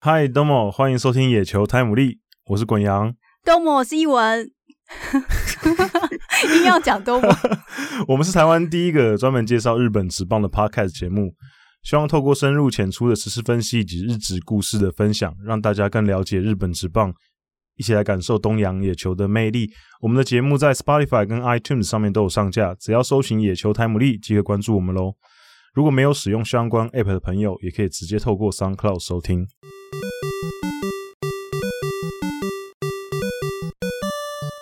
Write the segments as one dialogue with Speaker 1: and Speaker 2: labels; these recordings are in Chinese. Speaker 1: 嗨，东某，欢迎收听野球泰姆利，我是滚羊。
Speaker 2: 多么我是一文，硬要讲多么，
Speaker 1: 我们是台湾第一个专门介绍日本职棒的 podcast 节目，希望透过深入浅出的实事分析以及日职故事的分享，让大家更了解日本职棒，一起来感受东洋野球的魅力。我们的节目在 Spotify 跟 iTunes 上面都有上架，只要搜寻“野球台姆利”，记得关注我们喽。如果没有使用相关 App 的朋友，也可以直接透过 SoundCloud 收听。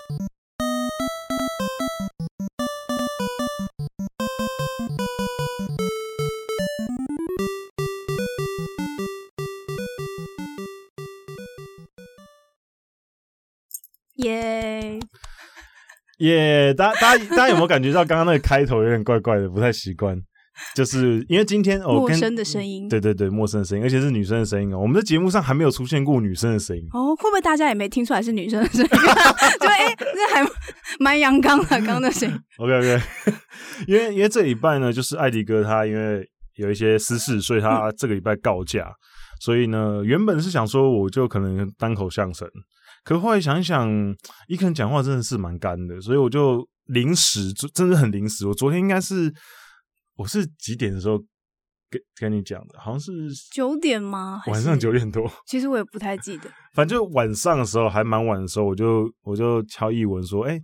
Speaker 2: 耶！
Speaker 1: 耶、大家大家大家有没有感觉到刚刚那个开头有点怪怪的，不太习惯？就是因为今天哦，
Speaker 2: 陌
Speaker 1: 跟
Speaker 2: 生的声音
Speaker 1: 对对对，陌生的声音，而且是女生的声音哦。我们的节目上还没有出现过女生的声音，
Speaker 2: 哦，会不会大家也没听出来是女生的声音、 啊？就哎、这还蛮阳刚的，刚刚那声音。
Speaker 1: OK OK，因 为因为这礼拜呢，就是艾迪哥他因为有一些私事，所以他
Speaker 2: 嗯
Speaker 1: 这个礼拜告假，所以呢，原本是想说我就可能单口相声，可后来想一想，一个人讲话真的是蛮干的，所以我就临时，就真的很临时。我昨天应该是我是几点的时候跟跟你讲的，好像是
Speaker 2: 九点吗？还是
Speaker 1: 晚上九。点多。
Speaker 2: 其实我也不太记得。
Speaker 1: 反正就晚上的时候还蛮晚的时候，我就我就敲译文说，哎、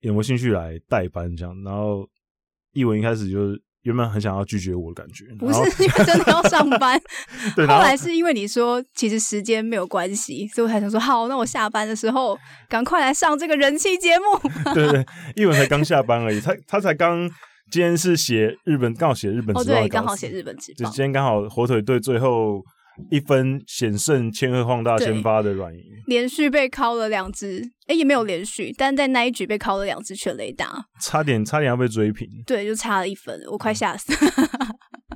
Speaker 1: 有没有兴趣来代班这样？然后译文一开始就是原本很想要拒绝我的感觉，
Speaker 2: 不
Speaker 1: 然后
Speaker 2: 是因为真的要上班，
Speaker 1: 对，然
Speaker 2: 后
Speaker 1: 后
Speaker 2: 来是因为你说其实时间没有关系，所以我才想说好，那我下班的时候赶快来上这个人气节目。
Speaker 1: 对对，对译文才刚下班而已，他他才刚今天是写日本，刚好写日本
Speaker 2: 哦，
Speaker 1: 职棒的稿子
Speaker 2: 对，刚好写日本哦职
Speaker 1: 就
Speaker 2: 棒
Speaker 1: 今，天刚好火腿队最后一分险胜千鹤晃大先发的软银，
Speaker 2: 连续被敲了两只，哎，也没有连续，但在那一局被敲了两只全雷打，
Speaker 1: 差点差点要被追平。
Speaker 2: 对，就差了一分，
Speaker 1: 嗯
Speaker 2: 我快吓死了，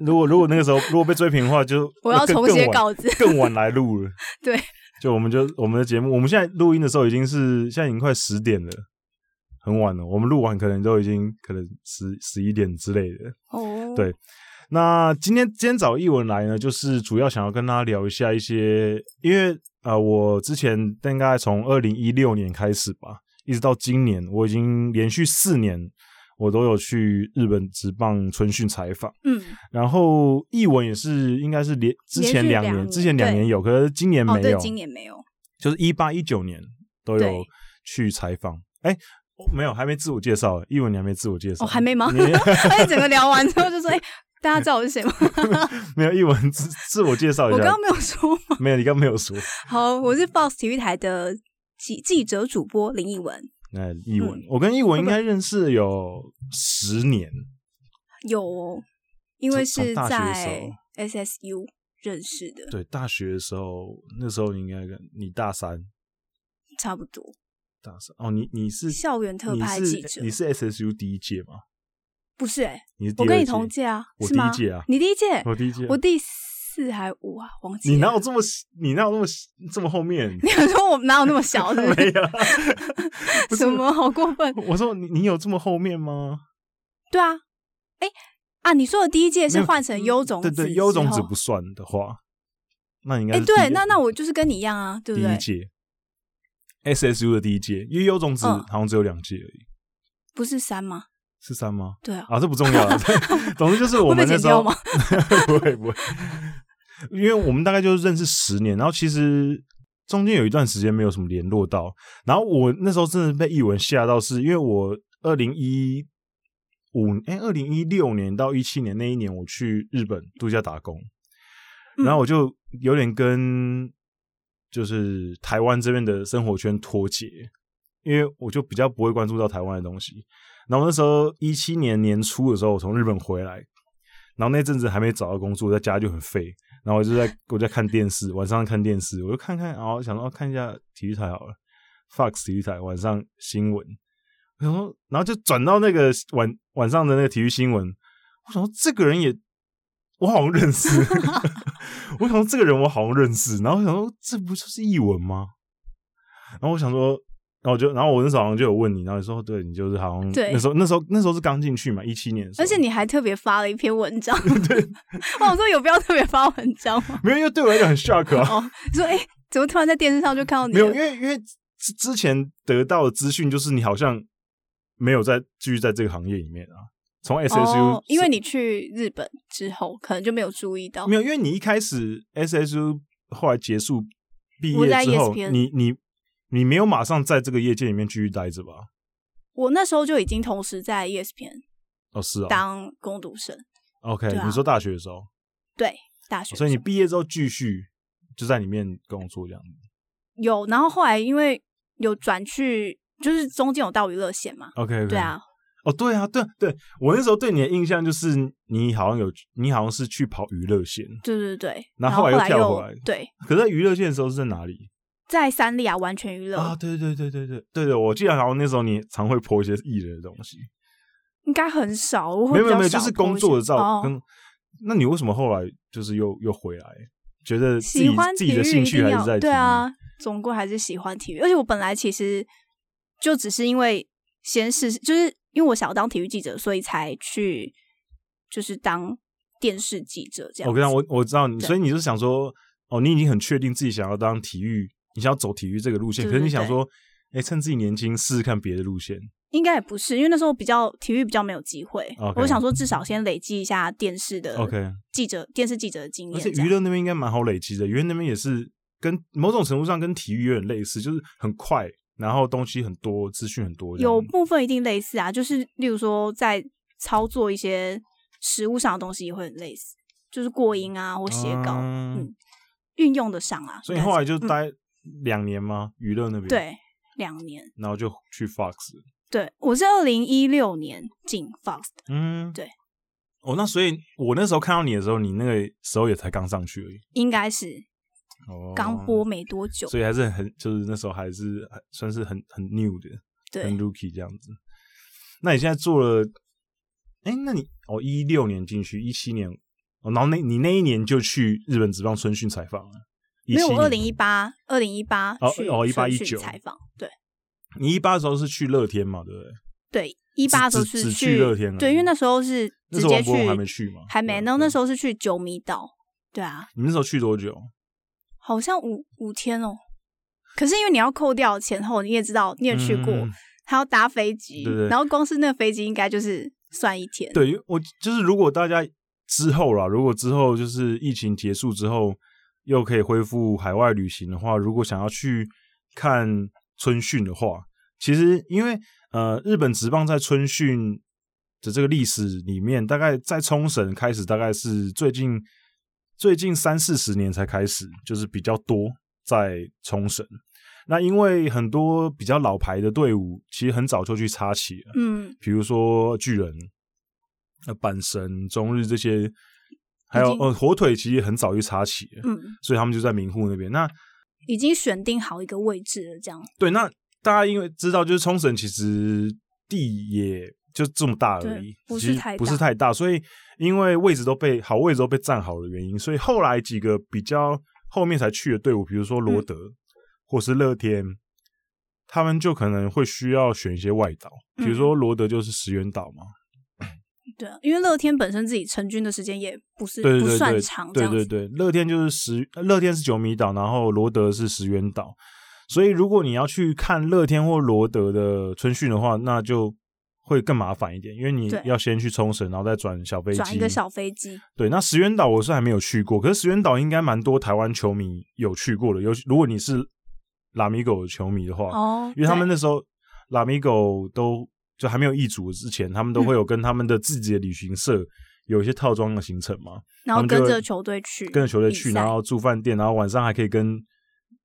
Speaker 1: 如果如果那个时候如果被追平的话，就
Speaker 2: 我要
Speaker 1: 更
Speaker 2: 重
Speaker 1: 更
Speaker 2: 写
Speaker 1: 晚
Speaker 2: 稿子。
Speaker 1: 更晚来录了。
Speaker 2: 对，
Speaker 1: 就我们就我们的节目，我们现在录音的时候已经是现在已经快十点了，很晚了。我们录完可能都已经可能十十一点之类的。
Speaker 2: 哦，
Speaker 1: 对那今天今天找译文来呢，就是主要想要跟大家聊一下一些，因为呃，我之前大概从二零一六年开始吧，一直到今年，我已经连续四年我都有去日本职棒春训采访。
Speaker 2: 嗯，
Speaker 1: 然后译文也是应该是连之前两
Speaker 2: 连续两年
Speaker 1: 之前两年有，可是今年
Speaker 2: 哦，
Speaker 1: 没
Speaker 2: 对
Speaker 1: 有，，
Speaker 2: 今年没有，
Speaker 1: 就是一八一九年都有
Speaker 2: 对
Speaker 1: 去采访。哎，哦没有，还没自我介绍，译文你还没自我介绍，
Speaker 2: 哦，还没吗？
Speaker 1: 你
Speaker 2: 而且整个聊完之后就说，哎，大家知道我是谁 吗？
Speaker 1: 没有译文自自我介 绍一
Speaker 2: 我刚
Speaker 1: 下
Speaker 2: 刚，没有说吗？
Speaker 1: 没有，你刚没有说，
Speaker 2: 好，我是 Fox 体育台的记记者主播林奕文，
Speaker 1: 哎，译文，
Speaker 2: 嗯
Speaker 1: 我跟译文应该认识有十年，
Speaker 2: 有哦，因为
Speaker 1: 从
Speaker 2: 是
Speaker 1: 从大学的时
Speaker 2: 在
Speaker 1: 候
Speaker 2: SSU 认识的，
Speaker 1: 对，大学的时候，那时候你应该跟你大三，
Speaker 2: 差不多。
Speaker 1: 大三哦，你你是
Speaker 2: 校园特派记者
Speaker 1: 你是你是 SSU 第一届吗？
Speaker 2: 不是哎，
Speaker 1: 你是第
Speaker 2: 我
Speaker 1: 二
Speaker 2: 跟你
Speaker 1: 届
Speaker 2: 同届啊，
Speaker 1: 我
Speaker 2: 是
Speaker 1: 第一
Speaker 2: 吗
Speaker 1: 届啊
Speaker 2: 你第一届，
Speaker 1: 我第一届，
Speaker 2: 我第四还五啊，忘记了
Speaker 1: 你哪有这么你哪有那么这么后 面？
Speaker 2: 你想说我哪有那么小？是不
Speaker 1: 没
Speaker 2: 是
Speaker 1: 有啊，不是
Speaker 2: 什么好过分？
Speaker 1: 我说你你有这么后面吗？
Speaker 2: 对啊，哎啊，你说的第一届
Speaker 1: 没
Speaker 2: 是
Speaker 1: 有嗯
Speaker 2: 换成优种子
Speaker 1: 对
Speaker 2: 之后，
Speaker 1: 对，优种子不算的话，那你应该
Speaker 2: 哎，
Speaker 1: 是
Speaker 2: 对，
Speaker 1: 第一
Speaker 2: 那那我就是跟你一样啊，对不
Speaker 1: 第
Speaker 2: 对
Speaker 1: 一？届 SSU 的第一届，因为优种子
Speaker 2: 嗯
Speaker 1: 好像只有两届而已，
Speaker 2: 不是三吗？
Speaker 1: 是三吗？
Speaker 2: 对啊，
Speaker 1: 啊，这不重 要啊。总之就是我
Speaker 2: 会
Speaker 1: 们那
Speaker 2: 被剪
Speaker 1: 时候
Speaker 2: 掉吗
Speaker 1: 不会不会，因为我们大概就认识十年，然后其实中间有一段时间没有什么联络到。然后我那时候真的被译文吓到是，因为我二零一五哎二零一六年到一七年那一年我去日本度假打工，
Speaker 2: 嗯
Speaker 1: 然后我就有点跟就是台湾这边的生活圈脱节，因为我就比较不会关注到台湾的东西。然后那时候一七年年初的时候，我从日本回来，然后那阵子还没找到工作，在家就很废，然后我就在我在看电视，晚上看电视，我就看看，然后想说、哦看一下体育台好了，Fox 体育台晚上新闻，然后然后就转到那个晚晚上的那个体育新闻，我想说这个人也我好像认识， 我想说这个人我好像认识，然后我想说这不就是译文吗？然后我想说，然后我就，然后我那时候好像就有问你，然后你说对你就是好像
Speaker 2: 对
Speaker 1: 那时候那时候那时候是刚进去嘛，一七年的时候，
Speaker 2: 而且你还特别发了一篇文 章，我想说有必要特别发文章吗？
Speaker 1: 没有，因为对我来讲很 shock 啊，
Speaker 2: 哦，你说哎、怎么突然在电视上就看到 你
Speaker 1: 没有，因
Speaker 2: 了？
Speaker 1: 为因为之之前得到的资讯就是你好像没有在继续在这个行业里面啊，从 SSU，、
Speaker 2: 哦，因为你去日本之后，可能就没有注意到
Speaker 1: 没。有，因为你一开始 SSU 后来结束毕
Speaker 2: 我在 E
Speaker 1: 业之后，
Speaker 2: ESPN
Speaker 1: 你你你没有马上在这个业界里面继续待着吧？
Speaker 2: 我那时候就已经同时在 E ESPN
Speaker 1: 哦，是啊
Speaker 2: 当攻读生，
Speaker 1: ，OK，
Speaker 2: 对啊
Speaker 1: 你说大学的时候，
Speaker 2: 对，大学的时
Speaker 1: 所
Speaker 2: 候。
Speaker 1: 以你毕业之后继续就在里面工作这样子。
Speaker 2: 有，然后后来因为有转去，就是中间有到娱乐线嘛，
Speaker 1: OK，, o k
Speaker 2: 对，啊，
Speaker 1: 哦，对啊，对对，我那时候对你的印象就是你好像有，你好像是去跑娱乐线，
Speaker 2: 对对对，
Speaker 1: 然
Speaker 2: 然
Speaker 1: 后后
Speaker 2: 后
Speaker 1: 来
Speaker 2: 来
Speaker 1: 又跳
Speaker 2: 又
Speaker 1: 回来
Speaker 2: 对，
Speaker 1: 可是在娱乐线的时候是在哪里
Speaker 2: 在三立啊，完全娱乐、
Speaker 1: 啊？对对对对对对对，我记得好像那时候你常会 po 一些艺人的东西，
Speaker 2: 应该很少，我
Speaker 1: 没
Speaker 2: 会
Speaker 1: 有
Speaker 2: 比
Speaker 1: 没有
Speaker 2: 较
Speaker 1: 没有，就
Speaker 2: 少
Speaker 1: 是
Speaker 2: po
Speaker 1: 工
Speaker 2: 一
Speaker 1: 作
Speaker 2: 些
Speaker 1: 的照
Speaker 2: 哦
Speaker 1: 跟。那你为什么后来就是又又回来？觉得自己
Speaker 2: 喜欢
Speaker 1: 自
Speaker 2: 体
Speaker 1: 己
Speaker 2: 育
Speaker 1: 的兴
Speaker 2: 一
Speaker 1: 趣
Speaker 2: 定
Speaker 1: 还是
Speaker 2: 要
Speaker 1: 在
Speaker 2: 对
Speaker 1: 体育，哦
Speaker 2: 啊，总归还是喜欢体育。而且我本来其实就只是因为先试试，就是因为我想要当体育记者，所以才去就是当电视记者这样
Speaker 1: 我
Speaker 2: 子。
Speaker 1: 跟你讲，我我知道你，
Speaker 2: 对
Speaker 1: 所以你就是想说，哦，你已经很确定自己想要当体育，你想要走体育这个路线，
Speaker 2: 对
Speaker 1: 可是你
Speaker 2: 对
Speaker 1: 想
Speaker 2: 对
Speaker 1: 说，哎，趁自己年轻试试看别的路线。
Speaker 2: 应该也不是，因为那时候比较体育比较没有机会
Speaker 1: OK 嗯
Speaker 2: 我想说至少先累积一下电视的
Speaker 1: OK
Speaker 2: 记者电视记者的经
Speaker 1: 而
Speaker 2: 验
Speaker 1: 且
Speaker 2: 这
Speaker 1: 娱
Speaker 2: 样。
Speaker 1: 乐那边应该蛮好累积的，因为那边也是跟某种程度上跟体育有点类似，就是很快，然后东西很多，资讯很多这样。
Speaker 2: 有部分一定类似啊，就是例如说在操作一些实物上的东西也会很类似，就是过音啊或写稿，
Speaker 1: 嗯
Speaker 2: 嗯，运用得上啊。
Speaker 1: 所以你后来
Speaker 2: 应
Speaker 1: 就
Speaker 2: 该是
Speaker 1: 待两年吗？娱乐那边，
Speaker 2: 嗯、，对两年，
Speaker 1: 然后就去 Fox，
Speaker 2: 对我是二零一六年进 Fox 的，
Speaker 1: 嗯，
Speaker 2: 对。
Speaker 1: 哦，那所以我那时候看到你的时候，你那个时候也才刚上去而已，
Speaker 2: 应该是
Speaker 1: 哦，
Speaker 2: 刚播没多久，
Speaker 1: 所以还是很就是那时候还是还算是很很 new 的，很
Speaker 2: 对，
Speaker 1: rookie 这样子。那你现在做了，哎、那你哦一六年进去，一七年，哦，然后那你那一年就去日本职棒春训采访了，
Speaker 2: 没有
Speaker 1: 17年
Speaker 2: 二零一八二零一八
Speaker 1: 哦
Speaker 2: 去
Speaker 1: 哦18
Speaker 2: 春训
Speaker 1: 19
Speaker 2: 采访，对
Speaker 1: 你一八的时候是去乐天嘛，对不对？
Speaker 2: 对，一八时候
Speaker 1: 只
Speaker 2: 是
Speaker 1: 去乐天而已
Speaker 2: 对，因为那时候是
Speaker 1: 那时
Speaker 2: 直
Speaker 1: 候
Speaker 2: 接
Speaker 1: 王
Speaker 2: 去
Speaker 1: 博文还没去嘛，啊
Speaker 2: 还没，然后那时候是去九米岛，对啊，
Speaker 1: 候你那时候去多久？
Speaker 2: 好像五五天哦。可是因为你要扣掉前后，你也知道，你也去过，
Speaker 1: 嗯
Speaker 2: 还要搭飞机，
Speaker 1: 对对
Speaker 2: 然后光是那个飞机应该就是算一天。
Speaker 1: 对，因为我就是如果大家之后啦，如果之后就是疫情结束之后又可以恢复海外旅行的话，如果想要去看春训的话，其实因为呃日本职棒在春训的这个历史里面，大概在冲绳开始，大概是最近最近三四十年才开始，就是比较多在冲绳。那因为很多比较老牌的队伍，其实很早就去插旗了，
Speaker 2: 嗯，
Speaker 1: 比如说巨人、呃阪神、中日这些，还有
Speaker 2: 已经
Speaker 1: 呃火腿，其实很早就插起了，
Speaker 2: 嗯，
Speaker 1: 所以他们就在名护那边。那
Speaker 2: 已经选定好一个位置了，这样。
Speaker 1: 对，那大家因为知道，就是冲绳其实地也就这么大而已
Speaker 2: 对，不
Speaker 1: 其
Speaker 2: 是
Speaker 1: 实
Speaker 2: 太大
Speaker 1: 不是太大，所以因为位置都被好位置都被占好的原因，所以后来几个比较后面才去的队伍，比如说
Speaker 2: 嗯
Speaker 1: 罗德、或是乐天，他们就可能会需要选一些外岛，比如
Speaker 2: 嗯
Speaker 1: 说罗德就是石原岛嘛。
Speaker 2: 对啊，因为乐天本身自己成军的时间也不是
Speaker 1: 对对
Speaker 2: 不
Speaker 1: 对
Speaker 2: 算
Speaker 1: 对
Speaker 2: 长，这
Speaker 1: 对
Speaker 2: 样子
Speaker 1: 对对，乐天就是石，乐天是九米岛，然后罗德是石原岛。所以如果你要去看乐天或罗德的春训的话，那就会更麻烦一点，因为你
Speaker 2: 对
Speaker 1: 要先去冲绳，然后再转小飞机。
Speaker 2: 转一个小飞机。
Speaker 1: 对，那石原岛我是还没有去过，可是石原岛应该蛮多台湾球迷有去过的，尤其如果你是拉米狗的球迷的话，
Speaker 2: 哦，
Speaker 1: 因为他们
Speaker 2: 对
Speaker 1: 那时候拉米狗都就还没有易主之前，他们
Speaker 2: 嗯
Speaker 1: 都会有跟他们的自己的旅行社有一些套装的行程嘛。
Speaker 2: 然后
Speaker 1: 他们就
Speaker 2: 跟
Speaker 1: 会
Speaker 2: 着球队去，
Speaker 1: 跟着球队去，
Speaker 2: 比赛
Speaker 1: 然后住饭店，然后晚上还可以跟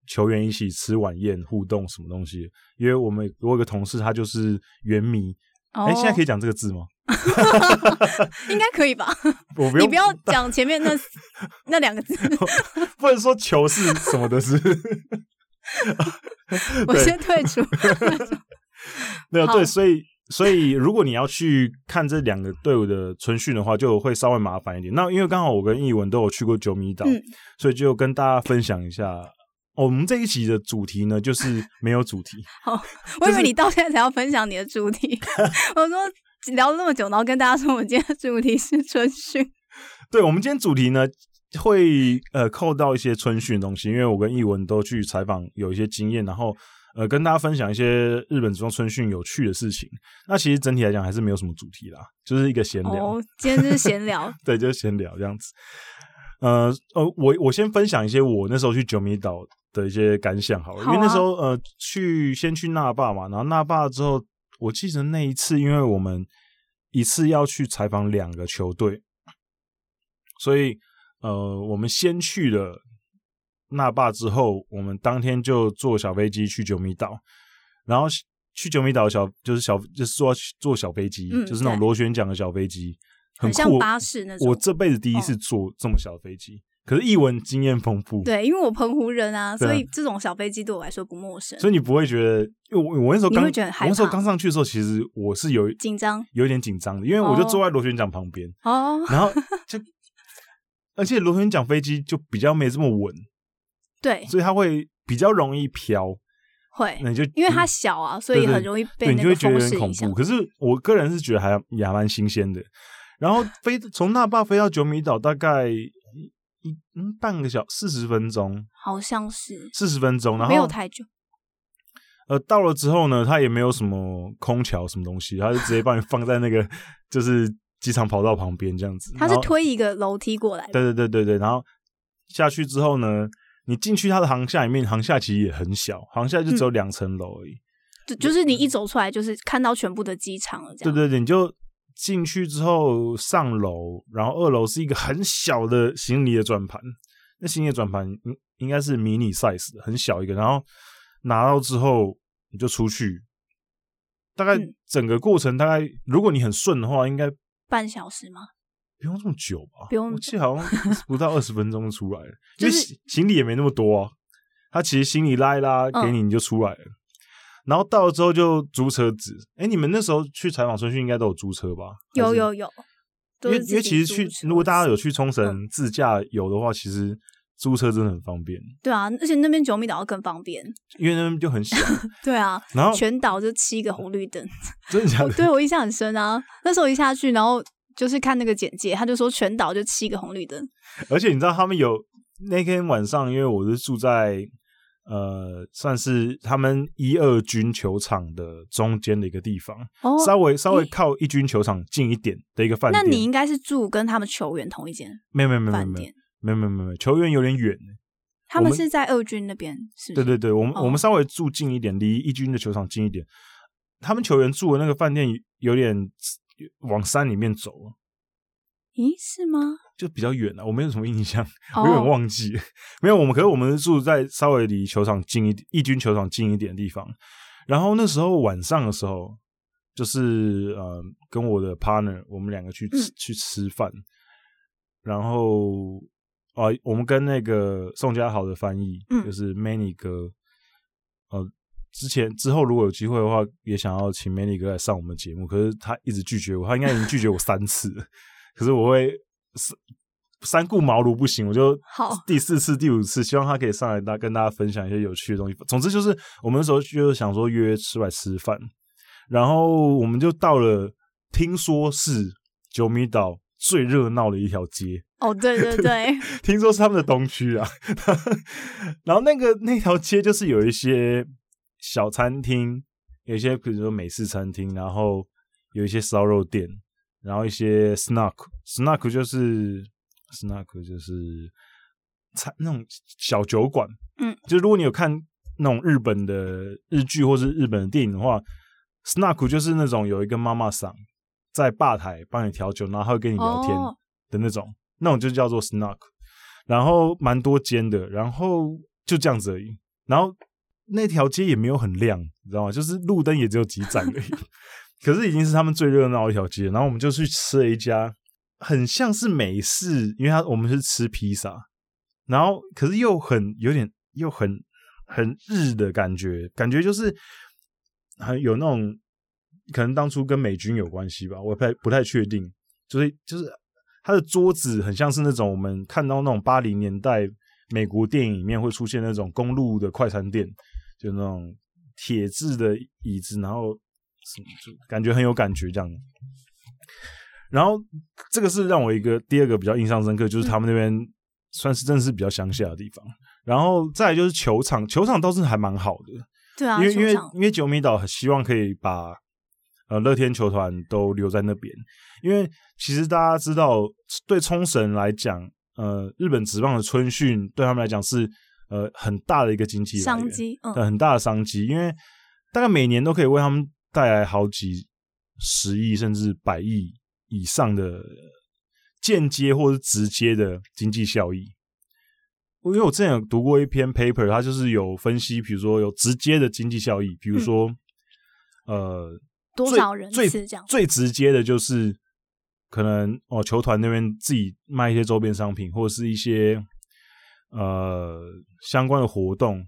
Speaker 1: 球员一起吃晚宴、互动什么东西。因为我们我有个同事，他就是原迷，哎、
Speaker 2: 哦，
Speaker 1: 现在可以讲这个字吗？
Speaker 2: 应该可以吧？
Speaker 1: 我不
Speaker 2: 你
Speaker 1: 用，
Speaker 2: 不要讲前面那 那两 个字，
Speaker 1: 不能说球是什么 的是，
Speaker 2: 我
Speaker 1: 对
Speaker 2: 先退出。
Speaker 1: 对
Speaker 2: 好
Speaker 1: 对，所以所以如果你要去看这两个队伍的春训的话，就会稍微麻烦一点。那因为刚好我跟译文都有去过九米岛，
Speaker 2: 嗯
Speaker 1: 所以就跟大家分享一下。哦我们这一期的主题呢，就是没有主题。
Speaker 2: 我以为你到现在才要分享你的主题， 我说聊了那么久，然后跟大家说我们今天的主题是春训，
Speaker 1: 对，我们今天主题呢会呃扣到一些春训的东西，因为我跟译文都去采访，有一些经验，然后呃跟大家分享一些日本职棒春训有趣的事情。那其实整体来讲还是没有什么主题啦，就是一个闲聊，
Speaker 2: 哦，今天就是 闲聊，
Speaker 1: 对，就是闲聊这样子。呃呃，我我先分享一些我那时候去九米岛的一些感想好了，因为
Speaker 2: 好啊
Speaker 1: 那时候呃去先去那霸嘛，然后那霸之后，我记得那一次，因为我们一次要去采访两个球队，所以呃我们先去了那霸之后，我们当天就坐小飞机去九米岛，然后去九米岛小就是小就是坐坐小飞机，
Speaker 2: 嗯
Speaker 1: 就是那种
Speaker 2: 对
Speaker 1: 螺旋桨的小飞机，
Speaker 2: 很
Speaker 1: 酷
Speaker 2: 像巴士那种哦
Speaker 1: 我这辈子第一次坐这么小的飞机，可是译文经验丰富，，
Speaker 2: 对，因为我澎湖人啊，
Speaker 1: 对啊
Speaker 2: 所以这种小飞机对我来说不陌生，
Speaker 1: 所以你不会觉得，因为我我那时候
Speaker 2: 你
Speaker 1: 刚，
Speaker 2: 会觉得很害
Speaker 1: 我那时候
Speaker 2: 怕
Speaker 1: 刚上去的时候，其实我是有
Speaker 2: 紧张
Speaker 1: 有一点紧张的，因为我就坐在螺旋桨旁边，
Speaker 2: 哦，
Speaker 1: 然 后就，而且螺旋桨飞机就比较没这么稳，
Speaker 2: 对，
Speaker 1: 所以它会比较容易飘，
Speaker 2: 会，
Speaker 1: 那你就
Speaker 2: 因为它小啊，
Speaker 1: 嗯
Speaker 2: 所
Speaker 1: 对
Speaker 2: 以
Speaker 1: 对
Speaker 2: 很容易被
Speaker 1: 对你
Speaker 2: 那
Speaker 1: 就
Speaker 2: 个
Speaker 1: 会觉得
Speaker 2: 风
Speaker 1: 有
Speaker 2: 势
Speaker 1: 点
Speaker 2: 影
Speaker 1: 恐
Speaker 2: 响
Speaker 1: 怖。。可是我个人是觉得还也还蛮新鲜的。然 后飞从那霸飞到九米岛大概一一嗯半个小四十分钟，
Speaker 2: 好像是
Speaker 1: 四十分钟，然后
Speaker 2: 没有太久，
Speaker 1: 呃，到了之后呢，他也没有什么空调什么东西，他就直接把你放在那个就是机场跑道旁边这样子。
Speaker 2: 它是
Speaker 1: 然后
Speaker 2: 推一个楼梯过来的，
Speaker 1: 对对对对对，然后下去之后呢，你进去他的航厦里面，航厦其实也很小，航厦就只有两层楼而已。
Speaker 2: 就就是你一走出来就是看到全部的机场了，
Speaker 1: 嗯
Speaker 2: 这
Speaker 1: 对
Speaker 2: 样。
Speaker 1: 对对，你就进去之后上楼，然后二楼是一个很小的行李的转盘，那行李的转盘应应该是迷你 size 的，很小一个。然后拿到之后你就出去，大概
Speaker 2: 嗯
Speaker 1: 整个过程大概如果你很顺的话，应该不
Speaker 2: 半小时吗？
Speaker 1: 用这么久吧？
Speaker 2: 不用
Speaker 1: 我记得好像不到二十分钟就出 来了，因为
Speaker 2: 就是
Speaker 1: 行行李也没那么多啊。他其实行李拉一拉
Speaker 2: 嗯
Speaker 1: 给你，你就出来了。然后到了之后就租车子。哎，你们那时候去采访春训应该都有租车吧？还
Speaker 2: 有
Speaker 1: 是
Speaker 2: 有有，都
Speaker 1: 因为
Speaker 2: 是自
Speaker 1: 因为
Speaker 2: 己
Speaker 1: 其实
Speaker 2: 租
Speaker 1: 去
Speaker 2: 车
Speaker 1: 如果大家
Speaker 2: 子嗯
Speaker 1: 有去冲绳自驾游的话，其实租车真的很方便，
Speaker 2: 对啊，而且那边九米岛更方便。
Speaker 1: 因为那边就很 小。
Speaker 2: 对啊，
Speaker 1: 然后
Speaker 2: 全岛就七个红绿灯，
Speaker 1: 真的假的？
Speaker 2: 对我印象很深啊。那时候一下去，然后就是看那个简介，他就说全岛就七个红绿灯，
Speaker 1: 而且你知道他们有那天晚上，因为我是住在呃，算是他们一二军球场的中间的一个地方，
Speaker 2: 哦，
Speaker 1: 稍微稍微
Speaker 2: 你
Speaker 1: 靠一军球场近一点的一个饭
Speaker 2: 那
Speaker 1: 店。
Speaker 2: 你应该是住跟他们球员同一间
Speaker 1: 没有没有没有
Speaker 2: 饭
Speaker 1: 没有
Speaker 2: 店，
Speaker 1: 没有没有没有没有球员有点远，
Speaker 2: 他们
Speaker 1: 们
Speaker 2: 是在二军那边，是不
Speaker 1: 对
Speaker 2: 是？
Speaker 1: 对对，我们、
Speaker 2: 哦
Speaker 1: 我们稍微住近一点，离一军的球场近一点。他们球员住的那个饭店有点往山里面走，
Speaker 2: 咦，是吗？
Speaker 1: 就比较远了、啊我没有什么印象，我有点
Speaker 2: 哦，
Speaker 1: 忘记。 没有，我们可是我们是住在稍微离球场近一点，一军球场近一点的地方。然后那时候晚上的时候，就是呃，跟我的 partner 我们两个去吃、
Speaker 2: 嗯
Speaker 1: 去吃饭，然后啊、呃我们跟那个宋佳豪的翻译、
Speaker 2: 嗯
Speaker 1: 就是 Many 哥，呃，之前之后如果有机会的话，也想要请 Many 哥来上我们的节目，可是他一直拒绝我，他应该已经拒绝我三次了，可是我会三三顾茅庐不行，我就
Speaker 2: 好
Speaker 1: 第四次、第五次，希望他可以上来大跟大家分享一些有趣的东西。总之就是我们那时候就是想说约吃来吃饭，然后我们就到了，听说是九米岛最热闹的一条街，
Speaker 2: 哦，对对对，
Speaker 1: 听说是他们的东区啊。 然后那个那条街就是有一些小餐厅，有一些比如说美式餐厅，然后有一些烧肉店，然后一些 snack snack 就是 snack 就是餐那种小酒馆。
Speaker 2: 嗯，
Speaker 1: 就如果你有看那种日本的日剧或是日本的电影的话，snack 就是那种有一个妈妈桑在吧台帮你调酒，然后她会跟你聊天。
Speaker 2: 哦
Speaker 1: 的那种，那种就叫做 snack，然后蛮多间的，然后就这样子而已。然后那条街也没有很亮，你知道吗？就是路灯也只有几盏而已。 可是已经是他们最热闹的一条街，然后我们就去吃了一家，很像是美式，因为他我们是吃披萨，然后可是又很有点又很很日的感觉，感觉就是很有那种可能当初跟美军有关系吧，我也不太不太确定，就是就是它的桌子很像是那种我们看到那种八零年代美国电影里面会出现那种公路的快餐店，就那种铁质的椅子，然后什么就感觉很有感觉这样。然后这个是让我一个第二个比较印象深刻，就是他们那边算是真的是比较乡下的地方。然后再来就是球场，球场倒是还蛮好的，
Speaker 2: 对啊，
Speaker 1: 因为因为
Speaker 2: 球场
Speaker 1: 因为九米岛很希望可以把呃乐天球团都留在那边，因为其实大家知道，对冲绳来讲，呃，日本职棒的春训对他们来讲是呃很大的一个经济来源
Speaker 2: 商机，嗯，
Speaker 1: 对很大的商机，因为大概每年都可以为他们带来好几十亿甚至百亿以上的间接或是直接的经济效益。因为我之前有读过一篇 paper，它就是有分析，比如说有直接的经济效益，比如说、呃
Speaker 2: 多
Speaker 1: 最
Speaker 2: 少人
Speaker 1: 最
Speaker 2: 次这样？
Speaker 1: 最直接的就是可能哦，球团那边自己卖一些周边商品，或者是一些呃相关的活动，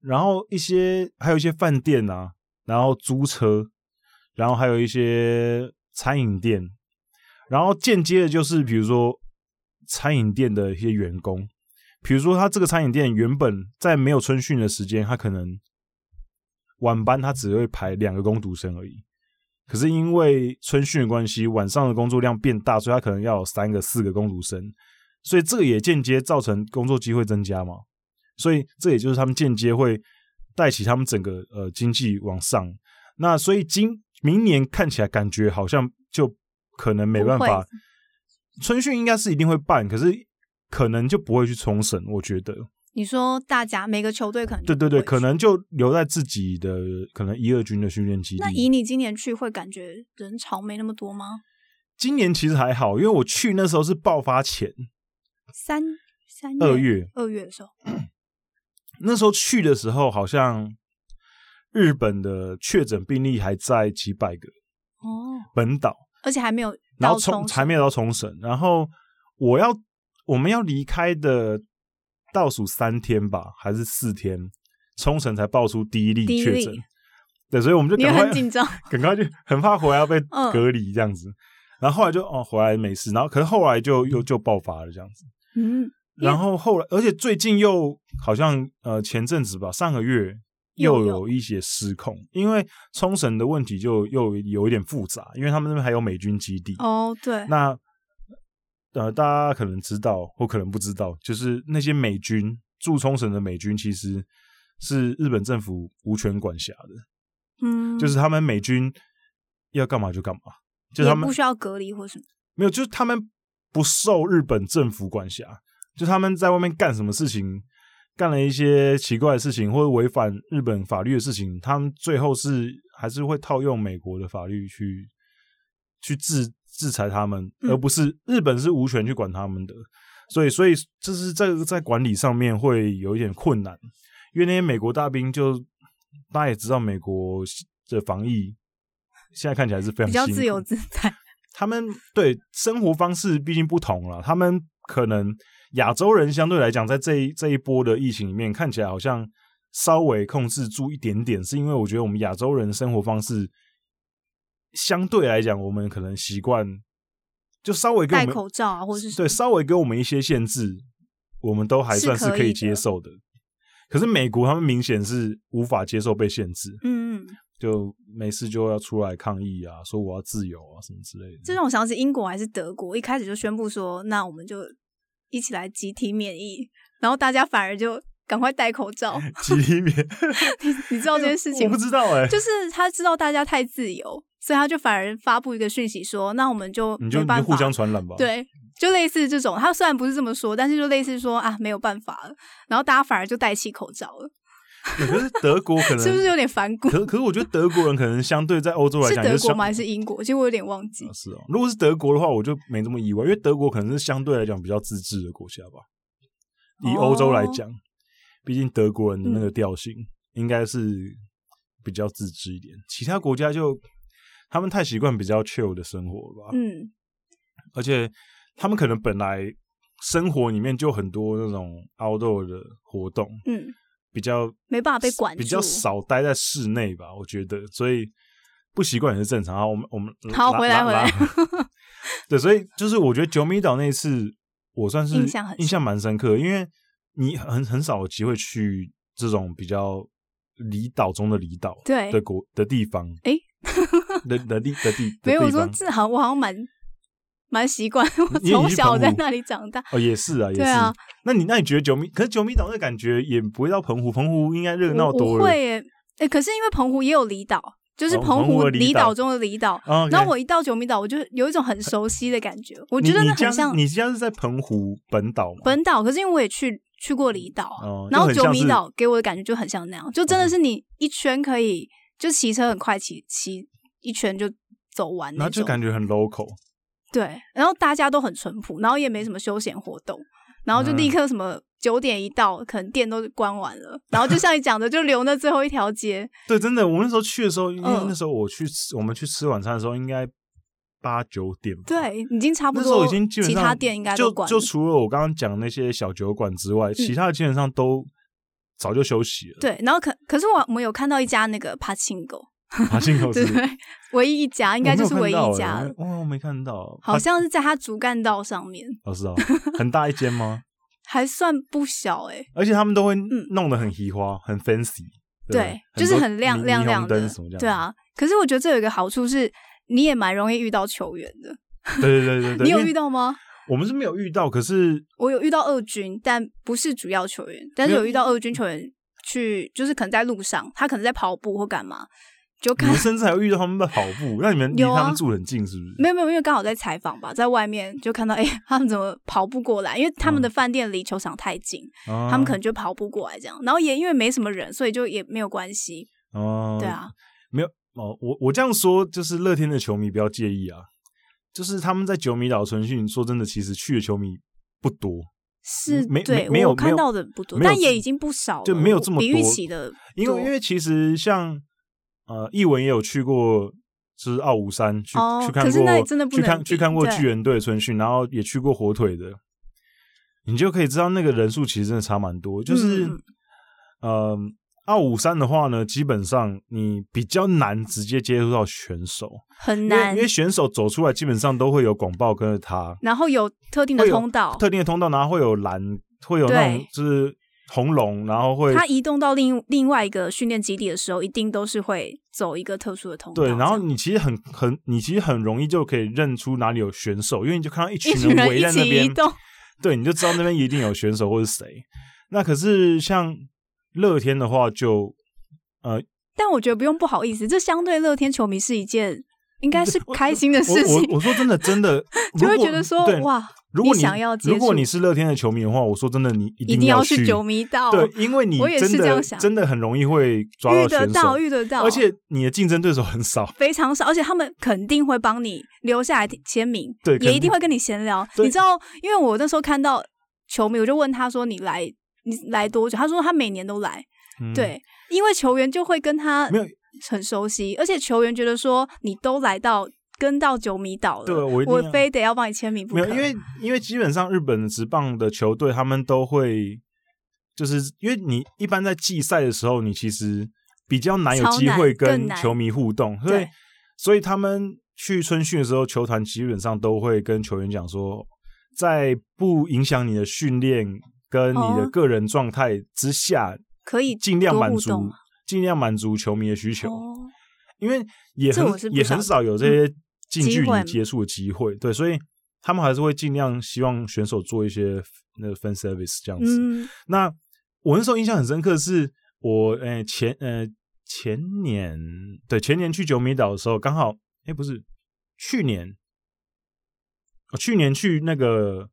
Speaker 1: 然后一些还有一些饭店啊，然后租车，然后还有一些餐饮店，然后间接的就是比如说餐饮店的一些员工，比如说他这个餐饮店原本在没有春训的时间，他可能晚班他只会排两个工读生而已。可是因为春训的关系，晚上的工作量变大，所以他可能要有三个、四个工读生，所以这个也间接造成工作机会增加嘛。所以这也就是他们间接会带起他们整个呃经济往上。那所以今明年看起来感觉好像就可能没办
Speaker 2: 不
Speaker 1: 法
Speaker 2: 会，
Speaker 1: 春训应该是一定会办，可是可能就不会去冲绳，我觉得。
Speaker 2: 你说大家每个球队可能
Speaker 1: 对
Speaker 2: 就
Speaker 1: 对
Speaker 2: 不
Speaker 1: 对，
Speaker 2: 会
Speaker 1: 可
Speaker 2: 去
Speaker 1: 能就留在自己的可能一二军的训练基地。
Speaker 2: 那以你今年去会感觉人潮没那么多吗？
Speaker 1: 今年其实还好，因为我去那时候是爆发前
Speaker 2: 三三
Speaker 1: 二月，
Speaker 2: 二月的时候，
Speaker 1: 那时候去的时候好像日本的确诊病例还在几百个
Speaker 2: 哦，
Speaker 1: 本岛，
Speaker 2: 而且还没有
Speaker 1: 然后
Speaker 2: 到
Speaker 1: 冲
Speaker 2: 冲
Speaker 1: 还
Speaker 2: 绳
Speaker 1: 没有到冲绳，然后我要我们要离开的倒数三天吧，还是四天，冲绳才爆出第一例
Speaker 2: 第一
Speaker 1: 确
Speaker 2: 例
Speaker 1: 诊，对，所以我们就
Speaker 2: 你也
Speaker 1: 赶快
Speaker 2: 很紧张，
Speaker 1: 赶快就很怕回来要被
Speaker 2: 嗯
Speaker 1: 隔离这样子。然后后来就哦回来没事，然后可是后来就又就爆发了这样子。
Speaker 2: 嗯，
Speaker 1: 然后后来，而且最近又好像呃前阵子吧，上个月又
Speaker 2: 又
Speaker 1: 有一些失控，因为冲绳的问题就又有一点复杂，因为他们那边还有美军基地。
Speaker 2: 哦，对，
Speaker 1: 那呃，大家可能知道或可能不知道，就是那些美军驻冲绳的美军其实是日本政府无权管辖的，
Speaker 2: 嗯，
Speaker 1: 就是他们美军要干嘛就干嘛，就是
Speaker 2: 也
Speaker 1: 他们
Speaker 2: 不需要隔离或什么，
Speaker 1: 没有，就是他们不受日本政府管辖，就他们在外面干什么事情，干了一些奇怪的事情或者违反日本法律的事情，他们最后是还是会套用美国的法律去去制制裁他们，
Speaker 2: 嗯
Speaker 1: 而不是日本是无权去管他们的。所以，所以这是这个在管理上面会有一点困难，因为那些美国大兵就大家也知道，美国的防疫现在看起来是非常
Speaker 2: 比较
Speaker 1: 辛苦
Speaker 2: 自由 自在，
Speaker 1: 他们对生活方式毕竟不同了，他们可能亚洲人相对来讲，在这一这一波的疫情里面，看起来好像稍微控制住一点点，是因为我觉得我们亚洲人的生活方式相对来讲，我们可能习惯就稍微跟我
Speaker 2: 戴
Speaker 1: 们
Speaker 2: 口罩啊，或者是什
Speaker 1: 对
Speaker 2: 么
Speaker 1: 稍微给我们一些限制，我们都还算是
Speaker 2: 是可以
Speaker 1: 可以
Speaker 2: 的
Speaker 1: 接受的。可是美国他们明显是无法接受被限制，
Speaker 2: 嗯，嗯
Speaker 1: 就没事就要出来抗议啊，说我要自由啊什么之类的。
Speaker 2: 这让我想起英国还是德国，一开始就宣布说，那我们就一起来集体免疫，然后大家反而就赶快戴口 罩，
Speaker 1: 集体免，
Speaker 2: 你知道这件事情
Speaker 1: 我
Speaker 2: 吗
Speaker 1: 不？知道哎、
Speaker 2: 就是他知道大家太自由，所以他就反而发布一个讯息说，那我们就
Speaker 1: 你就你
Speaker 2: 没
Speaker 1: 就
Speaker 2: 办
Speaker 1: 互
Speaker 2: 法，
Speaker 1: 相传染吧。，
Speaker 2: 对，就类似这种。他虽然不是这么说，但是就类似说啊，没有办法了，然后大家反而就戴起口罩了，
Speaker 1: 可是德国可能
Speaker 2: 是不是有点反骨？
Speaker 1: 可可是我觉得德国人可能相对在欧洲来
Speaker 2: 是
Speaker 1: 讲
Speaker 2: 德
Speaker 1: 就
Speaker 2: 国
Speaker 1: 相
Speaker 2: 吗？还是英国？其实我有点忘记
Speaker 1: 啊。是哦，如果是德国的话，我就没这么意外，因为德国可能是相对来讲比较自治的国家吧。以欧洲
Speaker 2: 哦
Speaker 1: 来讲，毕竟德国人的
Speaker 2: 嗯
Speaker 1: 那个调性应该是比较自治一点，其他国家就他们太习惯比较 chill 的生活了吧。
Speaker 2: 嗯，
Speaker 1: 而且他们可能本来生活里面就很多那种 outdoor 的活动，
Speaker 2: 嗯，
Speaker 1: 比较
Speaker 2: 没办法被管住
Speaker 1: 比较少待在室内吧，我觉得，所以不习惯也是正常。好，我们我们
Speaker 2: 好
Speaker 1: 拉
Speaker 2: 回来
Speaker 1: 拉
Speaker 2: 回来
Speaker 1: 拉 对，所以就是我觉得九米岛那一次，我算是
Speaker 2: 印象很深
Speaker 1: 印象蛮深刻，因为你很很少有机会去这种比较离岛中的离岛
Speaker 2: 对
Speaker 1: 的国的地方，
Speaker 2: 诶
Speaker 1: 的的地的地
Speaker 2: 没
Speaker 1: 的
Speaker 2: 有我
Speaker 1: 地
Speaker 2: 说
Speaker 1: 方
Speaker 2: 这好，我好像蛮蛮习惯，我
Speaker 1: 你也
Speaker 2: 从
Speaker 1: 去
Speaker 2: 小
Speaker 1: 澎
Speaker 2: 在
Speaker 1: 湖
Speaker 2: 那里长大，
Speaker 1: 哦，也是啊，也
Speaker 2: 对
Speaker 1: 是。
Speaker 2: 啊
Speaker 1: 那你那你觉得九米，可是九米岛那感觉也不会到澎湖，澎湖应该热闹
Speaker 2: 我
Speaker 1: 多
Speaker 2: 我
Speaker 1: 了。
Speaker 2: 会耶、诶可是因为澎湖也有离岛，就是
Speaker 1: 哦澎湖
Speaker 2: 湖
Speaker 1: 的离
Speaker 2: 离
Speaker 1: 岛
Speaker 2: 岛中的离岛。
Speaker 1: 啊，
Speaker 2: 然后我一到九米岛，我就有一种很熟悉的感觉，我觉得
Speaker 1: 你
Speaker 2: 那
Speaker 1: 你家
Speaker 2: 很
Speaker 1: 是
Speaker 2: 像
Speaker 1: 你家是在澎湖本岛吗？
Speaker 2: 本岛。可是因为我也去去过离岛啊，
Speaker 1: 哦，
Speaker 2: 然
Speaker 1: 又
Speaker 2: 后
Speaker 1: 很
Speaker 2: 九
Speaker 1: 像
Speaker 2: 米
Speaker 1: 是嗯
Speaker 2: 岛给我的感觉就很像那样，就真的是你一圈可以就骑车很快骑骑一圈就走完
Speaker 1: 然
Speaker 2: 那
Speaker 1: 后就
Speaker 2: 种。
Speaker 1: 感觉很 local，
Speaker 2: 对，然后大家都很淳朴，然后也没什么休闲活动，然后就立
Speaker 1: 嗯
Speaker 2: 刻什么九点一到，可能店都关完了，然后就像你讲的，就留那最后一条街。
Speaker 1: 对，真的，我那时候去的时候，因为
Speaker 2: 嗯
Speaker 1: 那时候我去吃，我们去吃晚餐的时候，应该八九点吧，
Speaker 2: 对，已经差不
Speaker 1: 那时候
Speaker 2: 多，
Speaker 1: 已经基本
Speaker 2: 其
Speaker 1: 上
Speaker 2: 他店应该
Speaker 1: 就
Speaker 2: 都关了嗯
Speaker 1: 就除了我刚刚讲的那些小酒馆之外，其他的基本上都早就休息了。
Speaker 2: 对，然后可可是我我们有看到一家那个帕青狗，
Speaker 1: 爬进口
Speaker 2: 对
Speaker 1: 是
Speaker 2: 不对？ 唯一一家应该就是唯一一家了
Speaker 1: 了。，哦，我没看到，
Speaker 2: 好
Speaker 1: 爬
Speaker 2: 像是在它主干道上面，
Speaker 1: 哦是哦，很大一间 吗？
Speaker 2: 还算不小哎、
Speaker 1: 而且他们都会弄得很奇花，很 fancy，不
Speaker 2: 对，就是
Speaker 1: 多
Speaker 2: 很亮
Speaker 1: 霓
Speaker 2: 亮
Speaker 1: 霓
Speaker 2: 亮
Speaker 1: 虹
Speaker 2: 的
Speaker 1: 灯什么这，样，
Speaker 2: 对，啊。可是我觉得这有一个好处是，你也蛮容易遇到球员的。
Speaker 1: 对对对对对，
Speaker 2: 你有
Speaker 1: 因为
Speaker 2: 遇到吗？
Speaker 1: 我们是没有遇到，可 是
Speaker 2: 我有遇到二军，但不是主要球员，但是
Speaker 1: 没有
Speaker 2: 有遇到二军球员去，就是可能在路上，他可能在跑步或干嘛，就
Speaker 1: 你
Speaker 2: 看
Speaker 1: 们甚至还有遇到他们在跑步，那你们离
Speaker 2: 有啊
Speaker 1: 他们住很近是不是？
Speaker 2: 没有没有，因为刚好在采访吧，在外面就看到，哎、他们怎么跑步过来？因为他们的
Speaker 1: 嗯
Speaker 2: 饭店离球场太近，
Speaker 1: 他
Speaker 2: 他们可能就跑步过来这样。然后也因为没什么人，所以就也没有关系。
Speaker 1: 哦，
Speaker 2: 对，啊，
Speaker 1: 没有哦，我我这样说就是乐天的球迷不要介意啊，就是他们在九米岛春训，说真的，其实去的球迷不多，
Speaker 2: 是
Speaker 1: 没
Speaker 2: 对
Speaker 1: 没没有
Speaker 2: 我
Speaker 1: 没
Speaker 2: 看
Speaker 1: 有
Speaker 2: 到的不多，
Speaker 1: 没有
Speaker 2: 但也
Speaker 1: 这
Speaker 2: 已经不少了，
Speaker 1: 就没有这么
Speaker 2: 比预
Speaker 1: 多
Speaker 2: 期的
Speaker 1: 因为
Speaker 2: 多
Speaker 1: 因为其实像呃，译文也有去过。就是奥武山去、
Speaker 2: 哦
Speaker 1: 去看
Speaker 2: 可
Speaker 1: 过，
Speaker 2: 是那真的不
Speaker 1: 去
Speaker 2: 能
Speaker 1: 看
Speaker 2: 比
Speaker 1: 去看过
Speaker 2: 对
Speaker 1: 巨人队的春训，然后也去过火腿的，你就可以知道那个人数其实真的差蛮多。就是，
Speaker 2: 嗯
Speaker 1: 呃，奥武山的话呢，基本上你比较难直接接触到选手，
Speaker 2: 很
Speaker 1: 因为
Speaker 2: 难
Speaker 1: 因为。选手走出来基本上都会有广报跟着他，
Speaker 2: 然后有特定的
Speaker 1: 会有
Speaker 2: 通道，
Speaker 1: 特定的通道，然后会有蓝，会有那种
Speaker 2: 对
Speaker 1: 就是红龙，然后会
Speaker 2: 他移动到另另外一个训练基地的时候，一定都是会走一个特殊的通道
Speaker 1: 对
Speaker 2: 这，样。
Speaker 1: 然后你其实很很，你其实很容易就可以认出哪里有选手，因为你就看到一群
Speaker 2: 一群
Speaker 1: 人
Speaker 2: 人
Speaker 1: 围
Speaker 2: 一
Speaker 1: 在那
Speaker 2: 起移
Speaker 1: 边，
Speaker 2: 动，
Speaker 1: 对，你就知道那边一定有选手或是谁。那可是像乐天的话 就，呃，
Speaker 2: 但我觉得不用不好意思，这相对乐天球迷是一件应该是开心的
Speaker 1: 我
Speaker 2: 事
Speaker 1: 我
Speaker 2: 情，，
Speaker 1: 我说真的真的
Speaker 2: 就会
Speaker 1: 如果
Speaker 2: 觉得说
Speaker 1: 对，
Speaker 2: 哇，
Speaker 1: 如果你
Speaker 2: 想要接
Speaker 1: 如果
Speaker 2: 触
Speaker 1: 你是乐天的球迷的话，我说真的，你一
Speaker 2: 一
Speaker 1: 定
Speaker 2: 定要
Speaker 1: 去
Speaker 2: 去九迷道，
Speaker 1: 对，因为你
Speaker 2: 我也是
Speaker 1: 真
Speaker 2: 这
Speaker 1: 的
Speaker 2: 样想
Speaker 1: 真的很容易会抓
Speaker 2: 遇得
Speaker 1: 选
Speaker 2: 到
Speaker 1: 手，
Speaker 2: 遇得到，
Speaker 1: 而且你的竞争对手很少。
Speaker 2: 非常少，而且他们肯定会帮你留下来签名，
Speaker 1: 对肯定
Speaker 2: 也一定会跟你闲聊。
Speaker 1: 对
Speaker 2: 你知道，因为我那时候看到球迷，我就问他说：“你来，你来多久？”他说他每年都来，
Speaker 1: 嗯，
Speaker 2: 对，因为球员就会跟他
Speaker 1: 没有
Speaker 2: 很熟悉，而且球员觉得说你都来到跟到九米岛了，
Speaker 1: 对我一定
Speaker 2: 我
Speaker 1: 要
Speaker 2: 非得要帮你签名不
Speaker 1: 没
Speaker 2: 可，
Speaker 1: 有，因为因为基本上日本的职棒的球队，他们都会就是因为你一般在季赛的时候，你其实比较难有
Speaker 2: 超
Speaker 1: 机
Speaker 2: 难
Speaker 1: 会跟
Speaker 2: 更难
Speaker 1: 球迷互动，所以
Speaker 2: 对
Speaker 1: 所以他们去春训的时候，球团基本上都会跟球员讲说，在不影响你的训练跟你的
Speaker 2: 哦
Speaker 1: 个人状态之下，
Speaker 2: 可以
Speaker 1: 尽量
Speaker 2: 多
Speaker 1: 满
Speaker 2: 互动
Speaker 1: 足
Speaker 2: 啊
Speaker 1: 尽量满足球迷的需求，
Speaker 2: 哦
Speaker 1: 因为也
Speaker 2: 这
Speaker 1: 很
Speaker 2: 我是不
Speaker 1: 也
Speaker 2: 晓
Speaker 1: 很
Speaker 2: 得
Speaker 1: 少有这些近距
Speaker 2: 机会
Speaker 1: 离
Speaker 2: 嘛
Speaker 1: 接触的机会，对，所以他们还是会尽量希望选手做一些那个 fan service 这样子。
Speaker 2: 嗯，
Speaker 1: 那我那时候印象很深刻的是我呃前呃前年对前年去九米岛的时候，刚好哎不是去年，哦去年去那个。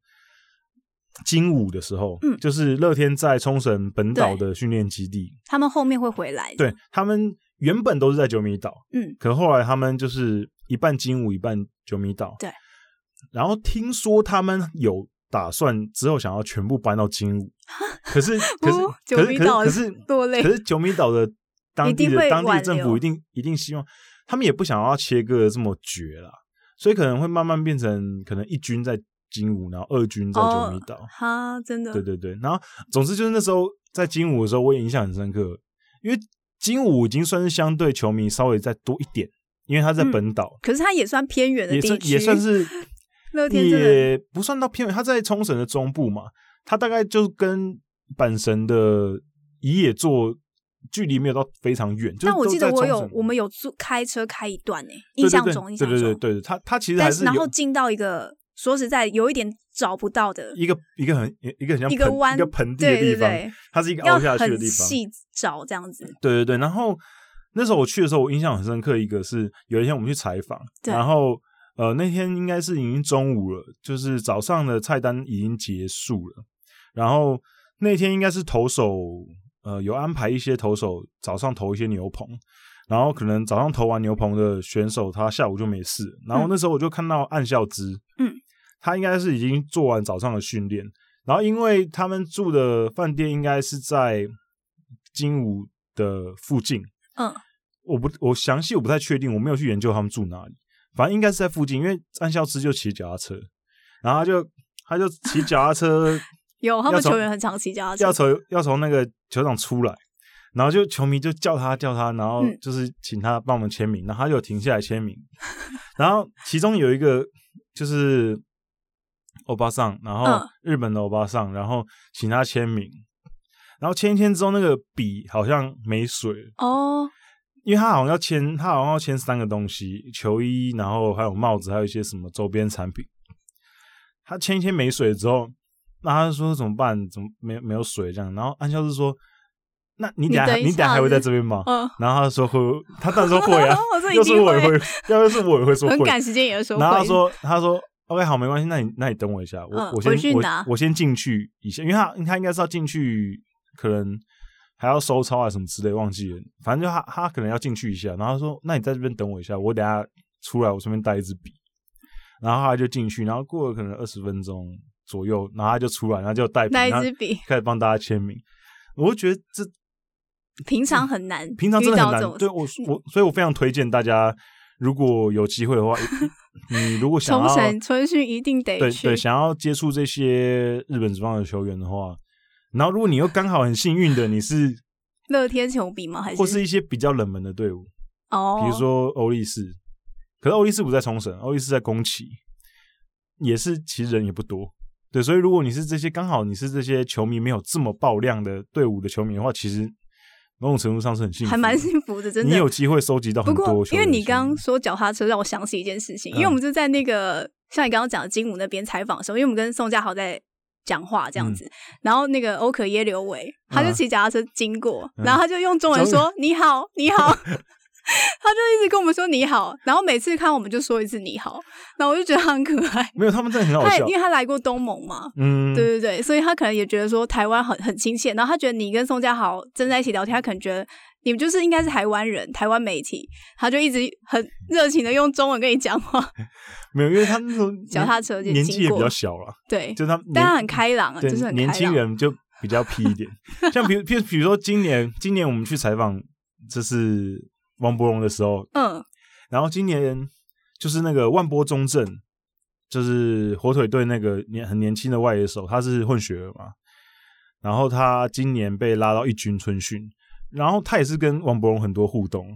Speaker 1: 金武的时候，
Speaker 2: 嗯
Speaker 1: 就是乐天在冲绳本岛
Speaker 2: 对
Speaker 1: 的训练基地，
Speaker 2: 他们后面会回来，，
Speaker 1: 对他们原本都是在九米岛，
Speaker 2: 嗯，
Speaker 1: 可后来他们就是一半金武，一半九米岛，
Speaker 2: 对。
Speaker 1: 然后听说他们有打算之后想要全部搬到金 武，可是可是
Speaker 2: 哦
Speaker 1: 可是
Speaker 2: 九米岛
Speaker 1: 可是
Speaker 2: 多累
Speaker 1: 可是九米岛的当地
Speaker 2: 一定
Speaker 1: 的
Speaker 2: 会
Speaker 1: 当地的
Speaker 2: 挽
Speaker 1: 政
Speaker 2: 留
Speaker 1: 府一定一定希望他们也不想要切割的这么绝啦，所以可能会慢慢变成可能一军在金武，然后二军在
Speaker 2: 哦
Speaker 1: 九米岛。
Speaker 2: 哈，真的，
Speaker 1: 对对对，然后总之就是那时候在金武的时候，我也印象很深刻，因为金武已经算是相对球迷稍微再多一点，因为他在本岛、
Speaker 2: 可是他也算偏远的
Speaker 1: 也
Speaker 2: 嗯地
Speaker 1: 算
Speaker 2: 区，
Speaker 1: 也算是
Speaker 2: 乐天真的
Speaker 1: 也不算到偏远，他在冲绳的中部嘛，他大概就跟阪神的一野座距离没有到非常远，就是
Speaker 2: 但我
Speaker 1: 都
Speaker 2: 记得
Speaker 1: 在
Speaker 2: 我
Speaker 1: 冲
Speaker 2: 有
Speaker 1: 绳
Speaker 2: 我们有坐开车开一段呢、欸
Speaker 1: 对
Speaker 2: 印
Speaker 1: 对
Speaker 2: 象
Speaker 1: 对
Speaker 2: 中印
Speaker 1: 对
Speaker 2: 象中，
Speaker 1: 对对对，他他其实还
Speaker 2: 但
Speaker 1: 是
Speaker 2: 然
Speaker 1: 有
Speaker 2: 后进到一个说实在有一点找不到的
Speaker 1: 一个一个很一个很像
Speaker 2: 一个
Speaker 1: 盆
Speaker 2: 弯
Speaker 1: 一个盆地的
Speaker 2: 对
Speaker 1: 地
Speaker 2: 对
Speaker 1: 方，
Speaker 2: 对，
Speaker 1: 它是一个
Speaker 2: 要
Speaker 1: 凹下去的
Speaker 2: 很
Speaker 1: 地方，
Speaker 2: 细找这样子，
Speaker 1: 对对对，然后那时候我去的时候，我印象很深刻，一个是有一天我们去采访，
Speaker 2: 对
Speaker 1: 然后呃那天应该是已经中午了，就是早上的菜单已经结束了，然后那天应该是投手呃有安排一些投手早上投一些牛棚。然后可能早上投完牛棚的选手，他下午就没事。然后那时候我就看到暗孝之，
Speaker 2: 嗯，
Speaker 1: 他应该是已经做完早上的训练，然后因为他们住的饭店应该是在金武的附近，
Speaker 2: 嗯，
Speaker 1: 我不我详细我不太确定，我没有去研究他们住哪里，反正应该是在附近，因为安孝之就骑脚踏车，然后他就他就骑脚踏车
Speaker 2: 有他们
Speaker 1: 要从
Speaker 2: 球员很常骑脚踏
Speaker 1: 要
Speaker 2: 车，
Speaker 1: 从要从那个球场出来，然后就球迷就叫他叫他，然后
Speaker 2: 嗯
Speaker 1: 就是请他帮我们签名，然后他就停下来签名， 然后其中有一个就是欧巴桑，然后
Speaker 2: 嗯
Speaker 1: 日本的欧巴桑，然后请他签名，然后签一签之后，那个笔好像没水了，
Speaker 2: 哦，
Speaker 1: 因为他好像要签，他好像要签三个东西：球衣，然后还有帽子，还有一些什么周边产品。他签一签没水之后，那他就说怎么办？怎么没有没有水这样？然后安孝是说：“那你等
Speaker 2: 你
Speaker 1: 下
Speaker 2: 等一
Speaker 1: 你等下
Speaker 2: 下
Speaker 1: 还会
Speaker 2: 子
Speaker 1: 在这边吗？”
Speaker 2: 嗯，
Speaker 1: 然后他说会，他当然说会啊
Speaker 2: 我说，一
Speaker 1: 要是
Speaker 2: 定
Speaker 1: 我也
Speaker 2: 会
Speaker 1: 会，要是我也会 说
Speaker 2: 很
Speaker 1: 会。
Speaker 2: 赶时间也是说
Speaker 1: 然后他
Speaker 2: 会，
Speaker 1: 说他说 OK 好没关系，那你那你等我一下，我、
Speaker 2: 嗯
Speaker 1: 我
Speaker 2: 回去
Speaker 1: 先我
Speaker 2: 拿
Speaker 1: 我先进去一下，因为他他应该是要进去，可能还要收钞啊什么之类，忘记了，反正就他他可能要进去一下，然后他说那你在这边等我一下，我等下出来我顺便带一支笔，然后他就进去，然后过了可能二十分钟左右，然后他就出来，然后就带笔
Speaker 2: 那一
Speaker 1: 然后
Speaker 2: 支笔
Speaker 1: 开始帮大家签名，我就觉得这
Speaker 2: 平常很难，
Speaker 1: 平常真的很
Speaker 2: 遇到
Speaker 1: 难，
Speaker 2: 这种
Speaker 1: 对我我，所以我非常推荐大家，如果有机会的话，你你如果想
Speaker 2: 冲
Speaker 1: 要
Speaker 2: 绳春训一定得
Speaker 1: 对
Speaker 2: 去
Speaker 1: 对，想要接触这些日本职棒的球员的话，然后如果你又刚好很幸运的你是，
Speaker 2: 乐天球比 吗？还
Speaker 1: 或是一些比较冷门的队伍，
Speaker 2: 哦，
Speaker 1: 比如说欧力士，可是欧力士不在冲绳，欧力士在宫崎，也是其实人也不多。对，所以如果你是这些刚好你是这些球迷没有这么爆量的队伍的球迷的话，其实某种程度上是很幸福的，
Speaker 2: 还蛮幸福的，真的。
Speaker 1: 你有机会收集到
Speaker 2: 不
Speaker 1: 很
Speaker 2: 过
Speaker 1: 多，
Speaker 2: 因为你刚
Speaker 1: 刚
Speaker 2: 刚说脚踏车，让我想起一件事情，因为
Speaker 1: 嗯
Speaker 2: 我们就在那个像你刚刚讲的金武那边采访的时候，因为我们跟宋家豪在讲话
Speaker 1: 嗯
Speaker 2: 这样子，然后那个欧可耶刘伟他就骑脚踏车经过，
Speaker 1: 嗯
Speaker 2: 然后他就用中文说“你好，你 好”，他就一直跟我们说“你好”，然后每次看我们就说一次“你好”，然后我就觉得他很可爱。
Speaker 1: 没有，他们真的很好
Speaker 2: 他也
Speaker 1: 笑
Speaker 2: 因。为他来过东盟嘛，
Speaker 1: 嗯，
Speaker 2: 对对对，所以他可能也觉得说台湾很很亲切，然后他觉得你跟宋家豪正在一起聊天，他可能觉得你们就是应该是台湾人，台湾媒体，他就一直很 热情的用中文跟你讲话，
Speaker 1: 没有，因为他那时候
Speaker 2: 脚踏车就
Speaker 1: 年
Speaker 2: 经
Speaker 1: 纪也比
Speaker 2: 过
Speaker 1: 较小了，
Speaker 2: 对，
Speaker 1: 就他
Speaker 2: 但他
Speaker 1: 年
Speaker 2: 很开朗啊，
Speaker 1: 对
Speaker 2: 就是很开
Speaker 1: 年
Speaker 2: 朗。
Speaker 1: 轻人就比 较屁一点。像比如，譬如比如说今年，今年我们去采访就是王伯荣的时候，
Speaker 2: 嗯，
Speaker 1: 然后今年就是那个万波中正，就是火腿队那个年很年轻的外野手，他是混血儿嘛。然后他今年被拉到一军春训，然后他也是跟王伯荣很多互动，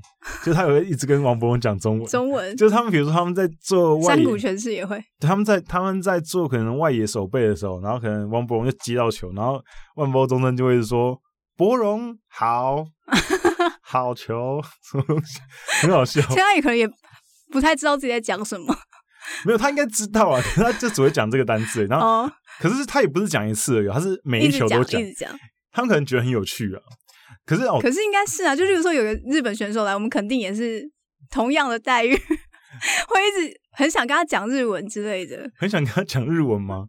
Speaker 1: 就他也会一直跟王伯荣讲中文。
Speaker 2: 中文，
Speaker 1: 就是他们，比如说他们在做外
Speaker 2: 山
Speaker 1: 野，
Speaker 2: 谷全是也会，
Speaker 1: 他们在他们在做可能外野手背的时候，然后可能王伯荣就接到球，然后万波中正就会说：“伯荣 好，好球，什么东西，啊很好笑。
Speaker 2: 所以他也可能也不太知道自己在讲什么
Speaker 1: 没有，他应该知道啊，可是他就只会讲这个单词而已。然后，
Speaker 2: 哦，
Speaker 1: 可是他也不是讲一次而已，他是啊每
Speaker 2: 一
Speaker 1: 一
Speaker 2: 直
Speaker 1: 球
Speaker 2: 讲
Speaker 1: 都
Speaker 2: 一
Speaker 1: 讲。
Speaker 2: 直讲。
Speaker 1: 他们可能觉得很有趣啊。可是哦，
Speaker 2: 可是应该是啊，就例如说有个日本选手来，我们肯定也是同样的待遇， 会一直很想跟他讲日文之类的。
Speaker 1: 很想跟他讲日文吗？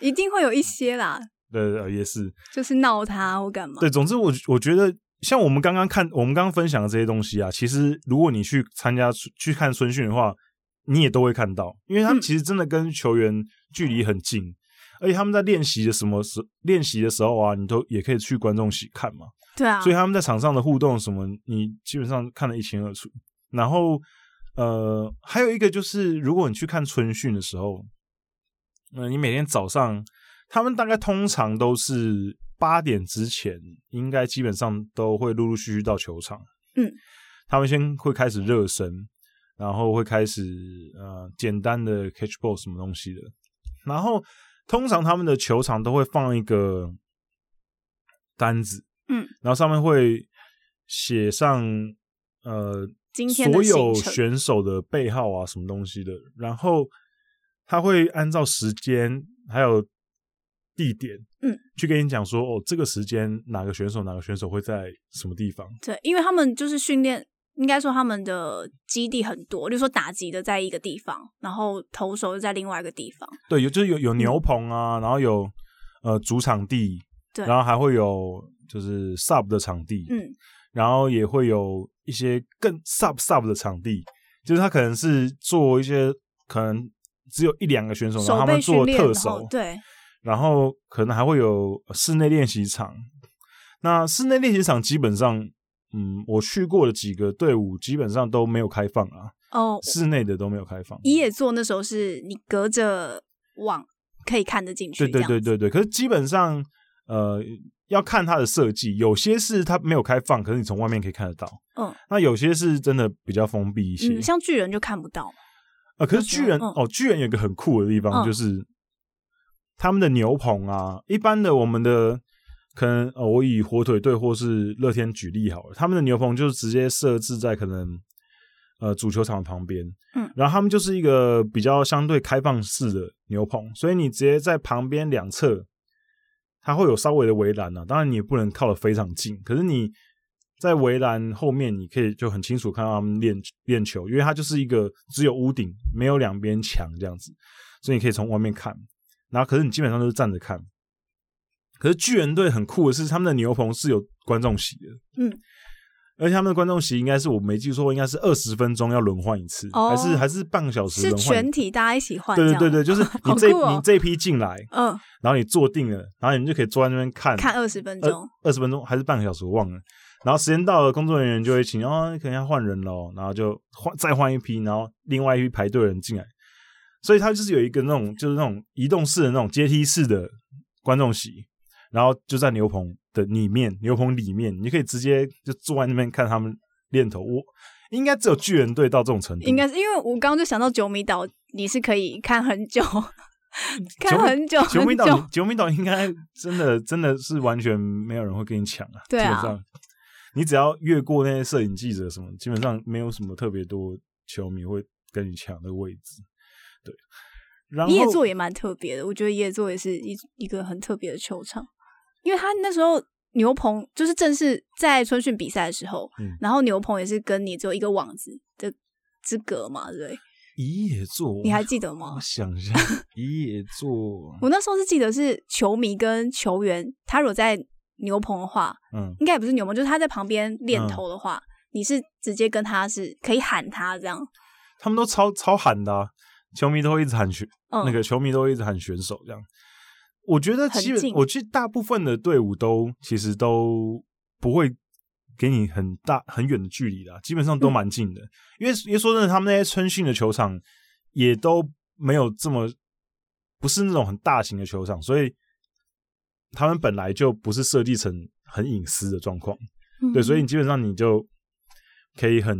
Speaker 2: 一定会有一些啦，
Speaker 1: 对对对，也是。
Speaker 2: 就是闹他或干嘛。
Speaker 1: 对，总之我我觉得，像我们刚刚看，我们刚刚分享的这些东西啊，其实如果你去参加去看春训的话，你也都会看到，因为他们
Speaker 2: 嗯
Speaker 1: 其实真的跟球员距离很近，而且他们在练习的什么时练习的时候啊，你都也可以去观众席看嘛，
Speaker 2: 对啊，
Speaker 1: 所以他们在场上的互动什么，你基本上看得一清二楚。然后呃，还有一个就是，如果你去看春训的时候，嗯、你每天早上，他们大概通常都是八点之前，应该基本上都会陆陆续续到球场。
Speaker 2: 嗯，
Speaker 1: 他们先会开始热身，然后会开始呃简单的 catch ball 什么东西的。然后通常他们的球场都会放一个单子，
Speaker 2: 嗯，
Speaker 1: 然后上面会写上呃
Speaker 2: 今天
Speaker 1: 所
Speaker 2: 的
Speaker 1: 有
Speaker 2: 行程
Speaker 1: 选手的背号啊，什么东西的，然后他会按照时间还有地点，
Speaker 2: 嗯，
Speaker 1: 去跟你讲说哦，这个时间哪个选手哪个选手会在什么地方，
Speaker 2: 对，因为他们就是训练，应该说他们的基地很多，例如说打击的在一个地方，然后投手又在另外一个地方。
Speaker 1: 对，有就是有
Speaker 2: 嗯
Speaker 1: 有牛棚啊，然后有呃主场地，
Speaker 2: 对
Speaker 1: 然后还会有就是 sub 的场地，
Speaker 2: 嗯，
Speaker 1: 然后也会有一些更 sub sub 的场地，就是他可能是做一些可能只有一两个选手，然后
Speaker 2: 手
Speaker 1: 他
Speaker 2: 背
Speaker 1: 们
Speaker 2: 训
Speaker 1: 做
Speaker 2: 练，
Speaker 1: 特
Speaker 2: 然后
Speaker 1: 手，
Speaker 2: 对，
Speaker 1: 然后可能还会有呃室内练习场。那室内练习场基本上，嗯，我去过的几个队伍基本上都没有开放啊，
Speaker 2: 哦，
Speaker 1: 室内的都没有开放。
Speaker 2: 一野座那时候是你隔着网可以看得进去，
Speaker 1: 对对
Speaker 2: 这样
Speaker 1: 对对对，可是基本上，呃，要看它的设计，有些是它没有开放，可是你从外面可以看得到。
Speaker 2: 嗯，
Speaker 1: 那有些是真的比较封闭一些。
Speaker 2: 嗯，像巨人就看不到，
Speaker 1: 呃，可是
Speaker 2: 那时
Speaker 1: 巨人、
Speaker 2: 候嗯
Speaker 1: 哦，巨人有一个很酷的地方，
Speaker 2: 嗯
Speaker 1: 就是他们的牛棚啊，一般的我们的可能、呃、我以火腿队或是乐天举例好了，他们的牛棚就是直接设置在可能呃足球场旁边，
Speaker 2: 嗯
Speaker 1: 然后他们就是一个比较相对开放式的牛棚，所以你直接在旁边两侧，它会有稍微的围栏啊，当然你也不能靠得非常近，可是你。在围栏后面，你可以就很清楚看到他们练练球，因为它就是一个只有屋顶，没有两边墙这样子，所以你可以从外面看。然后，可是你基本上都是站着看。可是巨人队很酷的是，他们的牛棚是有观众席的，
Speaker 2: 嗯，
Speaker 1: 而且他们的观众席应该是我没记错，应该是二十分钟要轮换一次，
Speaker 2: 哦
Speaker 1: 还是还是半个小时
Speaker 2: 是
Speaker 1: 轮换一
Speaker 2: 全
Speaker 1: 次？
Speaker 2: 体大家一起换，
Speaker 1: 对对
Speaker 2: 这
Speaker 1: 对
Speaker 2: 样
Speaker 1: 对，就是你
Speaker 2: 好
Speaker 1: 这、
Speaker 2: 酷哦
Speaker 1: 你这批进来，
Speaker 2: 嗯，
Speaker 1: 然后你坐定了，然后你就可以坐在那边看
Speaker 2: 看二十分钟
Speaker 1: 二，二十分钟还是半个小时，我忘了。然后时间到了，工作人员就会请哦，可能要换人喽，然后就换再换一批，然后另外一批排队的人进来，所以他就是有一个那种就是那种移动式的那种阶梯式的观众席，然后就在牛棚的里面，牛棚里面，你就可以直接就坐在那边看他们练头。我应该只有巨人队到这种程度，
Speaker 2: 应该是因为我刚刚就想到九米岛，你是可以看很久，
Speaker 1: 嗯
Speaker 2: 看
Speaker 1: 九米
Speaker 2: 很久
Speaker 1: 九 米
Speaker 2: 很久
Speaker 1: 岛，，九米岛应该真的真的是完全没有人会跟你抢啊。
Speaker 2: 对啊
Speaker 1: 基本上你只要越过那些摄影记者什么，基本上没有什么特别多球迷会跟你抢那个位置。对，然后
Speaker 2: 野座也蛮特别的，我觉得野座也是一一个很特别的球场，因为他那时候牛棚就是正是在春训比赛的时候，
Speaker 1: 嗯
Speaker 2: 然后牛棚也是跟你只有一个网子的之隔嘛，对不对？
Speaker 1: 一野座，
Speaker 2: 你还记得吗
Speaker 1: 我？想一 下，一野座，
Speaker 2: 我那时候是记得是球迷跟球员，他如果在牛棚的话，
Speaker 1: 嗯，
Speaker 2: 应该也不是牛棚，就是他在旁边练
Speaker 1: 嗯
Speaker 2: 头的话，你是直接跟他是可以喊他这样，
Speaker 1: 他们都超超喊的、啊，球迷都会一直喊选，
Speaker 2: 嗯，
Speaker 1: 那个球迷都会一直喊选手这样。我觉得基
Speaker 2: 很
Speaker 1: 本，
Speaker 2: 近
Speaker 1: 我觉得大部分的队伍都其实都不会给你很大很远的距离啦，基本上都
Speaker 2: 嗯
Speaker 1: 蛮近的。因为因为说真的，他们那些春训的球场也都没有这么不是那种很大型的球场，所以他们本来就不是设计成很隐私的状况。
Speaker 2: 嗯
Speaker 1: 对，所以你基本上你就可以很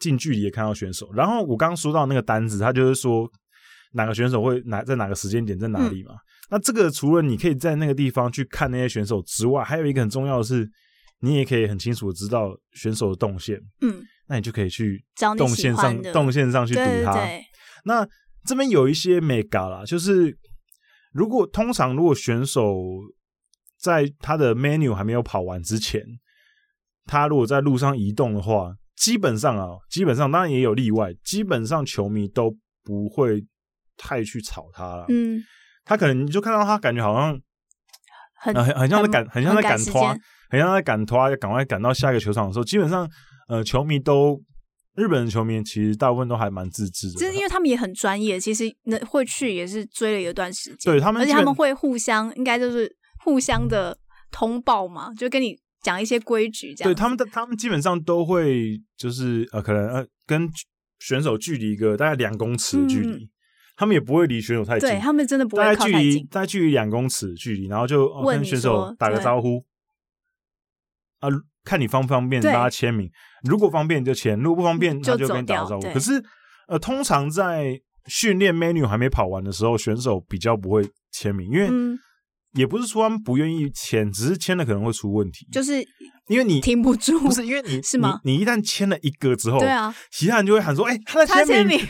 Speaker 1: 近距离的看到选手。然后我刚刚说到那个单子，它就是说哪个选手会哪在哪个时间点在哪
Speaker 2: 嗯
Speaker 1: 里嘛。那这个除了你可以在那个地方去看那些选手之外，还有一个很重要的是，你也可以很清楚的知道选手的动线，
Speaker 2: 嗯，
Speaker 1: 那你就可以去
Speaker 2: 找你
Speaker 1: 动
Speaker 2: 喜
Speaker 1: 线上
Speaker 2: 欢的
Speaker 1: 动线上去啊
Speaker 2: 对
Speaker 1: 堵他。
Speaker 2: 对对，
Speaker 1: 那这边有一些 mega 啦，就是如果通常如果选手在他的 menu 还没有跑完之前，他如果在路上移动的话，基本上啊，基本上当然也有例外，基本上球迷都不会太去吵他了。
Speaker 2: 嗯，
Speaker 1: 他可能你就看到他感觉好像
Speaker 2: 很
Speaker 1: 呃很很像在赶，
Speaker 2: 很
Speaker 1: 很像在
Speaker 2: 赶
Speaker 1: 赶
Speaker 2: 时
Speaker 1: 拖啊
Speaker 2: 间，
Speaker 1: 很像在赶拖，啊要赶快赶到下一个球场的时候，基本上呃，球迷都日本的球迷其实大部分都还蛮自制的，
Speaker 2: 就是因为他们也很专业，其实能会去也是追了有一段时间，
Speaker 1: 对他们
Speaker 2: 而且
Speaker 1: 基本
Speaker 2: 他们会互相，应该就是互相的通报嘛，就跟你讲一些规矩这样。
Speaker 1: 对他们的，他们基本上都会就是呃，可能呃跟选手距离一个大概两公尺的距离，他们也不会离选手太近，
Speaker 2: 嗯对他们真的不
Speaker 1: 大
Speaker 2: 会
Speaker 1: 概
Speaker 2: 靠
Speaker 1: 距
Speaker 2: 太
Speaker 1: 离
Speaker 2: 近，
Speaker 1: 大概距离两公尺的距离，然后就、哦
Speaker 2: 问
Speaker 1: 跟
Speaker 2: 你
Speaker 1: 选
Speaker 2: 说
Speaker 1: 手打个
Speaker 2: 对
Speaker 1: 招呼啊，看你方不方便
Speaker 2: 对
Speaker 1: 大家签名，如果方便就签，如果不方便
Speaker 2: 嗯
Speaker 1: 他
Speaker 2: 就
Speaker 1: 就
Speaker 2: 走
Speaker 1: 跟你打个
Speaker 2: 掉
Speaker 1: 招呼。
Speaker 2: 对
Speaker 1: 可是呃，通常在训练 menu 还没跑完的时候，选手比较不会签名，因为
Speaker 2: 嗯
Speaker 1: 也不是说他们不愿意签，只是签了可能会出问题，
Speaker 2: 就是
Speaker 1: 因为你
Speaker 2: 停不住，
Speaker 1: 不是因为你
Speaker 2: 是吗
Speaker 1: 你？你一旦签了一个之后，
Speaker 2: 对啊，
Speaker 1: 其他人就会喊说：“哎、他
Speaker 2: 他
Speaker 1: 在
Speaker 2: 签
Speaker 1: 签名！”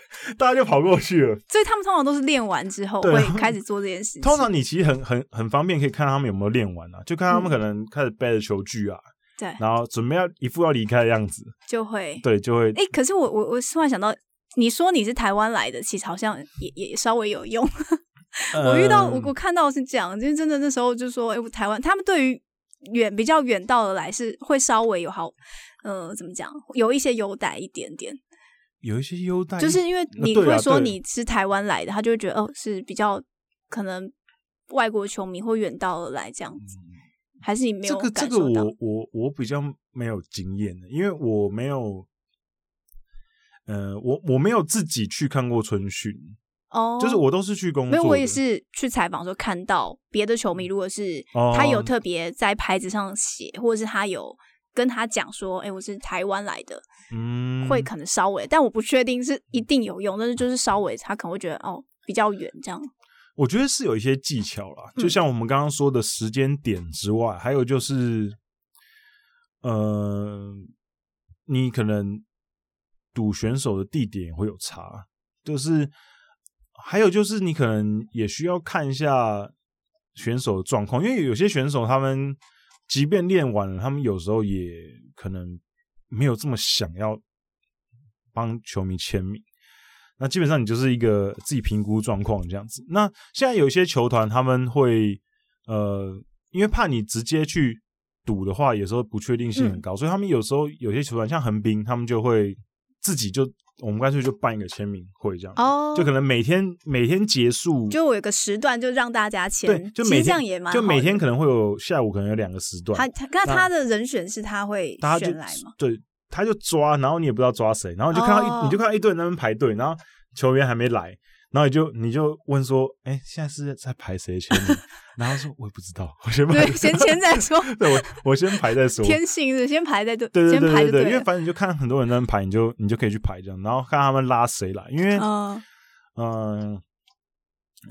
Speaker 1: 大家就跑过去 了。
Speaker 2: 所以他们通常都是练完之后
Speaker 1: 对
Speaker 2: 会
Speaker 1: 啊
Speaker 2: 开始做这件事 情。
Speaker 1: 通常你其实很很很方便，可以看他们有没有练完啊，就看他们
Speaker 2: 嗯
Speaker 1: 可能开始背着球具啊，
Speaker 2: 对
Speaker 1: 然后准备要一副要离开的样子，
Speaker 2: 就会
Speaker 1: 对，就会
Speaker 2: 哎、可是我我我突然想到，你说你是台湾来的，其实好像也也稍微有用。我遇到我我
Speaker 1: 嗯
Speaker 2: 看到是这样，就是真的那时候就说，哎、我台湾他们对于远比较远道的来是会稍微有好，呃，怎么讲，有一些优待一点点，
Speaker 1: 有一些优待，
Speaker 2: 就是因为你
Speaker 1: 对啊
Speaker 2: 会说
Speaker 1: 对
Speaker 2: 你是台湾来的，他就会觉得哦是比较可能外国球迷或远道而来这样子，还是你
Speaker 1: 嗯
Speaker 2: 没
Speaker 1: 这
Speaker 2: 有
Speaker 1: 个这
Speaker 2: 感
Speaker 1: 个
Speaker 2: 受到？
Speaker 1: 我我我比较没有经验的，因为我没有，呃，我我没有自己去看过春训，
Speaker 2: 哦，
Speaker 1: 就是我都是去工作的，
Speaker 2: 没有，我也是去采访的时候看到别的球迷，如果是
Speaker 1: 哦
Speaker 2: 他有特别在牌子上写，或者是他有跟他讲说，哎、我是台湾来的，
Speaker 1: 嗯
Speaker 2: 会可能稍微，但我不确定是一定有用，但是就是稍微，他可能会觉得哦比较远这样。
Speaker 1: 我觉得是有一些技巧啦，
Speaker 2: 嗯
Speaker 1: 就像我们刚刚说的时间点之外，还有就是，呃，你可能赌选手的地点也会有差，就是还有就是你可能也需要看一下选手的状况，因为有些选手他们即便练完了，他们有时候也可能没有这么想要帮球迷签名。那基本上你就是一个自己评估状况这样子。那现在有一些球团他们会呃，因为怕你直接去赌的话，有时候不确定性很高，所以他们有时候有些球团像横滨，他们就会自己就我们干脆就办一个签名会这样，
Speaker 2: 哦
Speaker 1: 就可能每天每天结束。
Speaker 2: 就我有个时段就让大家签
Speaker 1: 对，，就
Speaker 2: 其
Speaker 1: 每
Speaker 2: 实
Speaker 1: 天
Speaker 2: 这样也蛮好
Speaker 1: 就
Speaker 2: 的
Speaker 1: 每天可能会有下午可能有两个时段，
Speaker 2: 他他
Speaker 1: 那
Speaker 2: 那他的人选是他会
Speaker 1: 大家就
Speaker 2: 选来吗？
Speaker 1: 对，他就抓，然后你也不知道抓谁，然后你就看到一、
Speaker 2: 哦
Speaker 1: 你就看到一堆人在那边排队，然后球员还没来，然后你就你就问说，哎，现在是在排谁的签名？ 然后说我也不知道，我先排
Speaker 2: 对，，先签再说，
Speaker 1: 对我我先排再说。
Speaker 2: 天性是先排在队，
Speaker 1: 对对
Speaker 2: 先排
Speaker 1: 对
Speaker 2: 就
Speaker 1: 对，因为
Speaker 2: 了。
Speaker 1: 反正你就看很多人在那边排，你就你就可以去排这样，然后看他们拉谁来，因为
Speaker 2: 嗯
Speaker 1: 嗯，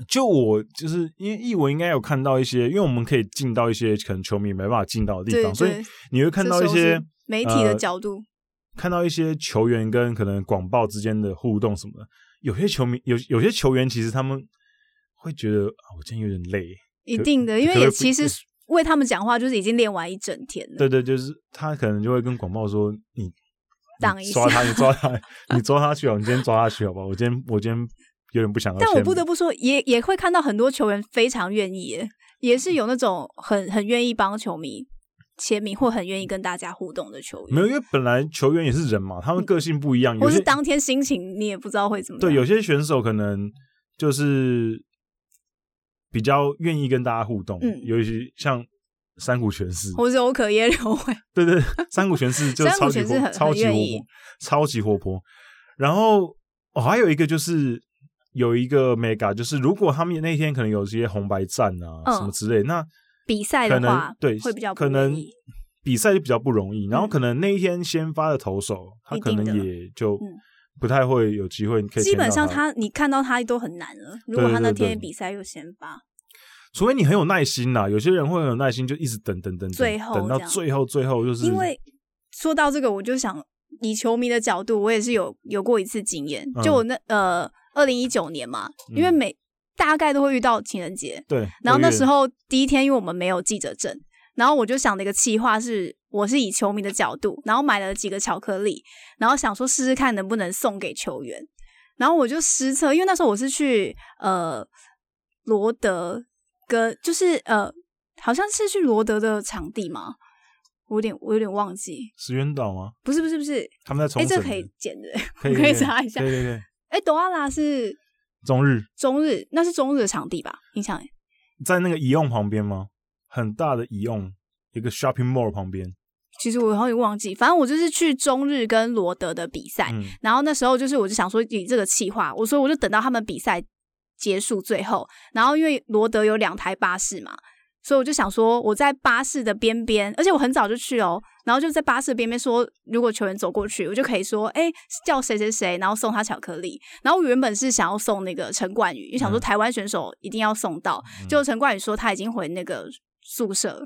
Speaker 1: 就我就是因为译文应该有看到一些，因为我们可以进到一些可能球迷没办法进到的地
Speaker 2: 对
Speaker 1: 方，所以
Speaker 2: 对
Speaker 1: 你会看到一
Speaker 2: 这时
Speaker 1: 些
Speaker 2: 候是媒体的
Speaker 1: 呃
Speaker 2: 角度，
Speaker 1: 看到一些球员跟可能广报之间的互动什么的，有些球迷有有些球员其实他们会觉得啊，我今天有点累，
Speaker 2: 一定的，因为
Speaker 1: 可
Speaker 2: 也
Speaker 1: 不
Speaker 2: 其实为他们讲话，就是已经练完一整天了。
Speaker 1: 对对，就是他可能就会跟广报说你
Speaker 2: 挡
Speaker 1: 你
Speaker 2: 一
Speaker 1: 抓
Speaker 2: 下
Speaker 1: 他，你抓 他，你抓他去哦，你今天抓他去好不好？我今天我今天有点不想要签
Speaker 2: 但
Speaker 1: 名，
Speaker 2: 我不得不说，也也会看到很多球员非常愿意耶，也是有那种很很愿意帮球迷签名或很愿意跟大家互动的球
Speaker 1: 嗯
Speaker 2: 员，
Speaker 1: 没有，因为本来球员也是人嘛，他们个性不一样，有
Speaker 2: 或
Speaker 1: 些
Speaker 2: 嗯是当天心情你也不知道会怎么样。
Speaker 1: 对有些选手可能就是比较愿意跟大家互动，
Speaker 2: 嗯
Speaker 1: 尤其像山谷全是，
Speaker 2: 或是欧可耶 刘伟，
Speaker 1: 对对，山谷玄士就是
Speaker 2: 山
Speaker 1: 超
Speaker 2: 谷
Speaker 1: 级
Speaker 2: 玄
Speaker 1: 活
Speaker 2: 士很
Speaker 1: 超级活
Speaker 2: 很愿意
Speaker 1: 泼，超级活泼。然后哦，还有一个就是有一个 mega，就是如果他们那天可能有一些红白战啊、
Speaker 2: 嗯
Speaker 1: 什么之类，那
Speaker 2: 比赛
Speaker 1: 可
Speaker 2: 的
Speaker 1: 能
Speaker 2: 话
Speaker 1: 对
Speaker 2: 会比较不
Speaker 1: 可能
Speaker 2: 愿意
Speaker 1: 比赛就比较不容易。然后
Speaker 2: 嗯
Speaker 1: 可能那一天先发的投手，他
Speaker 2: 一
Speaker 1: 可
Speaker 2: 定
Speaker 1: 能
Speaker 2: 的
Speaker 1: 也就
Speaker 2: 嗯
Speaker 1: 不太会有机会可以
Speaker 2: 基
Speaker 1: 签
Speaker 2: 本
Speaker 1: 到
Speaker 2: 上
Speaker 1: 他
Speaker 2: 他你看到他都很难了。如果
Speaker 1: 对
Speaker 2: 他那
Speaker 1: 对对
Speaker 2: 天比赛又先发，
Speaker 1: 除非你很有耐心呐、有些人会很有耐心，就一直等等等等，
Speaker 2: 最后
Speaker 1: 等到
Speaker 2: 这样
Speaker 1: 最后最后就是
Speaker 2: 因为说到这个，我就想以球迷的角度，我也是有有过一次经验，
Speaker 1: 嗯
Speaker 2: 就我那呃，二零一九年嘛，
Speaker 1: 嗯
Speaker 2: 因为每、大概都会遇到情人节，
Speaker 1: 对，
Speaker 2: 然后
Speaker 1: 二
Speaker 2: 那
Speaker 1: 月
Speaker 2: 时候第一天，因为我们没有记者证，然后我就想了一个企划是。我是以球迷的角度，然后买了几个巧克力，然后想说试试看能不能送给球员。然后我就失策，因为那时候我是去呃罗德跟就是呃好像是去罗德的场地嘛，我有点我有点忘记，
Speaker 1: 石原岛吗？
Speaker 2: 不是不是不是，
Speaker 1: 他们在
Speaker 2: 哎、
Speaker 1: 冲绳
Speaker 2: 这
Speaker 1: 的，
Speaker 2: 可以剪的。
Speaker 1: 可以
Speaker 2: 可以查一下
Speaker 1: 对对对，
Speaker 2: 哎、朵阿拉是
Speaker 1: 中日
Speaker 2: 中日，那是中日的场地吧？印象
Speaker 1: 在那个宜用旁边吗？很大的宜用，一个 shopping mall 旁边。
Speaker 2: 其实我好像也忘记，反正我就是去中日跟罗德的比赛，
Speaker 1: 嗯，
Speaker 2: 然后那时候就是我就想说以这个企划，我说我就等到他们比赛结束最后，然后因为罗德有两台巴士嘛，所以我就想说，我在巴士的边边，而且我很早就去哦，然后就在巴士边边说，如果球员走过去，我就可以说，哎、叫谁谁谁，然后送他巧克力。然后我原本是想要送那个陈冠宇，因为想说
Speaker 1: 嗯
Speaker 2: 台湾选手一定要送到，
Speaker 1: 嗯
Speaker 2: 结果陈冠宇说他已经回那个宿舍，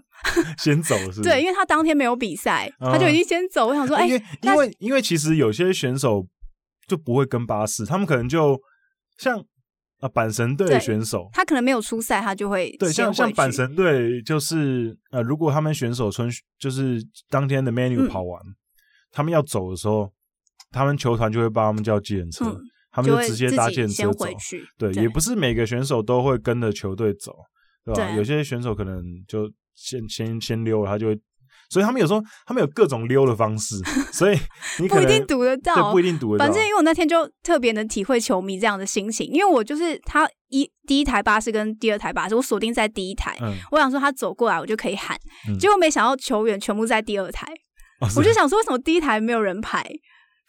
Speaker 1: 先走是不是？
Speaker 2: 对，因为他当天没有比赛，他就已经先走。我想说，哎、
Speaker 1: 嗯因为因
Speaker 2: 那
Speaker 1: 为因为其实有些选手就不会跟巴士，他们可能就像啊阪神队
Speaker 2: 对
Speaker 1: 的选手，
Speaker 2: 他可能没有出赛，他就会
Speaker 1: 对，像
Speaker 2: 先
Speaker 1: 像
Speaker 2: 回去
Speaker 1: 阪神队就是呃，如果他们选手春就是当天的 menu
Speaker 2: 嗯
Speaker 1: 跑完，他们要走的时候，他们球团就会帮他们叫计程车，
Speaker 2: 嗯
Speaker 1: 他们
Speaker 2: 就
Speaker 1: 就
Speaker 2: 会
Speaker 1: 直接
Speaker 2: 自
Speaker 1: 搭
Speaker 2: 己
Speaker 1: 计程
Speaker 2: 先
Speaker 1: 车走
Speaker 2: 回。去，
Speaker 1: 对，也不是每个选手都会跟着球队走，对吧？
Speaker 2: 对
Speaker 1: 有些选手可能就先先先溜了，他就会，所以他们有时候他们有各种溜的方式，所以 你可
Speaker 2: 不
Speaker 1: 能
Speaker 2: 一定堵得
Speaker 1: 对
Speaker 2: 到
Speaker 1: 不一。定堵得到。
Speaker 2: 反正因为我那天就特别能体会球迷这样的心情，因为我就是他一第一台巴士跟第二台巴士，我锁定在第一台，
Speaker 1: 嗯，
Speaker 2: 我想说他走过来我就可以喊，
Speaker 1: 嗯
Speaker 2: 结果没想到球员全部在第二台，
Speaker 1: 哦是
Speaker 2: 我就想说为什么第一台没有人排，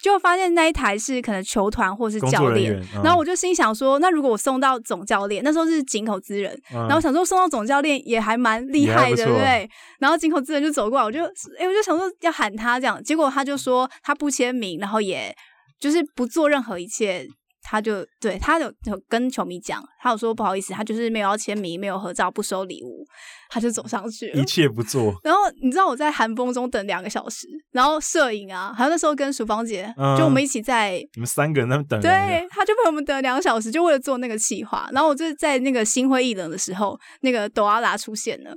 Speaker 2: 结果发现那一台是可能球团或是
Speaker 1: 工
Speaker 2: 教
Speaker 1: 作人
Speaker 2: 练，
Speaker 1: 员，嗯
Speaker 2: 然后我就心想说，那如果我送到总教练，那时候是井口之人，
Speaker 1: 嗯，
Speaker 2: 然后
Speaker 1: 然
Speaker 2: 我想说送到总教练也还蛮厉
Speaker 1: 也还
Speaker 2: 害
Speaker 1: 不
Speaker 2: 的，对不
Speaker 1: 错
Speaker 2: 对？然后井口之人就走过来，我就哎、我就想说要喊他这样，结果他就说他不签名，然后也就是不做任何一切。他就对他有有跟球迷讲，他有说不好意思，他就是没有要签名，没有合照，不收礼物，他就走上去了
Speaker 1: 一。切不做，
Speaker 2: 然后你知道我在寒风中等两个小时，然后摄影啊，还有那时候跟淑芳姐，
Speaker 1: 嗯
Speaker 2: 就我们一起在
Speaker 1: 你们三个人在那边等人家，
Speaker 2: 对，他就陪我们等了两个小时，就为了做那个企划。然后我就在那个心灰意冷的时候，那个朵阿拉出 现了，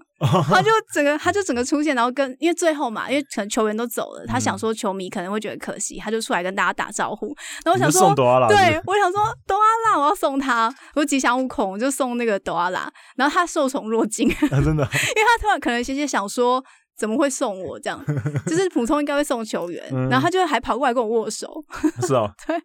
Speaker 2: 他就整个他就整个出现，然后跟因为最后嘛，因为可能球员都走了，他
Speaker 1: 嗯
Speaker 2: 想说球迷可能会觉得可惜，他就出来跟大家打招呼。然后我
Speaker 1: 你
Speaker 2: 想
Speaker 1: 就
Speaker 2: 说
Speaker 1: 送。朵阿拉，
Speaker 2: 对，我想说朵阿拉，我要送他，我吉祥物孔，我就送那个朵阿拉，然后他受宠若惊， 因为
Speaker 1: 啊 真的，
Speaker 2: 他突然可能先先想说怎么会送我这样，就是普通应该会送球员，
Speaker 1: 嗯
Speaker 2: 然后他就还跑过来跟我握手，
Speaker 1: 是哦。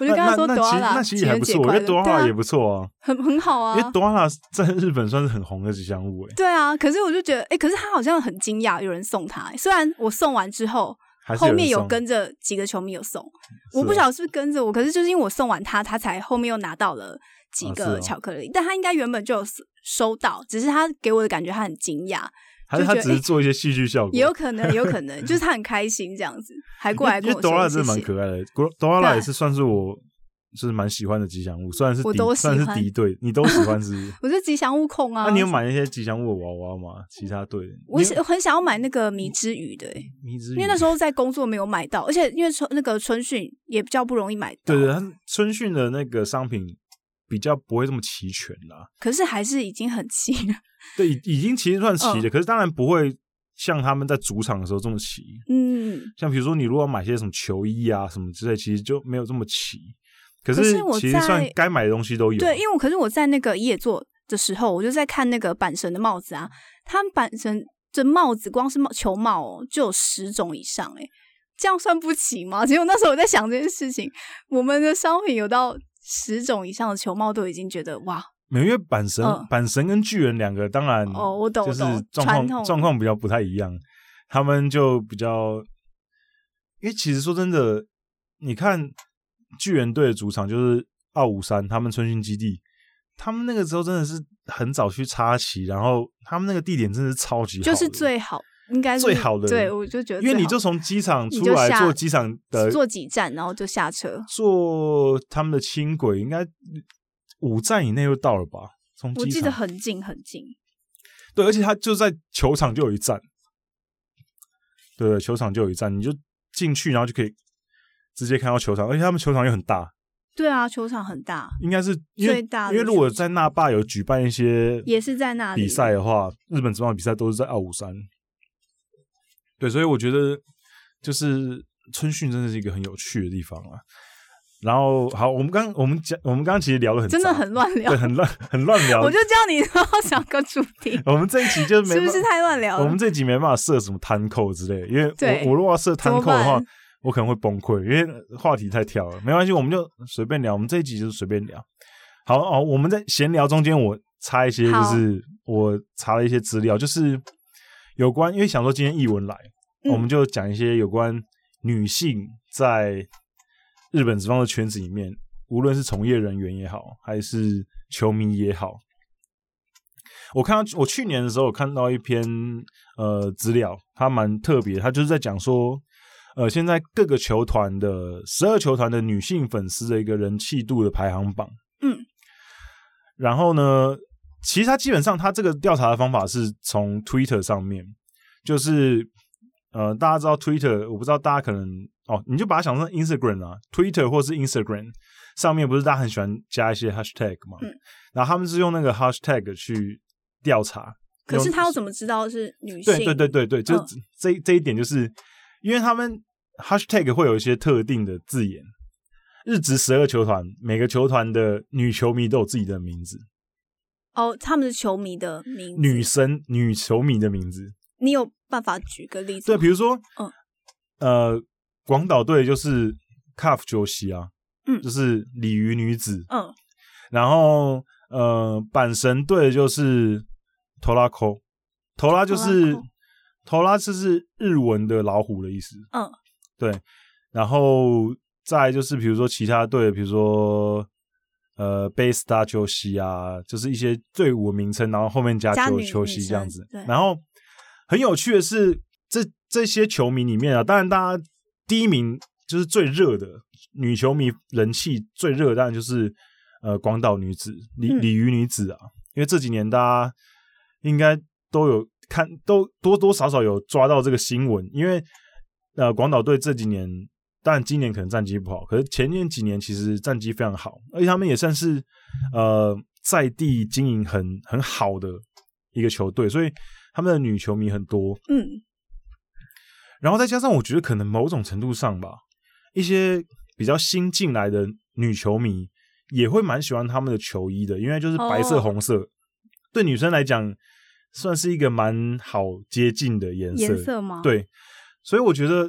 Speaker 2: 我就跟他说
Speaker 1: 那
Speaker 2: 朵阿拉
Speaker 1: 那其实那其实也还不
Speaker 2: 情人节
Speaker 1: 错，我
Speaker 2: 快
Speaker 1: 觉
Speaker 2: 乐，
Speaker 1: 得朵
Speaker 2: 对
Speaker 1: 阿
Speaker 2: 啊
Speaker 1: 拉也不错啊，
Speaker 2: 很很好啊
Speaker 1: 因，为朵阿拉在日本算是很红的吉祥物，哎，
Speaker 2: 对啊。可是我就觉得，哎、可是他好像很惊讶有人送他、虽然我送完之后，
Speaker 1: 还是
Speaker 2: 后面有
Speaker 1: 人送
Speaker 2: 跟着几个球迷有送，
Speaker 1: 是
Speaker 2: 我不
Speaker 1: 哦
Speaker 2: 晓得是不是跟着我，可是就是因为我送完他，他才后面又拿到了几
Speaker 1: 啊是
Speaker 2: 个
Speaker 1: 哦
Speaker 2: 巧克力，但他应该原本就有收到，只是他给我的感觉他很惊讶，
Speaker 1: 还是他
Speaker 2: 就觉得
Speaker 1: 只是做一些戏剧效果，
Speaker 2: 也有可能，也有可能就是他很开心这样子，还过来
Speaker 1: 因
Speaker 2: 跟
Speaker 1: 为
Speaker 2: 我
Speaker 1: 朵阿
Speaker 2: 说
Speaker 1: 拉真的蛮
Speaker 2: 谢谢。
Speaker 1: 可爱的，朵朵阿拉也
Speaker 2: 对
Speaker 1: 是算是我就是蛮喜欢的吉祥物，虽然是
Speaker 2: 我
Speaker 1: 敌
Speaker 2: 都喜
Speaker 1: 算是
Speaker 2: 欢
Speaker 1: 敌对，你都喜欢是
Speaker 2: ？
Speaker 1: 不是
Speaker 2: 我是吉祥物控啊，
Speaker 1: 那你有买那些吉祥物的娃娃吗？其他队的，
Speaker 2: 我
Speaker 1: 你
Speaker 2: 是我很想要买那个迷之鱼的、欸
Speaker 1: 迷之
Speaker 2: 因为那时
Speaker 1: 候
Speaker 2: 候在工作没有买到，而且因为春那个春训也比较不容易买到，
Speaker 1: 对对，他春训的那个商品比较不会这么齐全啦，
Speaker 2: 可是还是已经很气了。
Speaker 1: 对，已已经其实算齐了，可是当然不会像他们在主场的时候这么齐，
Speaker 2: 嗯，
Speaker 1: 像比如说你如果要买些什么球衣啊什么之类，其实就没有这么齐。可
Speaker 2: 可是我
Speaker 1: 其实算
Speaker 2: 在
Speaker 1: 该买的东西都有。
Speaker 2: 对，因为我可是我在那个野座的时候，我就在看那个阪神的帽子啊，他们阪神这帽子光是帽球帽哦，就有十种以上诶、这样算不齐吗？ 其实我那时候我在想这件事情，我们的商品有到十种以上的球帽都已经觉得哇，
Speaker 1: 没有因为阪神、
Speaker 2: 嗯
Speaker 1: 阪神跟巨人两个当然
Speaker 2: 哦我懂
Speaker 1: 就是
Speaker 2: 我懂
Speaker 1: 状
Speaker 2: 传
Speaker 1: 况
Speaker 2: 统
Speaker 1: 状况比较不太一样，他们就比较，因为其实说真的，你看巨人队的主场就是奥武山，他们春训基地，他们那个时候真的是很早去插旗，然后他们那个地点真的是超级好的，
Speaker 2: 就是最好，应该是
Speaker 1: 最好的
Speaker 2: 对我就觉得
Speaker 1: 因
Speaker 2: 最好，
Speaker 1: 为你就从机场
Speaker 2: 你
Speaker 1: 出
Speaker 2: 就
Speaker 1: 来
Speaker 2: 下
Speaker 1: 坐机场的
Speaker 2: 坐几站，然后就下车。
Speaker 1: 坐他们的轻轨，应该五站以内就到了吧？从
Speaker 2: 我
Speaker 1: 机
Speaker 2: 记
Speaker 1: 场
Speaker 2: 得很近很近，
Speaker 1: 对，而且它就在球场就有一站，对，球场就有一站，你就进去，然后就可以直接看到球场，而且他们球场也很大，
Speaker 2: 对啊，球场很大，
Speaker 1: 应该是因为
Speaker 2: 最大的
Speaker 1: 因为如果在那霸有举办一些
Speaker 2: 也是在那里
Speaker 1: 比赛的话，日本职棒比赛都是在奥武山，对，所以我觉得就是春训真的是一个很有趣的地方啊。然后好，我们刚我们讲，我们刚刚其实聊的很
Speaker 2: 真的
Speaker 1: 杂
Speaker 2: 很乱聊
Speaker 1: 对，。很乱很乱聊。，
Speaker 2: 我就叫你要想个主题
Speaker 1: 我们这一集就 没
Speaker 2: 是不
Speaker 1: 办
Speaker 2: 是太乱聊
Speaker 1: 我们
Speaker 2: 了？
Speaker 1: 这集没办法设什么摊扣之类的，因为
Speaker 2: 对
Speaker 1: 我我如果要设摊扣的
Speaker 2: 怎么
Speaker 1: 话
Speaker 2: 办，
Speaker 1: 我可能会崩溃，因为话题太跳了。没关系，我们就随便聊，我们这一集就是随便聊。好哦，我们在闲聊中间，我插一些，就
Speaker 2: 好
Speaker 1: 是我查了一些资料，就是有关，因为想说今天译文来，
Speaker 2: 嗯
Speaker 1: 我们就讲一些有关女性在日本职棒的圈子里面，无论是从业人员也好，还是球迷也好，我看到我去年的时候，我看到一篇呃资料，它蛮特别，它就是在讲说，呃，现在各个球团的十二球团的女性粉丝的一个人气度的排行榜。
Speaker 2: 嗯，
Speaker 1: 然后呢，其实它基本上它这个调查的方法是从 Twitter 上面，就是呃，大家知道 Twitter，我不知道大家可能哦，你就把它想成 Instagram 啊，Twitter 或是 Instagram 上面不是大家很喜欢加一些 hashtag 嘛，
Speaker 2: 嗯
Speaker 1: 然后他们是用那个 hashtag 去调查，
Speaker 2: 可是
Speaker 1: 用
Speaker 2: 他又怎么知道是女性？
Speaker 1: 对对对对对，就是
Speaker 2: 嗯
Speaker 1: 这、这一点，就是因为他们 hashtag 会有一些特定的字眼。日职十二球团，每个球团的女球迷都有自己的名字，
Speaker 2: 哦，他们是球迷的名字
Speaker 1: 女生女球迷的名字。
Speaker 2: 你有办法举个例子
Speaker 1: 对，
Speaker 2: 吗？
Speaker 1: 比如说，
Speaker 2: 嗯
Speaker 1: 呃，广岛队就是 CUF 球席啊，
Speaker 2: 嗯
Speaker 1: 就是鲤鱼女子，
Speaker 2: 嗯，
Speaker 1: 然后呃，阪神队就是头拉扣，头拉就是头拉就是日文的老虎的意思。
Speaker 2: 嗯，
Speaker 1: 对。然后再来就是比如说其他队，比如说呃贝斯达球西啊，就是一些队伍的名称，然后后面加
Speaker 2: 加
Speaker 1: 球
Speaker 2: 女
Speaker 1: 球西
Speaker 2: 女生
Speaker 1: 这样子
Speaker 2: 对。
Speaker 1: 然后很有趣的是，这这些球迷里面啊，当然大家第一名就是最热的女球迷人气最热，当然就是呃广岛女子、鲤
Speaker 2: 嗯
Speaker 1: 鲤鱼女子啊，因为这几年大家应该都有看，都多多少少有抓到这个新闻，因为呃广岛队这几年，当然今年可能战绩不好，可是前面几年其实战绩非常好，而且他们也算是呃在地经营很很好的一个球队，所以他们的女球迷很多，
Speaker 2: 嗯，
Speaker 1: 然后再加上我觉得可能某种程度上吧，一些比较新进来的女球迷也会蛮喜欢他们的球衣的，因为就是白色、
Speaker 2: 哦
Speaker 1: 红色，对女生来讲算是一个蛮好接近的颜色。
Speaker 2: 颜色吗？，
Speaker 1: 对，所以我觉得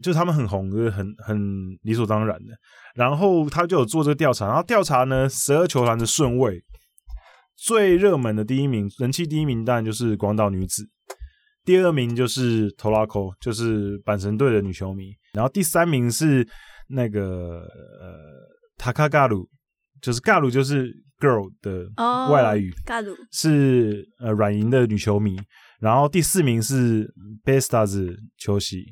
Speaker 1: 就他们很红，就是很很理所当然的。然后他就有做这个调查，然后调查呢，十二球团的顺位最热门的第一名，人气第一名当然就是广岛女子，第二名就是头拉口，就是阪神队的女球迷，然后第三名是那个呃塔卡嘎鲁，就是嘎鲁就是 girl 的
Speaker 2: 哦，
Speaker 1: 外来语。
Speaker 2: 盖鲁，
Speaker 1: 是呃软银的女球迷，然后第四名是 Baystars 球席，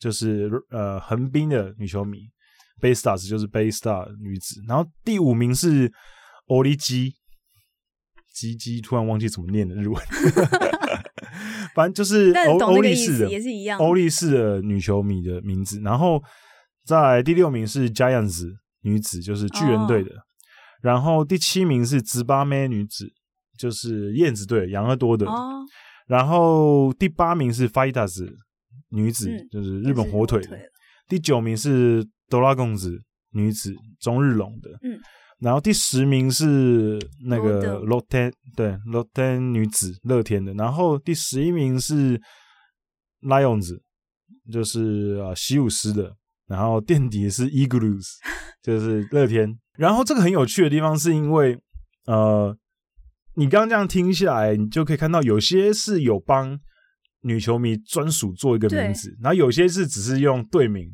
Speaker 1: 就是呃横滨的女球迷，Baystars 就是 Baystar 女子，然后第五名是 o l i g 吉吉，突然忘记怎么念的日文， 反正就是
Speaker 2: 但
Speaker 1: 欧
Speaker 2: 懂
Speaker 1: 欧
Speaker 2: 那个
Speaker 1: 力
Speaker 2: 意
Speaker 1: 士
Speaker 2: 思
Speaker 1: 的
Speaker 2: 也是一样。
Speaker 1: 欧力士的女球迷的名字，然后再来第六名是 Giants 女子，就是巨人队的，然后第七名是直巴妹女子，就是燕子队养乐多的，
Speaker 2: 哦，
Speaker 1: 然后第八名是 Fighters 女子，
Speaker 2: 嗯
Speaker 1: 就是日本
Speaker 2: 就是
Speaker 1: 火腿的，
Speaker 2: 腿了
Speaker 1: 第九名是 d o r a g o n s 女子中日龙的，
Speaker 2: 嗯，
Speaker 1: 然后第十名是那个
Speaker 2: Rotten
Speaker 1: Lotte 对 Lotte 女子乐天的，然后第十一名是 Lions，就是啊西武狮的，然后垫底是 Eagles，就是乐天。然后这个很有趣的地方是因为呃，你刚刚这样听下来，你就可以看到有些是有帮女球迷专属做一个名字，然后有些是只是用队名，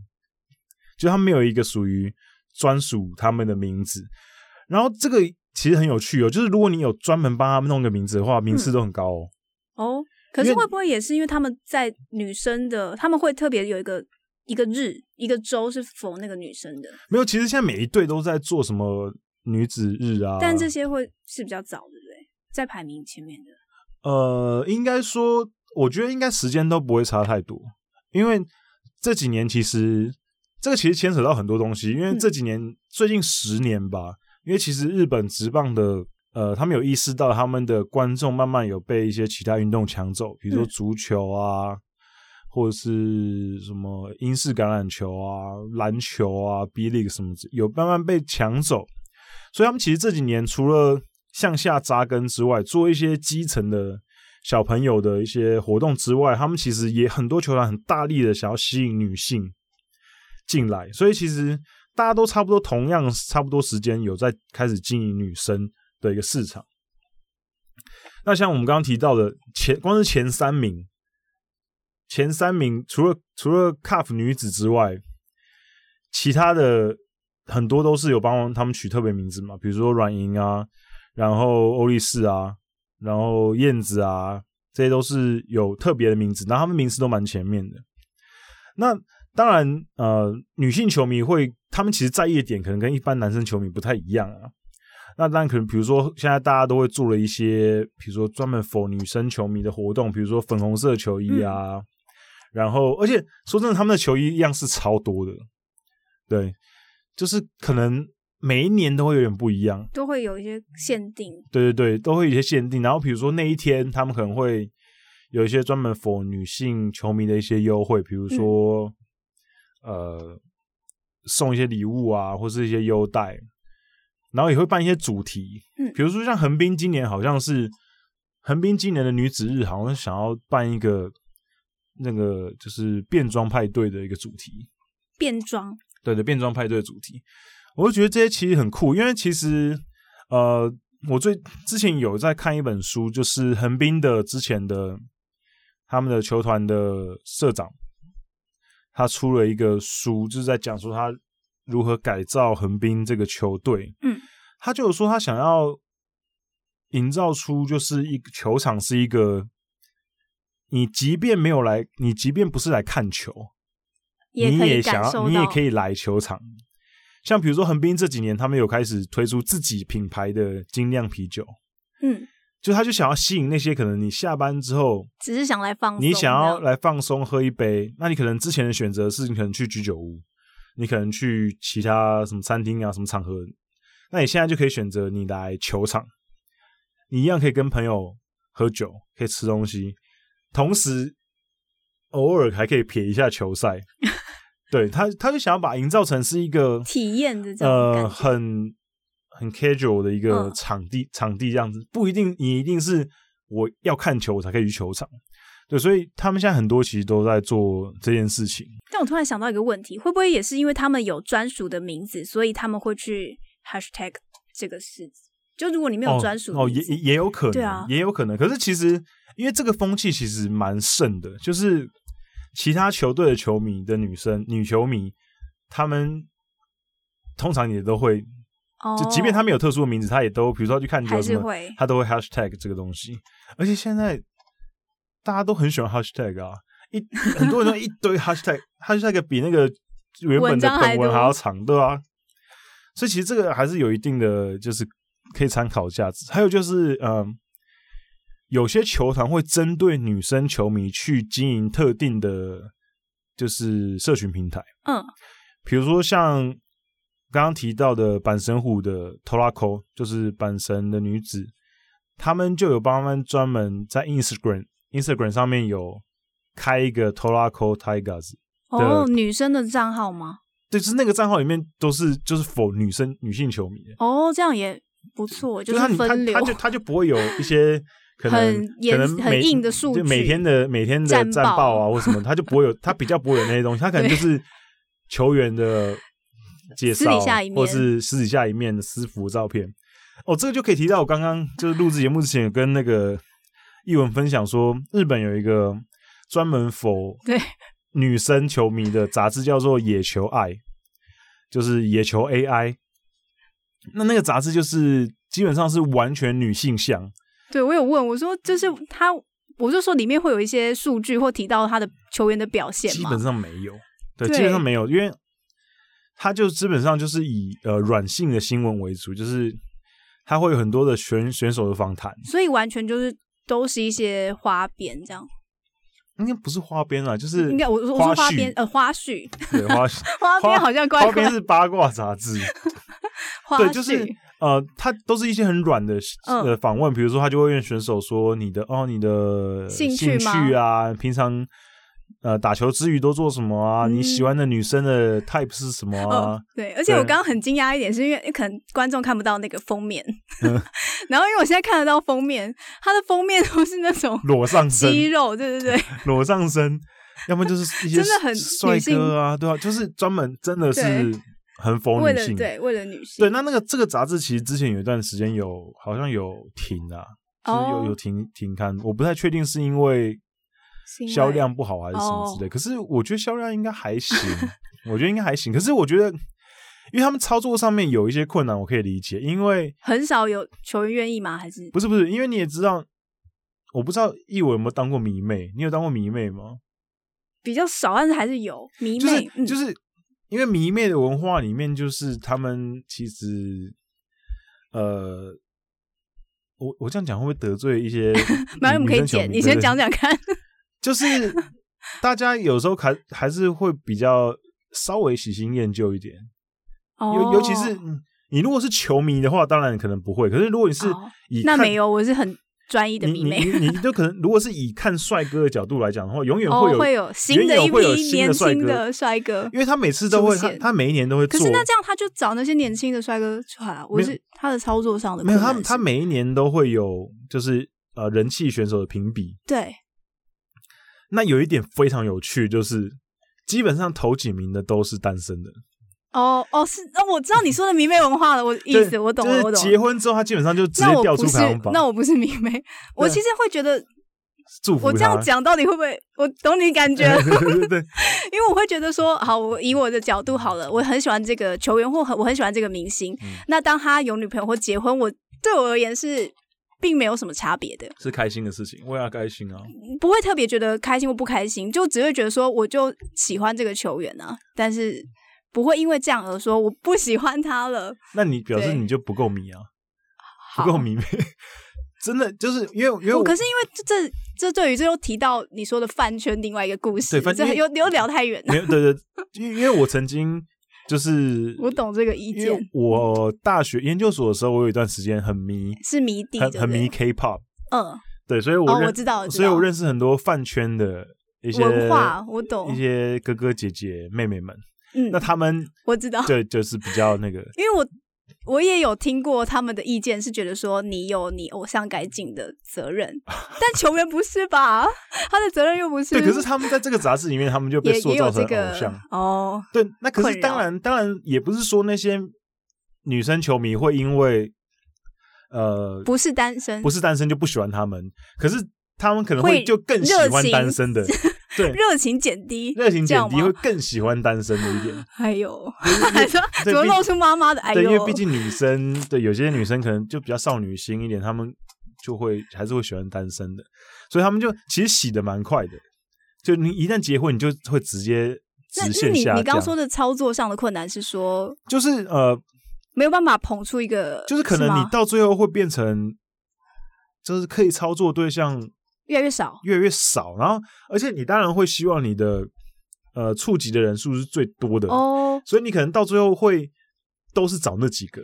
Speaker 1: 就他们没有一个属于专属他们的名字。然后这个其实很有趣哦，就是如果你有专门帮他们弄个名字的话，名
Speaker 2: 嗯
Speaker 1: 次都很高哦。
Speaker 2: 哦，可
Speaker 1: 因
Speaker 2: 是
Speaker 1: 为
Speaker 2: 会不会也是因为他们在女生的，他们会特别有一个一个日一个州是否那个女生的？
Speaker 1: 没有，其实现在每一队都在做什么女子日啊，
Speaker 2: 但这些会是比较早，对不对？在排名前面的，
Speaker 1: 呃，应该说，我觉得应该时间都不会差太多，因为这几年其实这个其实牵扯到很多东西，因为
Speaker 2: 嗯
Speaker 1: 这几年、最近十年吧，因为其实日本职棒的呃，他们有意识到他们的观众慢慢有被一些其他运动抢走，比如说
Speaker 2: 嗯
Speaker 1: 足球啊。或者是什么英式橄榄球啊、篮球啊、B League 什么之，有慢慢被抢走，所以他们其实这几年除了向下扎根之外，做一些基层的小朋友的一些活动之外，他们其实也很多球团很大力的想要吸引女性进来，所以其实大家都差不多同样差不多时间有在开始经营女生的一个市场。那像我们刚刚提到的前，光是前三名，前三名除了除了 CUF 女子之外，其他的很多都是有帮他们取特别名字嘛，比如说软银啊，然后欧力士啊，然后燕子啊，这些都是有特别的名字，然后他们名次都蛮前面的。那当然，呃，女性球迷会，他们其实在意的点可能跟一般男生球迷不太一样啊。那当然，可能比如说现在大家都会做了一些，比如说专门否女生球迷的活动，比如说粉红色球衣啊，然后而且说真的，他们的球衣样式超多的，对，就是可能每一年都会有点不一样。
Speaker 2: 都会有一些限定，
Speaker 1: 对对对，都会有一些限定。然后比如说那一天，他们可能会有一些专门 for 女性球迷的一些优惠，比如说、呃送一些礼物啊，或是一些优待。然后也会办一些主题，
Speaker 2: 嗯
Speaker 1: 比如说像横滨今年好像是横滨今年的女子日，好像想要办一个那个就是变装派对的一个主题。
Speaker 2: 变装，
Speaker 1: 对的变装派对的主题，我就觉得这些其实很酷，因为其实呃，我最之前有在看一本书，就是横滨的之前的他们的球团的社长，他出了一个书，就是在讲说他如何改造横滨这个球队。
Speaker 2: 嗯，
Speaker 1: 他就有说他想要营造出就是一个球场是一个。你即便没有来，你即便不是来看球，你
Speaker 2: 可
Speaker 1: 也
Speaker 2: 以
Speaker 1: 想
Speaker 2: 感受
Speaker 1: 要，
Speaker 2: 到，
Speaker 1: 你也可以来球场。像比如说横滨这几年，他们有开始推出自己品牌的精酿啤酒，
Speaker 2: 嗯，
Speaker 1: 就他就想要吸引那些可能你下班之后，
Speaker 2: 只是想来放松，
Speaker 1: 你想要
Speaker 2: 这样
Speaker 1: 来放松喝一杯，那你可能之前的选择是你可能去居酒屋，你可能去其他什么餐厅啊、什么场合，那你现在就可以选择你来球场，你一样可以跟朋友喝酒，可以吃东西，同时偶尔还可以瞥一下球 赛。对他，他就想要把营造成是一个
Speaker 2: 体验的这种感
Speaker 1: 呃，
Speaker 2: 觉
Speaker 1: 很很 casual 的一个
Speaker 2: 嗯
Speaker 1: 场地，场地这样子，不一定你一定是我要看球我才可以去球场。对，所以他们现在很多其实都在做这件事情。
Speaker 2: 但我突然想到一个问题，会不会也是因为他们有专属的名字，所以他们会去 hashtag 这个事？就如果你没有
Speaker 1: 哦
Speaker 2: 专属
Speaker 1: 哦，
Speaker 2: 名
Speaker 1: 也
Speaker 2: 字
Speaker 1: 也也有可能，
Speaker 2: 对啊
Speaker 1: 也有可能。可是其实因为这个风气其实蛮盛的，就是其他球队的球迷的女生女球迷，她们通常也都会，
Speaker 2: 哦，
Speaker 1: 就即便她没有特殊的名字，她也都比如说去看球
Speaker 2: 还
Speaker 1: 什
Speaker 2: 是
Speaker 1: 么，
Speaker 2: 会
Speaker 1: 他都会 hashtag 这个东西，而且现在大家都很喜欢 hashtag 啊，一很多人都一堆 hashtag，hashtag 比那个原本
Speaker 2: 文
Speaker 1: 的
Speaker 2: 章还
Speaker 1: 本文
Speaker 2: 多
Speaker 1: 还要长，对啊。所以其实这个还是有一定的，就是可以参考价值。还有就是，嗯，有些球团会针对女生球迷去经营特定的，就是社群平台，
Speaker 2: 嗯
Speaker 1: 比如说像刚刚提到的阪神虎的 Torako，就是阪神的女子，他们就有帮他们专门在 Instagram Instagram 上面有开一个 Torako Tigers，
Speaker 2: 哦，女生的账号吗？
Speaker 1: 对，就是那个账号里面都是就是否女生女性球迷的，
Speaker 2: 哦，这样也不错，
Speaker 1: 就是是他
Speaker 2: 分流
Speaker 1: 他他就他就不会有一 些可能
Speaker 2: 很严
Speaker 1: 可能
Speaker 2: 很
Speaker 1: 每
Speaker 2: 硬的数据
Speaker 1: 就每天的每天的
Speaker 2: 战
Speaker 1: 战
Speaker 2: 报
Speaker 1: 报啊或什么，他就不会有他比较不会有那些东西，他 可能就是球员的介
Speaker 2: 私
Speaker 1: 绍，
Speaker 2: 底下一面
Speaker 1: 或是私底下一面的私服照片。哦，这个就可以提到我刚刚就是录制节目之前有跟那个译文分享说，日本有一个专门否
Speaker 2: 对
Speaker 1: 女生球迷的杂志叫做《野球爱》，就是《野球 AI》。那那个杂志就是基本上是完全女性向，
Speaker 2: 对我有问我
Speaker 1: 嗯
Speaker 2: 说，就是他，我就说里面会有一些数据或提到他的球员的表现
Speaker 1: 基
Speaker 2: 嘛
Speaker 1: 本，上没有，对，
Speaker 2: 对
Speaker 1: 基本上没有，因为它就基本上就是以呃软性的新闻为主，就是它会有很多的选选手的访谈，
Speaker 2: 所以完全就是都是一些花边这样。
Speaker 1: 应该不是花边啊，就是
Speaker 2: 应该我我说
Speaker 1: 花
Speaker 2: 花
Speaker 1: 絮
Speaker 2: 边呃花絮，
Speaker 1: 对花絮
Speaker 2: 花边好像怪
Speaker 1: 花
Speaker 2: 怪
Speaker 1: 边是八卦杂志，
Speaker 2: 花絮，
Speaker 1: 对，就是呃，它都是一些很软的
Speaker 2: 嗯
Speaker 1: 呃访问，比如说他就会问选手说你的哦你的
Speaker 2: 兴
Speaker 1: 趣
Speaker 2: 趣吗
Speaker 1: 啊，平常呃打球之余都做什么啊？你喜
Speaker 2: 嗯
Speaker 1: 欢的女生的 type 是什么啊
Speaker 2: 哦？，对，而且我
Speaker 1: 对
Speaker 2: 刚刚很惊讶一点，是因为可能观众看不到那个封面，
Speaker 1: 嗯
Speaker 2: 然后因为我现在看得到封面，它的封面都是那种
Speaker 1: 裸上身，
Speaker 2: 肌肉，对对对，
Speaker 1: 裸上身，要么就是 一些
Speaker 2: 真的很
Speaker 1: 帅
Speaker 2: 女性
Speaker 1: 哥啊，对啊，就是专门真的是
Speaker 2: 对
Speaker 1: 很否
Speaker 2: 为
Speaker 1: 女
Speaker 2: 了
Speaker 1: 性。
Speaker 2: 对为了女性，
Speaker 1: 对，那那个这个杂志其实之前有一段时间有好像有停啊，就是有有
Speaker 2: 哦，
Speaker 1: 停停刊，我不太确定是因为
Speaker 2: 是因为哦
Speaker 1: 销量不好还是什么之类。可是我觉得销量应该还行，我觉得应该还行。可是我觉得因为他们操作上面有一些困难，我可以理解，因为
Speaker 2: 很少有球员愿意吗？还是
Speaker 1: 不是不是，因为你也知道，我不知道义伟有没有当过迷妹，你有当过迷妹吗？
Speaker 2: 比较少，但是还是有迷
Speaker 1: 就
Speaker 2: 妹，嗯
Speaker 1: 是就是是因为迷妹的文化里面，就是他们其实呃，我我这样讲会不会得罪一些
Speaker 2: 嗯， 没有，我
Speaker 1: 女
Speaker 2: 们可
Speaker 1: 女
Speaker 2: 以
Speaker 1: 生球
Speaker 2: 剪，
Speaker 1: 迷
Speaker 2: 你
Speaker 1: 对
Speaker 2: 先
Speaker 1: 对
Speaker 2: 讲讲看。
Speaker 1: 就是 大家有时候还还是会比较稍微喜新厌旧一点，尤、
Speaker 2: 哦，
Speaker 1: 尤其是嗯你如果是球迷的话，当然可能不会。可是如果你是
Speaker 2: 哦
Speaker 1: 以
Speaker 2: 那
Speaker 1: 看
Speaker 2: 没有，我是很专一的迷
Speaker 1: 你
Speaker 2: 妹，
Speaker 1: 你你你就可能如果是以看帅哥的角度来讲的话，永远
Speaker 2: 哦，
Speaker 1: 有、
Speaker 2: 会有新的
Speaker 1: 永
Speaker 2: 一
Speaker 1: 远会有
Speaker 2: 批
Speaker 1: 新的
Speaker 2: 年
Speaker 1: 帅
Speaker 2: 轻
Speaker 1: 哥
Speaker 2: 的帅哥。
Speaker 1: 因为他每次都会
Speaker 2: 出
Speaker 1: 他
Speaker 2: 现
Speaker 1: 他每一年都会
Speaker 2: 可
Speaker 1: 做，
Speaker 2: 是那这样他就找那些年轻的帅哥出来啊，我
Speaker 1: 没有
Speaker 2: 是他的操作上的
Speaker 1: 没有他
Speaker 2: 困难
Speaker 1: 他
Speaker 2: 是
Speaker 1: 每一年都会有就是呃人气选手的评比。
Speaker 2: 对
Speaker 1: 那有一点非常有趣，就是基本上头几名的都是单身的，
Speaker 2: 哦哦是哦，我知道你说的迷妹文化了，我意
Speaker 1: 就是
Speaker 2: 思我懂
Speaker 1: 就
Speaker 2: 了，
Speaker 1: 是
Speaker 2: 我懂了
Speaker 1: 结。婚之后，他基本上就直
Speaker 2: 那
Speaker 1: 接
Speaker 2: 我
Speaker 1: 调
Speaker 2: 不
Speaker 1: 出
Speaker 2: 是
Speaker 1: 排行榜，，
Speaker 2: 那我不是迷妹，我其实会觉得
Speaker 1: 祝福
Speaker 2: 我
Speaker 1: 他。
Speaker 2: 这样讲到底会不会？我懂你 感觉，
Speaker 1: 对 对对，
Speaker 2: 因为我会觉得说，好，我以我的角度好了，我很喜欢这个球员或很我很喜欢这个明星。
Speaker 1: 嗯
Speaker 2: 那当他有女朋友或结婚，我对我而言是并没有什么差别的，
Speaker 1: 是开心的事情，为他开心啊。
Speaker 2: 不会特别觉得开心或不开心，就只会觉得说我就喜欢这个球员啊，但是不会因为这样而说我不喜欢他了。
Speaker 1: 那你表示
Speaker 2: 对
Speaker 1: 你就不够迷啊，
Speaker 2: 好
Speaker 1: 不够迷妹， 真的就是因为因为
Speaker 2: 我
Speaker 1: 我
Speaker 2: 哦可是因为这这这对于这又提到你说的饭圈另外一个故事，
Speaker 1: 对饭
Speaker 2: 这
Speaker 1: 因为
Speaker 2: 又又聊太远了。
Speaker 1: 没有对对，因为因为我曾经就是
Speaker 2: 我懂这个意
Speaker 1: 因为
Speaker 2: 见，
Speaker 1: 我大学研究所的时候，我有一段时间很迷，
Speaker 2: 是迷底，
Speaker 1: 很
Speaker 2: 对不
Speaker 1: 很
Speaker 2: 对
Speaker 1: 迷 K-pop，
Speaker 2: 嗯，
Speaker 1: 对，所以我
Speaker 2: 哦，
Speaker 1: 认、
Speaker 2: 我知道，知
Speaker 1: 所以
Speaker 2: 道
Speaker 1: 我认识很多饭圈的一些
Speaker 2: 文化，我懂
Speaker 1: 一，些哥哥姐姐妹妹们，
Speaker 2: 嗯
Speaker 1: 那，他 们
Speaker 2: 我知 道，
Speaker 1: 对就是比较那 个，
Speaker 2: 因为我我也有听过他们的意见，是觉得说你有你偶像该尽的责任，但球员不是吧？他的责任又不是，
Speaker 1: 对，可是他们在这个杂志里面，他们就被
Speaker 2: 也
Speaker 1: 塑
Speaker 2: 也
Speaker 1: 造
Speaker 2: 有
Speaker 1: 成
Speaker 2: 这
Speaker 1: 偶
Speaker 2: 个
Speaker 1: 像，
Speaker 2: 哦，
Speaker 1: 对，那可是
Speaker 2: 困扰
Speaker 1: 当然，当然也不是说那些女生球迷会因为呃
Speaker 2: 不是单身，
Speaker 1: 不是单身就不喜欢他们，可是他们可能会
Speaker 2: 会
Speaker 1: 就更喜
Speaker 2: 热
Speaker 1: 欢
Speaker 2: 情
Speaker 1: 单 身的，对，
Speaker 2: 热情减低，
Speaker 1: 热情
Speaker 2: 这
Speaker 1: 减
Speaker 2: 样
Speaker 1: 低
Speaker 2: 吗
Speaker 1: 会更喜欢单身的一点，
Speaker 2: 哎呦，
Speaker 1: 因
Speaker 2: 还
Speaker 1: 为
Speaker 2: 说
Speaker 1: 对
Speaker 2: 怎么
Speaker 1: 毕
Speaker 2: 露出妈妈 的哎
Speaker 1: 对，因为
Speaker 2: 呦
Speaker 1: 毕，竟女生对有些女生可能就比较少女心一点，她们就会还是会喜欢单身的，所以她们就其实洗的蛮快的，就你一旦结婚，你就会直接
Speaker 2: 那
Speaker 1: 直
Speaker 2: 那
Speaker 1: 线
Speaker 2: 你
Speaker 1: 下
Speaker 2: 你
Speaker 1: 降
Speaker 2: 刚刚，说的操作上的困难是说
Speaker 1: 就是呃
Speaker 2: 没有办法捧出一个，
Speaker 1: 就是可能你
Speaker 2: 吗
Speaker 1: 到最后会变成，就是可以操作对象
Speaker 2: 越来越少，
Speaker 1: 越来越少，然后而且你当然会希望你的呃触及的人数是最多的，
Speaker 2: 哦
Speaker 1: 所以你可能到最后会都是找那几个，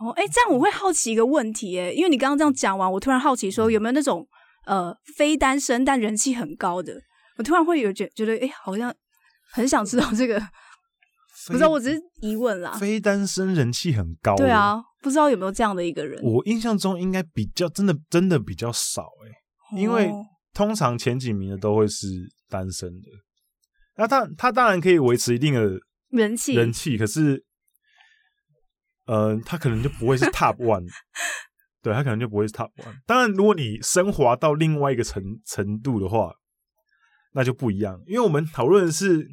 Speaker 2: 哦，哎，这样我会好奇一个问题，哎，因为你刚刚这样讲完，我突然好奇
Speaker 1: 嗯
Speaker 2: 说有没有那种呃非单身但人气很高的，我突然会有觉觉得，哎，好像很想知道这个，不知道，我只是疑问啦。
Speaker 1: 非单身人气很高，
Speaker 2: 啊对，啊，不知道有没有这样的一个人，
Speaker 1: 我印象中应该比较真的真的比较少哎、因为
Speaker 2: 哦
Speaker 1: 通常前几名的都会是单身的，那他他当然可以维持一定的
Speaker 2: 人气
Speaker 1: 人气，可是，呃，他可能就不会是 top one，对他可能就不会是 top one。当然，如果你升华到另外一个程程度的话，那就不一样，因为我们讨论的是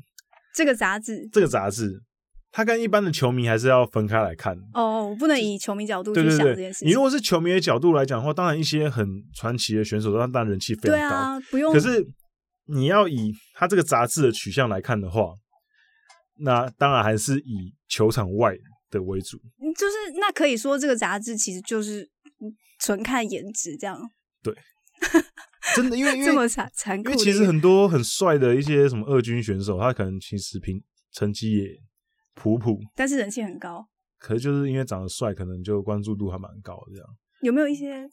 Speaker 2: 这个杂志
Speaker 1: 这个杂志，它跟一般的球迷还是要分开来看。
Speaker 2: 哦，我不能以球迷角度
Speaker 1: 对
Speaker 2: 去
Speaker 1: 对
Speaker 2: 想这件
Speaker 1: 对
Speaker 2: 事，情。
Speaker 1: 你如果是球迷的角度来讲的话，当然一些很传奇的选手，当然人气非
Speaker 2: 对
Speaker 1: 常高。
Speaker 2: 啊，不用
Speaker 1: 可是你要以他这个杂志的取向来看的话，那当然还是以球场外的为主。
Speaker 2: 就是那可以说这个杂志其实就是纯看颜值这样，
Speaker 1: 真的，因为因为
Speaker 2: 这么残残
Speaker 1: 因
Speaker 2: 酷
Speaker 1: 为
Speaker 2: 的一个。
Speaker 1: 其实很多很帅的一些什么二军选手，他可能其实平成绩也普普，
Speaker 2: 但是人气很高，
Speaker 1: 可是就是因为长得帅，可能就关注度还蛮高的这样。
Speaker 2: 有没有一些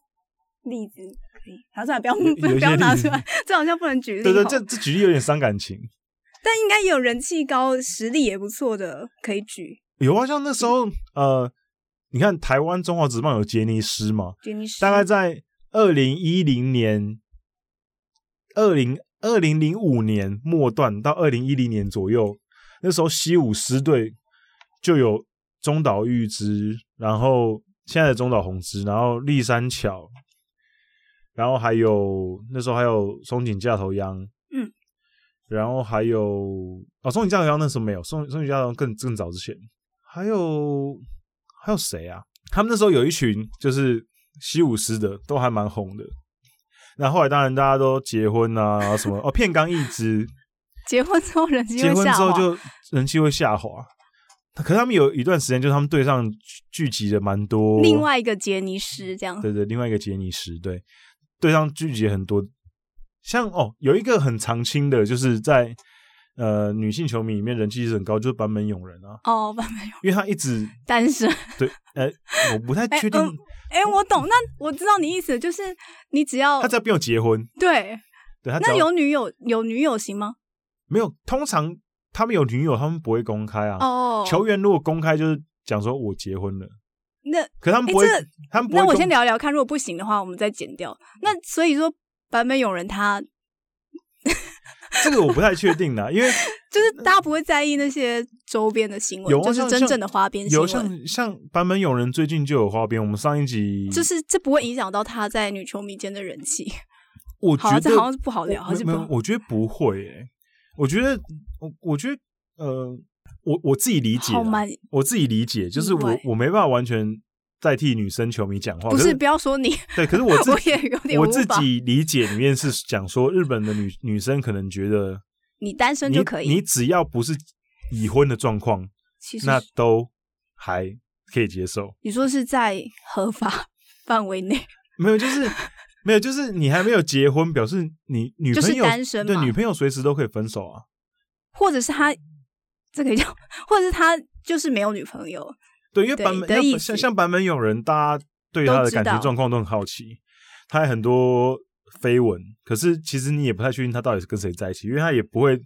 Speaker 2: 例子可以拿出来？不要
Speaker 1: 有有一
Speaker 2: 不
Speaker 1: 些
Speaker 2: 要拿
Speaker 1: 例子
Speaker 2: 出来，这好像不能举例。
Speaker 1: 对对，
Speaker 2: 哦
Speaker 1: 这这举例有点伤感情。
Speaker 2: 但应该也有人气高、实力也不错的可以举。
Speaker 1: 有啊，像那时候呃，你看台湾中华职棒有杰尼斯嘛，
Speaker 2: 杰尼斯
Speaker 1: 大概在二零一零年、二零二零零五年末段到二零一零年左右，那时候西武狮队就有中岛裕之，然后现在的中岛宏之，然后立山巧，然后还有那时候还有松井架头央，
Speaker 2: 嗯，
Speaker 1: 然后还有哦松井架头央那时候没有，松松井架头央更更早之前，还有还有谁啊？他们那时候有一群就是习武师的，都还蛮红的。那后来当然大家都结婚啊，什么哦，片冈一 直
Speaker 2: 结婚之后人气
Speaker 1: 结
Speaker 2: 会
Speaker 1: 婚之
Speaker 2: 下
Speaker 1: 后
Speaker 2: 滑，
Speaker 1: 就人气会下滑。可是他们有一段时间，就是他们队上聚集了蛮多
Speaker 2: 另外一个杰尼斯这样。
Speaker 1: 对对，另外一个杰尼斯，对，对上聚集很多，像哦，有一个很常青的，就是在呃女性球迷里面人气是很高，就是坂本勇人啊，
Speaker 2: 哦，不没有
Speaker 1: 因为他一直
Speaker 2: 单身。
Speaker 1: 对，呃，我不太确定
Speaker 2: 哎嗯，哎，我懂，那我知道你意思，就是你只要
Speaker 1: 他只要没有结婚，
Speaker 2: 对，
Speaker 1: 对他只
Speaker 2: 那
Speaker 1: 要
Speaker 2: 有女友有女友行吗？
Speaker 1: 没有，通常他们有女友，他们不会公开啊。
Speaker 2: 哦，
Speaker 1: 球员如果公开，就是讲说我结婚了，
Speaker 2: 那
Speaker 1: 可他们不会
Speaker 2: 哎这，
Speaker 1: 他们不会
Speaker 2: 那
Speaker 1: 公。
Speaker 2: 我先聊聊看，如果不行的话，我们再剪掉。那所以说，坂本勇人他
Speaker 1: 这个我不太确定啦， 因为
Speaker 2: 就是大家不会在意那些周边的新
Speaker 1: 嗯
Speaker 2: 闻，
Speaker 1: 有啊
Speaker 2: 就是
Speaker 1: 像
Speaker 2: 真
Speaker 1: 像
Speaker 2: 正的花边新
Speaker 1: 有
Speaker 2: 闻，
Speaker 1: 像像坂本勇人最近就有花边，我们上一集
Speaker 2: 就是这不会影响到他在女球迷间的人气。
Speaker 1: 我
Speaker 2: 好
Speaker 1: 觉
Speaker 2: 啊
Speaker 1: 得
Speaker 2: 这好像是不好聊
Speaker 1: 我
Speaker 2: 还是
Speaker 1: 没
Speaker 2: 不
Speaker 1: 有没
Speaker 2: 好
Speaker 1: 有，我觉得不会诶、我觉得我我觉得呃，我我自己理解
Speaker 2: 好
Speaker 1: 啦
Speaker 2: 蛮，
Speaker 1: 我自己理解就是
Speaker 2: 意
Speaker 1: 我
Speaker 2: 外
Speaker 1: 我没办法完全代替女生球迷讲话，
Speaker 2: 不
Speaker 1: 可
Speaker 2: 是，不要说你，
Speaker 1: 对，可是我自
Speaker 2: 我也有点
Speaker 1: 我
Speaker 2: 无
Speaker 1: 自
Speaker 2: 法
Speaker 1: 己理解里面是讲说日本的女女生可能觉 得
Speaker 2: 你单身
Speaker 1: 你
Speaker 2: 就可以。
Speaker 1: 你只要不是已婚的状况，
Speaker 2: 其实
Speaker 1: 那
Speaker 2: 是
Speaker 1: 都还可以接受。
Speaker 2: 你说是在合法 范围内，
Speaker 1: 没有，就是 没有，就是你还没有结婚，表示你女
Speaker 2: 就是
Speaker 1: 朋友
Speaker 2: 单身
Speaker 1: 对
Speaker 2: 嘛
Speaker 1: 女朋友随时都可以分手啊。
Speaker 2: 或者是他这个叫，或者是他就是没有女朋友，
Speaker 1: 对，因为
Speaker 2: 对
Speaker 1: 版本
Speaker 2: 的意
Speaker 1: 像
Speaker 2: 思
Speaker 1: 像像版本有人，大家对
Speaker 2: 都
Speaker 1: 他的
Speaker 2: 知
Speaker 1: 感情
Speaker 2: 道
Speaker 1: 状况都很好奇，他有很多绯闻，可是其实你也不太确定他到底是跟谁在一起，因为他也不会，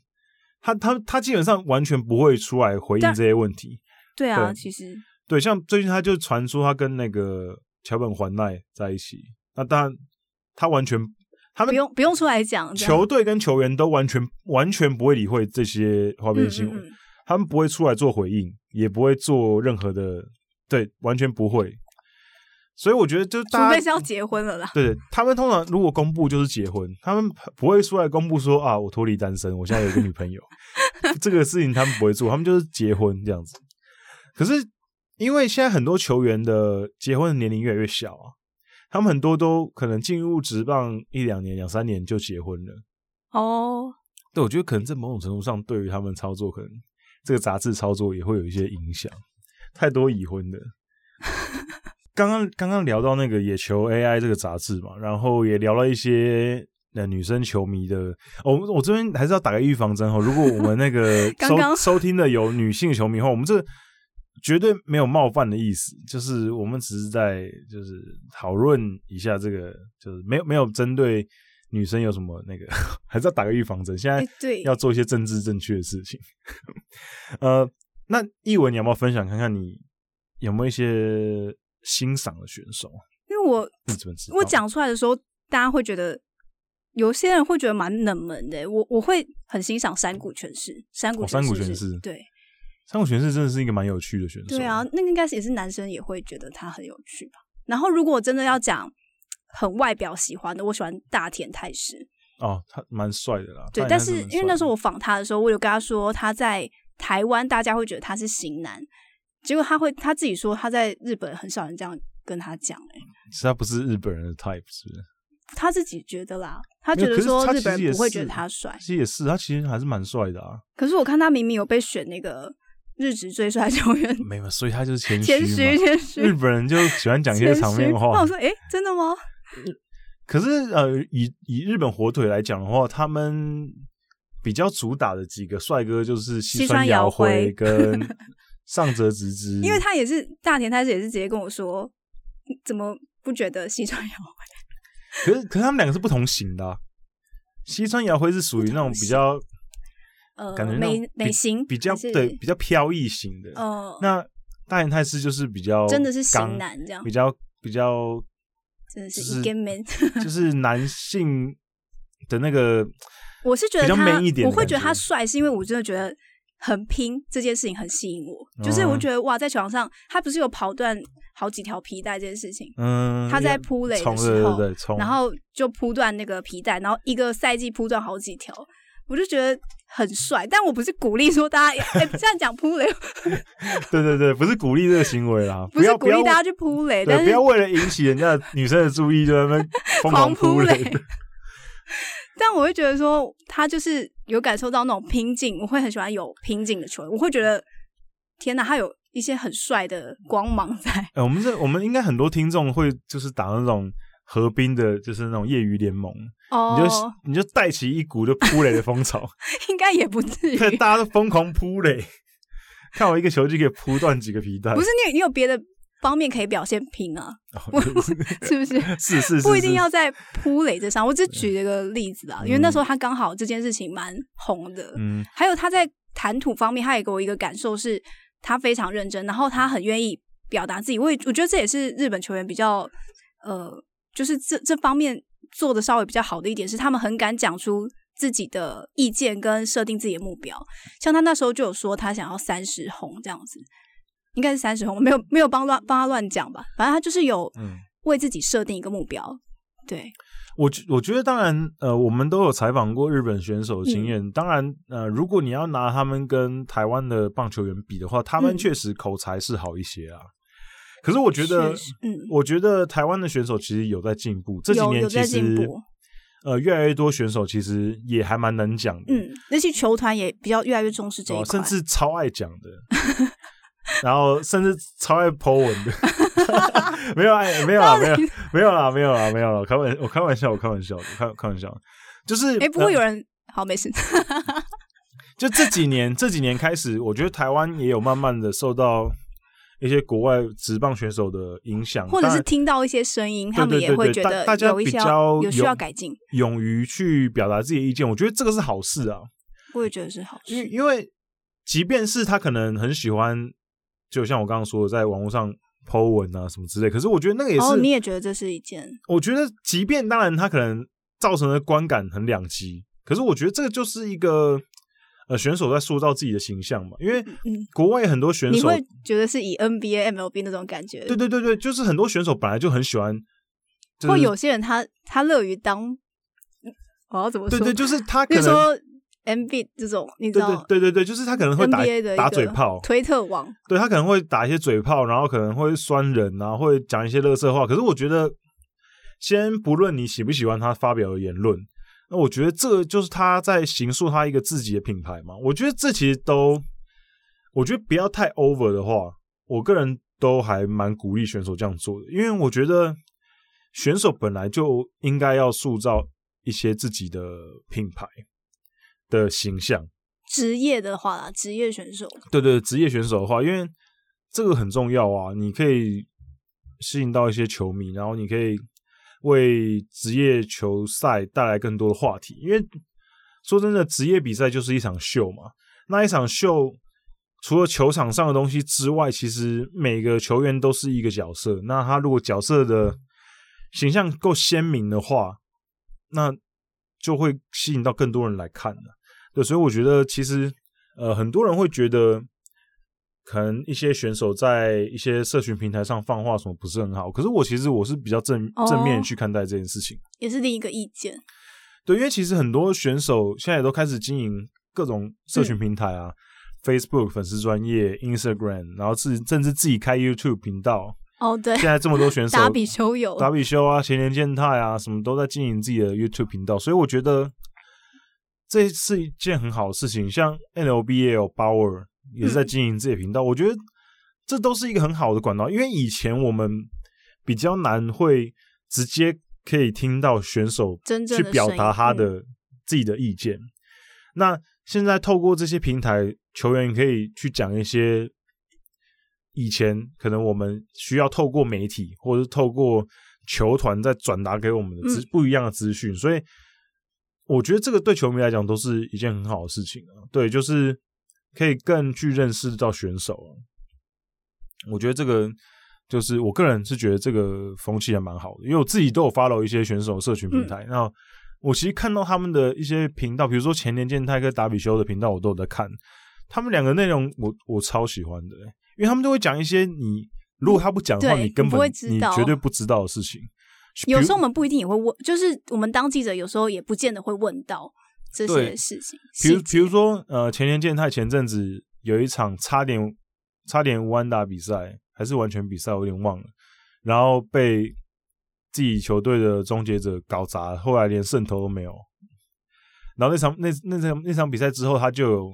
Speaker 1: 他他他基本上完全不会出来回应
Speaker 2: 但
Speaker 1: 这些问题。
Speaker 2: 对啊，
Speaker 1: 对
Speaker 2: 其实
Speaker 1: 对，像最近他就传说他跟那个桥本环奈在一起，那当然他完全他
Speaker 2: 不
Speaker 1: 们
Speaker 2: 用不用出来讲，这样
Speaker 1: 球队跟球员都完全完全不会理会这些花边新闻，
Speaker 2: 嗯嗯嗯
Speaker 1: 他们不会出来做回应，也不会做任何的，对，完全不会。所以我觉得，就
Speaker 2: 除
Speaker 1: 大
Speaker 2: 非
Speaker 1: 家
Speaker 2: 是要结婚了啦。
Speaker 1: 对他们通常如果公布就是结婚，他们不会出来公布说啊，我脱离单身，我现在有一个女朋友，这个事情他们不会做，他们就是结婚这样子。可是因为现在很多球员的结婚的年龄越来越小啊，他们很多都可能进入职棒一两年、两三年就结婚了。
Speaker 2: 哦，
Speaker 1: 对，我觉得可能在某种程度上，对于他们操作，可能这个杂志操作也会有一些影响。太多已婚 的。刚刚刚刚聊到那个野球 AI 这个杂志嘛，然后也聊了一些呃女生球迷的。哦、我我这边还是要打个预防针哦，如果我们那个收
Speaker 2: 刚刚
Speaker 1: 收听的有女性球迷的话，我们这绝对没有冒犯的意思，就是我们只是在就是讨论一下这个，就是没有没有针对女生有什么那个， 还是要打个预防针。现在
Speaker 2: 哎对
Speaker 1: 要做一些政治正确的事情。呃，那译文，你有没有分享看看你有没有一些欣赏的选手？啊
Speaker 2: 因为我
Speaker 1: 你怎么知道？
Speaker 2: 我，讲出来的时候，大家会觉得有些人会觉得蛮冷门的。欸我我会很欣赏山谷全是，山谷
Speaker 1: 哦山谷
Speaker 2: 全
Speaker 1: 全
Speaker 2: 是
Speaker 1: 是
Speaker 2: 对
Speaker 1: 山口全是真的是一个蛮有趣的选手。
Speaker 2: 对啊，，那个应该是也是男生也会觉得他很有趣吧。然后如果我真的要讲很外表喜欢的，我喜欢大田泰史，
Speaker 1: 哦，他蛮帅的啦。
Speaker 2: 对，
Speaker 1: 他也
Speaker 2: 但
Speaker 1: 还是
Speaker 2: 是
Speaker 1: 蛮
Speaker 2: 因为那时
Speaker 1: 帅
Speaker 2: 候
Speaker 1: 的嗯
Speaker 2: 我访他的时候，我有跟他说他在台湾大家会觉得他是型男，结果他会他自己说他在日本很少人这样跟他讲、欸，
Speaker 1: 其实他不是日本人的 type，是不是？
Speaker 2: 他自己觉得啦，他
Speaker 1: 没有
Speaker 2: 觉得说
Speaker 1: 可
Speaker 2: 日
Speaker 1: 是他
Speaker 2: 本
Speaker 1: 其实也
Speaker 2: 人不会
Speaker 1: 是
Speaker 2: 觉得他帅
Speaker 1: 其，实也是，他其实还是蛮帅的啊。
Speaker 2: 可是我看他明明有被选那个日职最帅球员，
Speaker 1: 没有，所以他就是谦
Speaker 2: 谦虚
Speaker 1: 虚嘛。
Speaker 2: 谦
Speaker 1: 日
Speaker 2: 虚。
Speaker 1: 本人就喜欢讲一些
Speaker 2: 谦虚
Speaker 1: 场面
Speaker 2: 那
Speaker 1: 话
Speaker 2: 我。说，诶，真的吗？
Speaker 1: 可是呃，以以日本火腿来讲的话，他们比较主打的几个帅哥就是西
Speaker 2: 西川遥
Speaker 1: 遥
Speaker 2: 辉
Speaker 1: 跟上泽直之，
Speaker 2: 因为他也是大田泰史也是直接跟我说，你怎么不觉得西川遥？
Speaker 1: 可是可是他们两个是不同型的啊、西川遥辉是属于那种比较
Speaker 2: 呃
Speaker 1: 感觉，那
Speaker 2: 美
Speaker 1: 种
Speaker 2: 美
Speaker 1: 比
Speaker 2: 型
Speaker 1: 比较
Speaker 2: 还是
Speaker 1: 对比较飘逸型的。
Speaker 2: 呃，
Speaker 1: 那大眼太师就是比较
Speaker 2: 真的是型
Speaker 1: 刚，
Speaker 2: 男哦这样，
Speaker 1: 比较比较
Speaker 2: 真的
Speaker 1: 就是是
Speaker 2: i g man。
Speaker 1: 就是男性的那个。
Speaker 2: 我是觉得
Speaker 1: 比较
Speaker 2: 他
Speaker 1: man 一，点
Speaker 2: 我
Speaker 1: 的
Speaker 2: 会
Speaker 1: 感
Speaker 2: 觉得他
Speaker 1: 觉
Speaker 2: 帅，是因为我真的觉得很拼这件事情很吸引我。就是我
Speaker 1: 哦
Speaker 2: 觉得哇，在球场上他不是有跑断好几条皮带这件事情，
Speaker 1: 嗯，
Speaker 2: 他在
Speaker 1: 要
Speaker 2: 扑垒的
Speaker 1: 冲
Speaker 2: 时候
Speaker 1: 对对对，冲
Speaker 2: 然后就扑断那个皮带，然后一个赛季扑断好几条。我就觉得很帅。但我不是鼓励说大家，哎、这样 讲扑雷，
Speaker 1: 对对对，不是鼓励这个行为啦，
Speaker 2: 不是
Speaker 1: 要
Speaker 2: 鼓励大家
Speaker 1: 家
Speaker 2: 去扑雷，但
Speaker 1: 对，不
Speaker 2: 是
Speaker 1: 要为了引起人家的女生的注意，就在 那边疯
Speaker 2: 狂
Speaker 1: 扑
Speaker 2: 扑
Speaker 1: 雷
Speaker 2: 雷。但我会觉得说，他就是有感受到那种拼劲，我会很喜欢有拼劲的球员，我会觉得天哪，他有一些很帅的光芒在。
Speaker 1: 哎、我们这我们应该很多听众会就是打那种河滨的，就是那种业余联盟，
Speaker 2: 哦，
Speaker 1: 你就你就带起一股就扑雷的风 潮，
Speaker 2: 应该也不至于。
Speaker 1: 对，大家都疯狂扑雷，看我一个球就可以扑断几个皮带，
Speaker 2: 不是你，你有别的方面可以表现拼啊，
Speaker 1: 哦，
Speaker 2: 是不是？
Speaker 1: 是是是，
Speaker 2: 不一
Speaker 1: 是嗯
Speaker 2: 定要在扑垒这上，我只举一个例子啊，因为那时候他刚好这件事情蛮红的。
Speaker 1: 嗯
Speaker 2: 还有他在谈吐方面，他也给我一个感受是，他非常认真，然后他很愿意表达自己。我也我觉得这也是日本球员比较呃，就是这这方面做的稍微比较好的一点是，他们很敢讲出自己的意见跟设定自己的目标。像他那时候就有说他想要三十红这样子，应该是三十红，我没有没有帮乱帮他乱讲吧，反正他就是有
Speaker 1: 嗯。
Speaker 2: 为自己设定一个目标。对，
Speaker 1: 我觉我觉得，当然，呃，我们都有采访过日本选手的
Speaker 2: 嗯
Speaker 1: 经验。当然，呃，如果你要拿他们跟台湾的棒球员比的话，他们
Speaker 2: 嗯
Speaker 1: 确实口才是好一些啊。可是，我觉得
Speaker 2: 确实，嗯
Speaker 1: 我觉得台湾的选手其实有在进步。这几
Speaker 2: 有
Speaker 1: 年
Speaker 2: 有
Speaker 1: 其
Speaker 2: 在进
Speaker 1: 实
Speaker 2: 步，
Speaker 1: 呃，越来越多选手其实也还蛮能讲的，
Speaker 2: 嗯，那些球团也比较越来越重视这
Speaker 1: 对
Speaker 2: 一
Speaker 1: 吧
Speaker 2: 块，
Speaker 1: 哦甚至超爱讲的，然后甚至超爱 po 文的。 没有，哎，没有啦，没有，没有啦，没有啦，没有啦，我开玩，我开玩笑，我开玩笑，我开开玩笑，就是，
Speaker 2: 哎、不
Speaker 1: 呃嗯
Speaker 2: 会有人、好没事，
Speaker 1: 就这几年，这几年开始，我觉得台湾也有慢慢的受到一些国外职棒选手的影响，
Speaker 2: 或者
Speaker 1: 当
Speaker 2: 是
Speaker 1: 然
Speaker 2: 听到一些声音，
Speaker 1: 对
Speaker 2: 他们
Speaker 1: 对
Speaker 2: 也
Speaker 1: 对
Speaker 2: 会
Speaker 1: 对
Speaker 2: 觉
Speaker 1: 大
Speaker 2: 得
Speaker 1: 大家
Speaker 2: 有一
Speaker 1: 比
Speaker 2: 些
Speaker 1: 较
Speaker 2: 要有需
Speaker 1: 勇
Speaker 2: 要改进，
Speaker 1: 勇于去表达自己的意见，我觉得这个是好事啊，
Speaker 2: 我也觉得是好
Speaker 1: 因为
Speaker 2: 事。
Speaker 1: 因为即便是他可能很喜欢，就像我刚刚说的，在网络上 Po 文啊什么之类，可是我觉得那个也是，
Speaker 2: 哦，你也觉得这是一件
Speaker 1: 我觉得即便当然他可能造成的观感很两极，可是我觉得这个就是一个呃选手在塑造自己的形象嘛，因为
Speaker 2: 嗯
Speaker 1: 国外很多选
Speaker 2: 你
Speaker 1: 手
Speaker 2: 会觉得是以 NBA、MLB 那种感觉，
Speaker 1: 对对对对，就是很多选手本来就很喜欢，就是、
Speaker 2: 或有些人他他乐于当，我要怎么
Speaker 1: 对
Speaker 2: 说？
Speaker 1: 对，就是他
Speaker 2: 比
Speaker 1: 可
Speaker 2: 如
Speaker 1: 能
Speaker 2: 说 MB 这种，你知
Speaker 1: 对
Speaker 2: 道
Speaker 1: 对对对对，就是他可能会打
Speaker 2: NBA 的一
Speaker 1: 打
Speaker 2: 个
Speaker 1: 嘴炮，
Speaker 2: 推特网，
Speaker 1: 对他可能会打一些嘴炮，然后可能会酸人啊，会讲一些乐色话。可是我觉得，先不论你喜不喜欢他发表的言论，那我觉得这就是他在形塑他一个自己的品牌嘛。我觉得这其实都，我觉得不要太 over 的话，我个人都还蛮鼓励选手这样做的，因为我觉得选手本来就应该要塑造一些自己的品牌的形象。
Speaker 2: 职业的话啦，职业选手，
Speaker 1: 对对，职业选手的话，因为这个很重要啊，你可以吸引到一些球迷，然后你可以为职业球赛带来更多的话题。因为说真的，职业比赛就是一场秀嘛，那一场秀除了球场上的东西之外，其实每个球员都是一个角色。那他如果角色的形象够鲜明的话，那就会吸引到更多人来看了。对，所以我觉得其实呃，很多人会觉得，可能一些选手在一些社群平台上放话什么不是很好。可是我其实我是比较正
Speaker 2: 哦
Speaker 1: 正面去看待这件事情。
Speaker 2: 也是另一个意见。
Speaker 1: 对，因为其实很多选手现在也都开始经营各种社
Speaker 2: 嗯
Speaker 1: 群平台啊、f a c e b o o k 粉丝专业、Instagram，然后自甚至自己开 YouTube 频道。
Speaker 2: 哦， 对，
Speaker 1: 现在这么多选手
Speaker 2: 打比修友，
Speaker 1: 达比修啊、前田健太啊，什么都在经营自己的 YouTube 频道，所以我觉得这是一件很好的事情。像 NLBL Bauer 也
Speaker 2: 嗯
Speaker 1: 是在经营自己的频道，我觉得这都是一个很好的管道，因为以前我们比较难会直接可以听到选手
Speaker 2: 真正
Speaker 1: 去
Speaker 2: 的嗯
Speaker 1: 表达他
Speaker 2: 声音
Speaker 1: 的自己的意见。那现在透过这些平台，球员可以去讲一些以前可能我们需要透过媒体或者是透过球团在转达给我们的资、
Speaker 2: 嗯
Speaker 1: 不一样的资讯，所以我觉得这个对球迷来讲都是一件很好的事情啊。对，就是可以更去认识到选手啊。我觉得这个就是我个人是觉得这个风气还蛮好的，因为我自己都有 follow 一些选手社群
Speaker 2: 嗯
Speaker 1: 平台，那我其实看到他们的一些频道，比如说前年健太跟达比修的频道，我都有在看。他们两个内容我我超喜欢的欸、因为他们都会讲一些你如果他不讲的话，
Speaker 2: 对
Speaker 1: 你根
Speaker 2: 你
Speaker 1: 本
Speaker 2: 不会知
Speaker 1: 你
Speaker 2: 道
Speaker 1: 绝对不知道的事情。比
Speaker 2: 有
Speaker 1: 如
Speaker 2: 时候我们不一定也会问，就是我们当记者有时候也不见得会问到这些
Speaker 1: 对
Speaker 2: 事情。
Speaker 1: 比如
Speaker 2: 细
Speaker 1: 比如
Speaker 2: 节
Speaker 1: 说，呃，前田健太前阵子有一场差点差点无安打比赛，还是完全比赛，我有点忘了，然后被自己球队的终结者搞砸，后来连胜投都没有。然后那场那那场那场比赛之后，他就有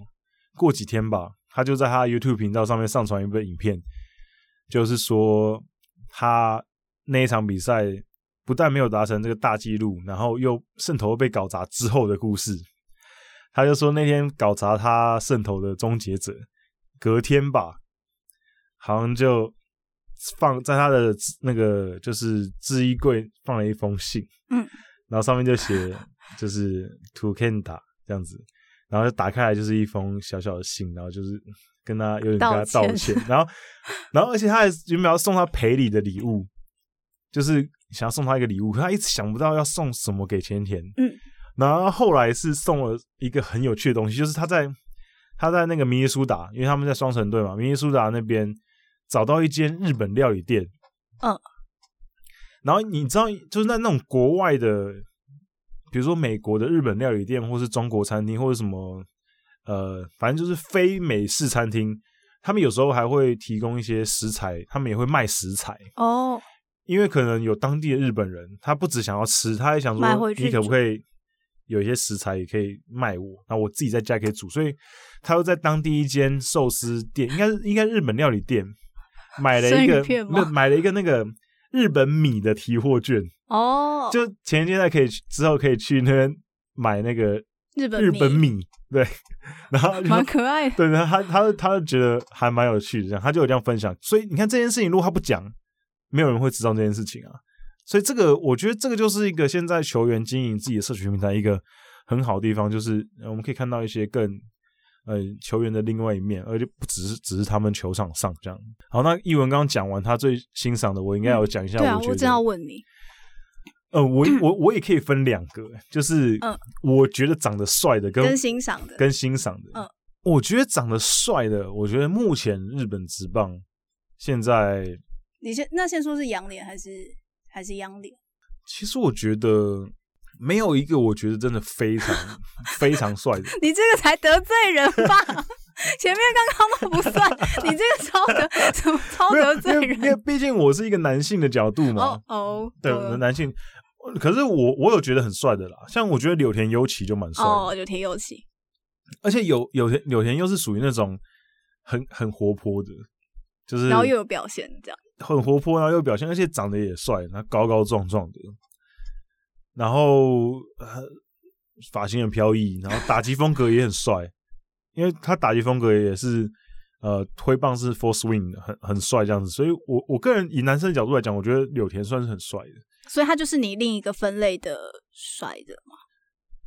Speaker 1: 过几天吧，他就在他 YouTube 频道上面上传一个影片，就是说他那一场比赛不但没有达成这个大纪录，然后又胜投被搞砸之后的故事。他就说那天搞砸他胜投的终结者，隔天吧，好像就放在他的那个就是置衣柜放了一封信，
Speaker 2: 嗯，
Speaker 1: 然后上面就写就是“ to Kenda” 这样子，然后就打开来就是一封小小的信，然后就是跟他有点跟他
Speaker 2: 道
Speaker 1: 道
Speaker 2: 歉
Speaker 1: 歉，然后然后而且他还原本要送他赔礼的礼物，就是想要送他一个礼物，可他一直想不到要送什么给前田，
Speaker 2: 嗯，
Speaker 1: 然后后来是送了一个很有趣的东西，就是他在他在那个明尼苏达，因为他们在双城队嘛，明尼苏达那边找到一间日本料理店，
Speaker 2: 嗯，
Speaker 1: 然后你知道，就是在那种国外的，比如说美国的日本料理店，或是中国餐厅，或者什么，呃，反正就是非美式餐厅，他们有时候还会提供一些食材，他们也会卖食材。
Speaker 2: 哦，
Speaker 1: 因为可能有当地的日本人，他不只想要吃，他还想
Speaker 2: 买
Speaker 1: 说
Speaker 2: 回去
Speaker 1: 你可不可以有一些食材也可以卖我，那我自己在家也可以煮，所以他又在当地一间寿司店，应该是应该日本料理店买 了一
Speaker 2: 生
Speaker 1: 个
Speaker 2: 鱼片吗
Speaker 1: 那买了一个那个日本米的提货券，
Speaker 2: 哦，
Speaker 1: 就前一天才可以去之后可以去那边买那个
Speaker 2: 日本
Speaker 1: 日本
Speaker 2: 米
Speaker 1: 米，对，然后就
Speaker 2: 蛮可爱的，
Speaker 1: 对，然后他他他就觉得还蛮有趣的，这样他就有这样分享。所以你看这件事情，如果他不讲，没有人会知道这件事情啊。所以这个，我觉得这个就是一个现在球员经营自己的社群平台一个很好的地方，就是呃我们可以看到一些更呃球员的另外一面，而且不只是只是他们球场上这样。好，那译文刚刚讲完他最欣赏的，我应该要讲一下，
Speaker 2: 对啊，
Speaker 1: 我觉
Speaker 2: 我
Speaker 1: 得
Speaker 2: 正要问你，
Speaker 1: 呃，我我我也可以分两个，就是
Speaker 2: 嗯
Speaker 1: 我觉得长得帅的跟
Speaker 2: 跟欣赏的，
Speaker 1: 跟欣赏的。
Speaker 2: 嗯
Speaker 1: 我觉得长得帅的，我觉得目前日本职棒现在，
Speaker 2: 你先那先说是洋脸还是还是央脸？
Speaker 1: 其实我觉得没有一个我觉得真的非常非常帅的。
Speaker 2: 你这个才得罪人 吧？前面刚刚都不算，你这个超得哦怎么超
Speaker 1: 没有，
Speaker 2: 得罪
Speaker 1: 因为因为
Speaker 2: 人？
Speaker 1: 毕竟我是一个男性的角度嘛，
Speaker 2: 哦哦，
Speaker 1: 对，
Speaker 2: 呃
Speaker 1: 男性。可是我我有觉得很帅的啦，像我觉得柳田优起就蛮帅的，
Speaker 2: 哦，就挺有气，
Speaker 1: 而且有有田有田又是属于那种很很活泼的，就是
Speaker 2: 然后又有表现，这样
Speaker 1: 很活泼，然后又表现，而且长得也帅，然后高高壮壮的，然后呃发型很飘逸，然后打击风格也很帅，因为他打击风格也是呃挥棒是 full swing 的很很帅这样子，所以我我个人以男生的角度来讲，我觉得柳田算是很帅的，
Speaker 2: 所以他就是你另一个分类的帅的，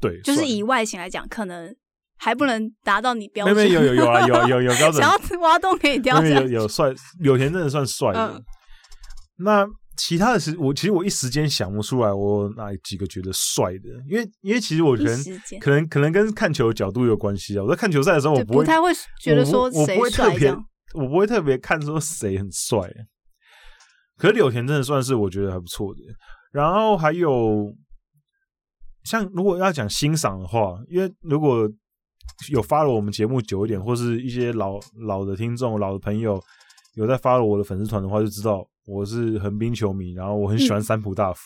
Speaker 1: 对，
Speaker 2: 就是
Speaker 1: 帅
Speaker 2: 以外形来讲，可能还不能达到你标
Speaker 1: 没有
Speaker 2: 准。
Speaker 1: 没有有有啊有 啊有有标准，
Speaker 2: 想要挖洞给你掉
Speaker 1: 因
Speaker 2: 下
Speaker 1: 为有
Speaker 2: 去。
Speaker 1: 有帅，柳田真的算帅的。
Speaker 2: 嗯
Speaker 1: 那其他的时，我其实我一时间想不出来，我哪几个觉得帅的？因为因为其实我可
Speaker 2: 一
Speaker 1: 能
Speaker 2: 时间
Speaker 1: 可能可能跟看球的角度有关系啊。我在看球赛的时候，我
Speaker 2: 就
Speaker 1: 不会
Speaker 2: 太会觉得说
Speaker 1: 我不我
Speaker 2: 谁
Speaker 1: 不会特
Speaker 2: 帅这
Speaker 1: 别
Speaker 2: 样。，
Speaker 1: 我不会特别看说谁很帅。可是柳田真的算是我觉得还不错的。然后还有像如果要讲欣赏的话，因为如果有发了我们节目久一点，或是一些老老的听众、老的朋友有在发了我的粉丝团的话，就知道我是横滨球迷，然后我很喜欢
Speaker 2: 嗯
Speaker 1: 三浦大辅，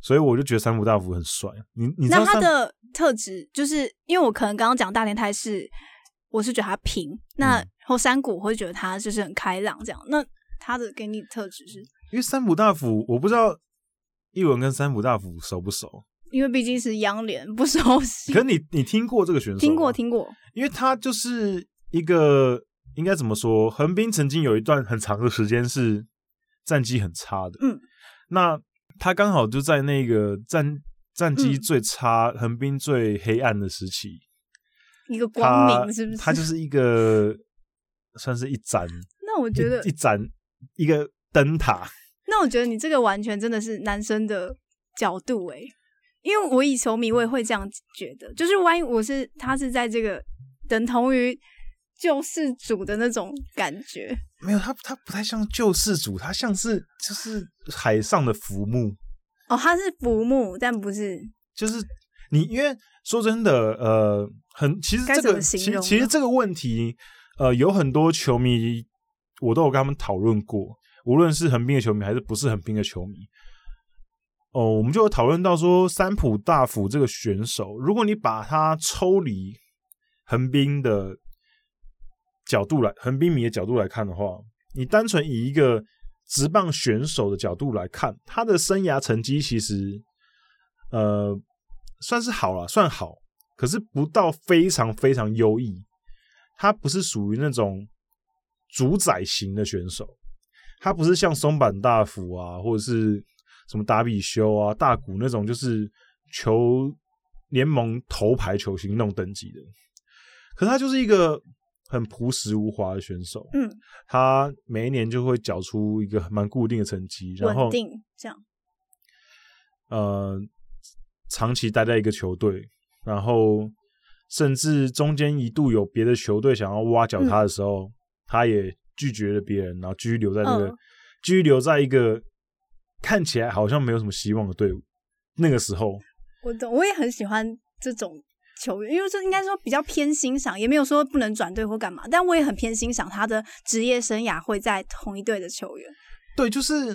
Speaker 1: 所以我就觉得三浦大辅很帅。你你知道
Speaker 2: 那他
Speaker 1: 三
Speaker 2: 的特质就是，因为我可能刚刚讲大连太是，我是觉得他平，那
Speaker 1: 嗯
Speaker 2: 后山谷我会觉得他就是很开朗这样。那他的给你特质是
Speaker 1: 因为三浦大辅，我不知道译文跟三浦大辅熟不熟，
Speaker 2: 因为毕竟是央联不熟悉
Speaker 1: 可，是你你听过这个选手？
Speaker 2: 听过，听过，
Speaker 1: 因为他就是一个应该怎么说？横滨曾经有一段很长的时间是战绩很差的，
Speaker 2: 嗯，
Speaker 1: 那他刚好就在那个战战
Speaker 2: 嗯
Speaker 1: 绩最差、横滨最黑暗的时期，
Speaker 2: 一个光
Speaker 1: 他
Speaker 2: 明是不是？
Speaker 1: 他就是一个算是一盏，
Speaker 2: 那我觉得
Speaker 1: 一一盏一个灯塔，
Speaker 2: 那我觉得你这个完全真的是男生的角度诶、因为我以球迷我也会这样觉得，就是万一我是他是在这个等同于救世主的那种感觉，
Speaker 1: 没有，他他不太像救世主，他像是就是海上的浮木，
Speaker 2: 哦，他是浮木，但不是
Speaker 1: 就是你因为说真的，呃，很其实
Speaker 2: 该
Speaker 1: 这
Speaker 2: 怎
Speaker 1: 个
Speaker 2: 么
Speaker 1: 其
Speaker 2: 形
Speaker 1: 实
Speaker 2: 容
Speaker 1: 其实
Speaker 2: 呢
Speaker 1: 这个问题，呃，有很多球迷我都有跟他们讨论过，无论是横滨的球迷还是不是横滨的球迷。哦，我们就有讨论到说，三浦大辅这个选手，如果你把他抽离横滨的角度来，横滨迷的角度来看的话，你单纯以一个职棒选手的角度来看，他的生涯成绩其实呃算是好了，算好，可是不到非常非常优异。他不是属于那种主宰型的选手，他不是像松坂大辅啊，或者是什么达比修啊、大谷那种，就是球联盟头牌球星那种等级的。可是他就是一个很朴实无华的选手，
Speaker 2: 嗯，
Speaker 1: 他每一年就会缴出一个蛮固定的成绩，然后
Speaker 2: 稳定这样，
Speaker 1: 呃长期待在一个球队，然后甚至中间一度有别的球队想要挖角
Speaker 2: 嗯
Speaker 1: 他的时候，他也拒绝了别人，然后继续留在那个、
Speaker 2: 嗯
Speaker 1: 继续留在一个看起来好像没有什么希望的队伍。那个时候，
Speaker 2: 我懂，我也很喜欢这种球员，因为这应该说比较偏欣赏，也没有说不能转队或干嘛，但我也很偏欣赏他的职业生涯会在同一队的球员。
Speaker 1: 对，就是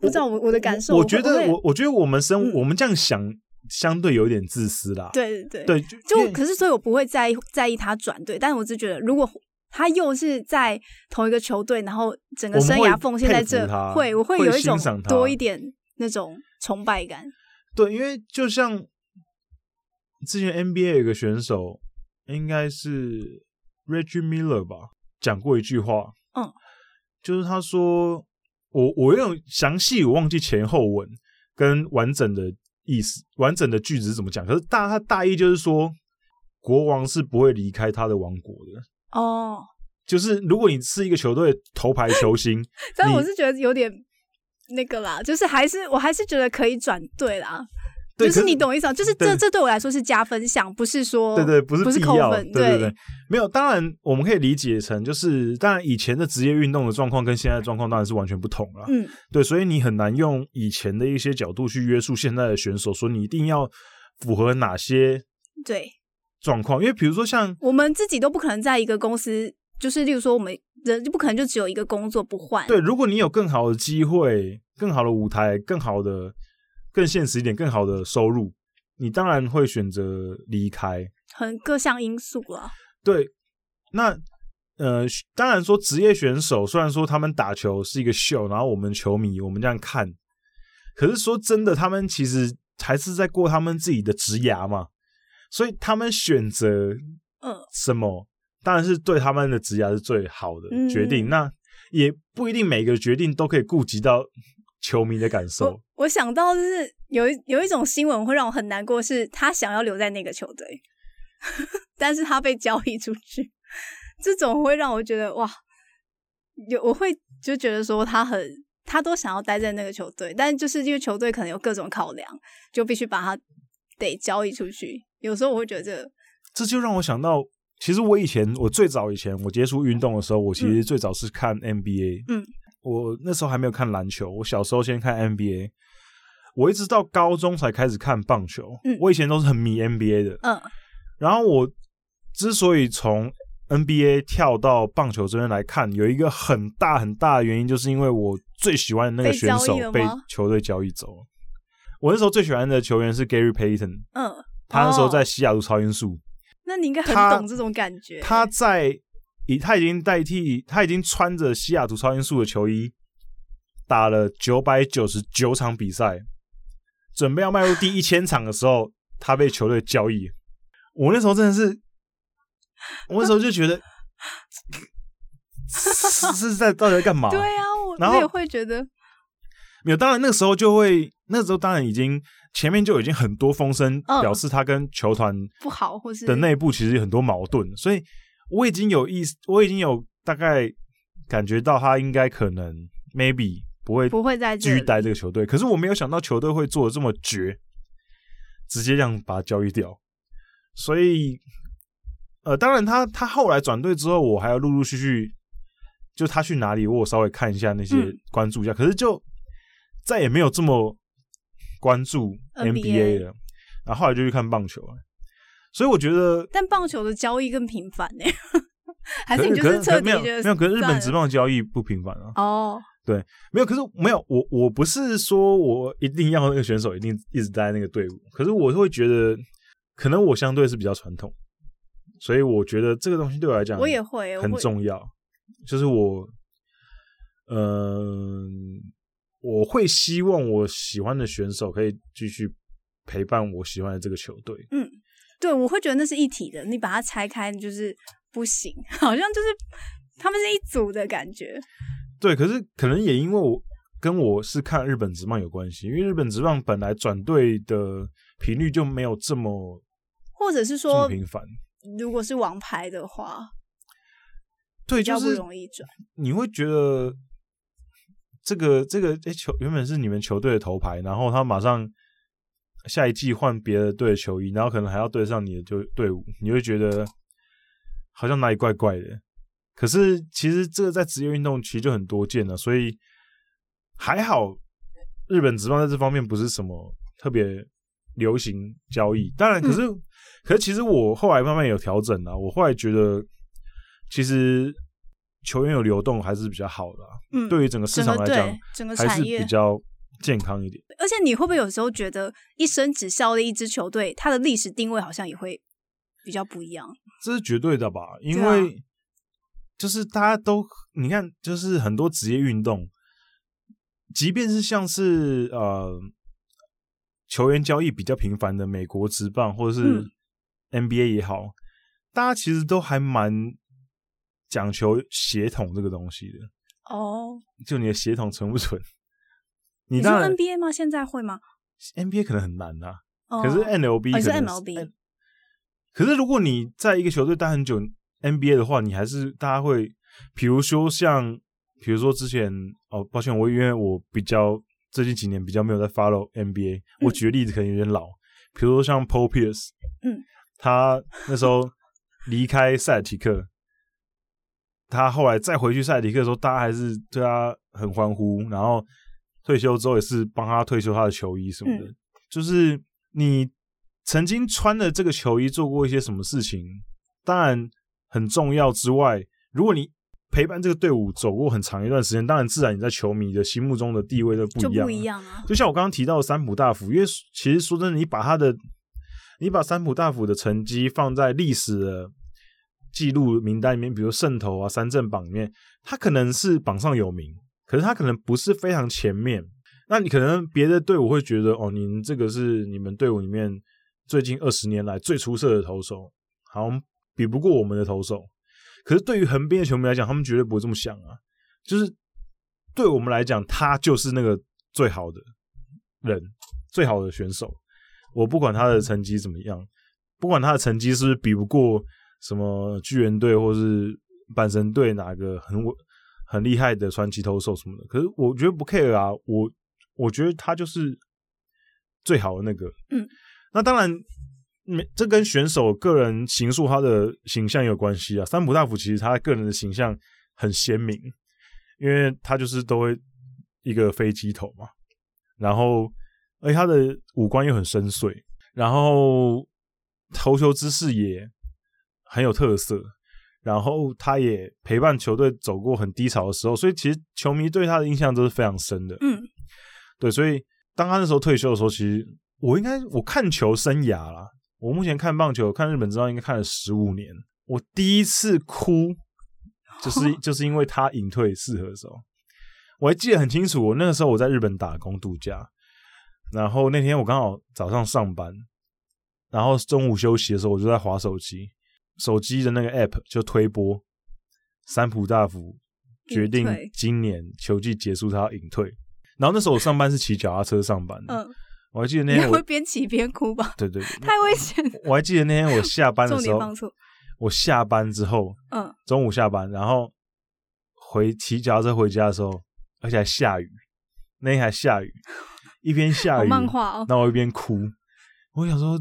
Speaker 2: 不知道我我的感受，
Speaker 1: 我
Speaker 2: 会
Speaker 1: 觉得
Speaker 2: 会
Speaker 1: 我我觉得我们生、
Speaker 2: 嗯
Speaker 1: 我们这样想相对有点自私啦。
Speaker 2: 对对
Speaker 1: 对，
Speaker 2: 对，
Speaker 1: 就因
Speaker 2: 就
Speaker 1: 为
Speaker 2: 可是所以我不会在意在意他转队，但是我只觉得如果。他又是在同一个球队，然后整个
Speaker 1: 我们
Speaker 2: 生
Speaker 1: 会
Speaker 2: 涯奉献在
Speaker 1: 佩服
Speaker 2: 这，
Speaker 1: 他
Speaker 2: 会我会
Speaker 1: 会
Speaker 2: 有一
Speaker 1: 欣
Speaker 2: 种
Speaker 1: 赏他
Speaker 2: 多一点那种崇拜感。
Speaker 1: 对，因为就像之前 NBA 有个选手，应该是 Reggie Miller 吧，讲过一句话，
Speaker 2: 嗯，
Speaker 1: 就是他说，我我有点详细我忘记前后文跟完整的意思，完整的句子是怎么讲，可是大他大意就是说，国王是不会离开他的王国的。
Speaker 2: 哦，
Speaker 1: 就是如果你是一个球队的头牌球星，
Speaker 2: 但
Speaker 1: 你
Speaker 2: 我是觉得有点那个啦，就是还是我还是觉得可以转队啦。
Speaker 1: 对
Speaker 2: 就
Speaker 1: 可
Speaker 2: 是
Speaker 1: 是
Speaker 2: 你懂意思吗？就是
Speaker 1: 对
Speaker 2: 这这对我来说是加分项，不是说
Speaker 1: 对对，不是
Speaker 2: 不是
Speaker 1: 必
Speaker 2: 扣
Speaker 1: 要，
Speaker 2: 分，
Speaker 1: 对对，没有。当然，我们可以理解成就是，当然以前的职业运动的状况跟现在的状况当然是完全不同了。
Speaker 2: 嗯，
Speaker 1: 对，所以你很难用以前的一些角度去约束现在的选手，说你一定要符合哪些
Speaker 2: 对，
Speaker 1: 状况，因为比如说像
Speaker 2: 我们自己都不可能在一个公司，就是例如说我们人就不可能就只有一个工作不换，
Speaker 1: 对，如果你有更好的机会、更好的舞台、更好的、更现实一点、更好的收入，你当然会选择离开。
Speaker 2: 很各项因素啦。
Speaker 1: 对，那呃，当然说职业选手，虽然说他们打球是一个秀，然后我们球迷我们这样看，可是说真的，他们其实还是在过他们自己的职涯嘛，所以他们选择
Speaker 2: 嗯
Speaker 1: 什么，当然是对他们的职涯是最好的决定。
Speaker 2: 嗯
Speaker 1: 那也不一定每个决定都可以顾及到球迷的感受
Speaker 2: 我。我想到就是有一有一种新闻会让我很难过，是他想要留在那个球队， 但是他被交易出去， 这种会让我觉得哇，有我会就觉得说他很他都想要待在那个球队，但就是因为球队可能有各种考量，就必须把他得交易出去。有时候我会觉得这个
Speaker 1: 这就让我想到，其实我以前我最早以前我接触运动的时候，我其实最早是看 NBA，
Speaker 2: 嗯，
Speaker 1: 我那时候还没有看篮球，我小时候先看 NBA，我一直到高中才开始看棒球，
Speaker 2: 嗯
Speaker 1: 我以前都是很迷 NBA 的，
Speaker 2: 嗯
Speaker 1: 然后我之所以从 NBA 跳到棒球这边来看，有一个很大很大的原因，就是因为我最喜欢的那个
Speaker 2: 被
Speaker 1: 选
Speaker 2: 交
Speaker 1: 手
Speaker 2: 易了吗
Speaker 1: 被球队交易走了。我那时候最喜欢的球员是 Gary Payton，
Speaker 2: 嗯，
Speaker 1: 他那时候
Speaker 2: 哦
Speaker 1: 在西雅图超音速。
Speaker 2: 那你应该很
Speaker 1: 他
Speaker 2: 懂这种感觉。
Speaker 1: 他在以他已经代替他已经穿着西雅图超音速的球衣，打了九百九十九场比赛，准备要迈入第一千场的时候，他被球队交易。我那时候真的是，我那时候就觉得 是是在到底在干嘛？
Speaker 2: 对啊，我
Speaker 1: 然
Speaker 2: 我也
Speaker 1: 后
Speaker 2: 会觉得
Speaker 1: 没有，当然那个时候就会，那时候当然已经前面就已经很多风声
Speaker 2: 嗯
Speaker 1: 表示他跟球团
Speaker 2: 不好，或是
Speaker 1: 的内部其实有很多矛盾，所以我已经有意识，我已经有大概感觉到他应该可能 maybe 不会
Speaker 2: 不会在
Speaker 1: 继
Speaker 2: 这
Speaker 1: 续
Speaker 2: 里。
Speaker 1: 待这个球队，可是我没有想到球队会做的这么绝，直接这样把他交易掉。所以，呃，当然他他后来转队之后，我还要陆陆续续就他去哪里，我有稍微看一下那些、
Speaker 2: 嗯
Speaker 1: 关注一下，可是就再也没有这么关注
Speaker 2: NBA
Speaker 1: NBA 了。然后后来就去看棒球了，所以我觉得
Speaker 2: 但棒球的交易更频繁呢、 还
Speaker 1: 可
Speaker 2: 是你就
Speaker 1: 可
Speaker 2: 彻
Speaker 1: 可
Speaker 2: 底
Speaker 1: 没有
Speaker 2: 觉得
Speaker 1: 没有，可是日
Speaker 2: 算
Speaker 1: 本
Speaker 2: 了
Speaker 1: 职棒交易不频繁啊，
Speaker 2: 哦，
Speaker 1: 没有，可是没有我我不是说我一定要那个选手一定一直待在那个队伍，可是我会觉得可能我相对是比较传统，所以我觉得这个东西对我来讲
Speaker 2: 我也会，我
Speaker 1: 很
Speaker 2: 会
Speaker 1: 重要，就是我嗯、我会希望我喜欢的选手可以继续陪伴我喜欢的这个球队，
Speaker 2: 对，我会觉得那是一体的，你把它拆开就是不行， 好像就是他们是一组的感觉。
Speaker 1: 对，可是可能也因为我跟我是看日本职棒有关系，因为日本职棒本来转队的频率就没有这么
Speaker 2: 或者是
Speaker 1: 这么
Speaker 2: 说，
Speaker 1: 频繁。
Speaker 2: 如果是王牌的话，
Speaker 1: 对，
Speaker 2: 比较
Speaker 1: 就
Speaker 2: 不
Speaker 1: 是
Speaker 2: 容易转。
Speaker 1: 你会觉得这个这个诶、球原本是你们球队的头牌，然后他马上下一季换别的队的球衣，然后可能还要对上你的就队伍，你会觉得好像哪里怪怪的。可是其实这个在职业运动其实就很多见了，所以还好日本职棒在这方面不是什么特别流行交易。当然，
Speaker 2: 嗯
Speaker 1: 可是、可是其实我后来慢慢有调整了、我后来觉得其实球员有流动还是比较好的啊、
Speaker 2: 嗯，
Speaker 1: 对于整个市
Speaker 2: 整
Speaker 1: 场
Speaker 2: 个
Speaker 1: 来
Speaker 2: 对
Speaker 1: 讲
Speaker 2: 整个
Speaker 1: 还是
Speaker 2: 产
Speaker 1: 比
Speaker 2: 业，
Speaker 1: 较健康一点。
Speaker 2: 而且你会不会有时候觉得一生只效力一支球队，它的历史定位好像也会比较不一样？
Speaker 1: 这是绝对的吧？因
Speaker 2: 对啊
Speaker 1: 为就是大家都你看，就是很多职业运动，即便是像是呃球员交易比较频繁的美国职棒或者是
Speaker 2: 嗯
Speaker 1: NBA 也好，大家其实都还蛮讲求血统这个东西的，
Speaker 2: 哦，
Speaker 1: 就你的血统纯不纯？你
Speaker 2: 你说
Speaker 1: 当然
Speaker 2: NBA 吗？现在会吗？
Speaker 1: NBA 可能很难啊，
Speaker 2: 哦、
Speaker 1: 可是哎 NLB
Speaker 2: 哦
Speaker 1: 可
Speaker 2: 你是
Speaker 1: 能
Speaker 2: MLB
Speaker 1: 可是如果你在一个球队待很久，NBA 的话，你还是大家会，比如说像，比如说之前哦，抱歉，我因为我比较最近几年比较没有在 follow NBA，、我举个例子可能有点老，比如说像 Paul Pierce，
Speaker 2: 嗯，
Speaker 1: 他那时候离开塞尔提克， 他后来再回去塞尔提克的时候，大家还是对他很欢呼，然后退休之后也是帮他退休他的球衣什么
Speaker 2: 嗯
Speaker 1: 的，就是你曾经穿的这个球衣做过一些什么事情，当然很重要之外，如果你陪伴这个队伍走过很长一段时间，当然自然你在球迷的心目中的地位就不
Speaker 2: 就
Speaker 1: 一样、
Speaker 2: 不一。样啊。
Speaker 1: 就像我刚刚提到的三浦大辅，因为其实说真的，你把他的，你把三浦大辅的成绩放在历史的记录名单里面，比如胜投啊、三振榜里面，他可能是榜上有名，可是他可能不是非常前面。那你可能别的队伍会觉得，哦，您这个是你们队伍里面最近二十年来最出色的投手，好像比不过我们的投手。可是对于横滨的球迷来讲，他们绝对不会这么想啊。就是对我们来讲，他就是那个最好的人，最好的选手。我不管他的成绩怎么样，不管他的成绩是不是比不过什么巨人队或是阪神队哪个很稳很厉害的传奇投手什么的，可是我觉得不 care 啊，我我觉得他就是最好的那个。
Speaker 2: 嗯，
Speaker 1: 那当然。没，这跟选手个人形塑他的形象有关系啊。三浦大辅其实他个人的形象很鲜明，因为他就是都会一个飞机头嘛，然后而且他的五官又很深邃，然后投球姿势也很有特色，然后他也陪伴球队走过很低潮的时候，所以其实球迷对他的印象都是非常深的。
Speaker 2: 嗯，
Speaker 1: 对，所以当他那时候退休的时候，其实我应该我看球生涯啦，我目前看棒球、看日本职棒应该看了十五年，我第一次哭就是 就是因为他隐退适合的时候，我还记得很清楚，我那个时候我在日本打工度假，然后那天我刚好早上上班，然后中午休息的时候我就在划手机，手机的那个 app 就推播三浦大辅决定
Speaker 2: 隐退
Speaker 1: 今年球季结束他要隐退。然后那时候我上班是骑脚踏车上班的，
Speaker 2: 嗯，
Speaker 1: 我还记得那
Speaker 2: 你
Speaker 1: 天
Speaker 2: 会
Speaker 1: 我，嗯
Speaker 2: 边骑边哭吧？
Speaker 1: 对对对，
Speaker 2: 太危险了，
Speaker 1: 我还记得那天我下班的
Speaker 2: 重
Speaker 1: 时
Speaker 2: 点
Speaker 1: 候，
Speaker 2: 放错。
Speaker 1: 我下班之后，
Speaker 2: 嗯，
Speaker 1: 中午下班，然后回骑脚踏车回家的时候，而且还下雨，那天还下雨，一边下
Speaker 2: 好
Speaker 1: 雨，
Speaker 2: 漫画哦。
Speaker 1: 然后我一边哭，我想说，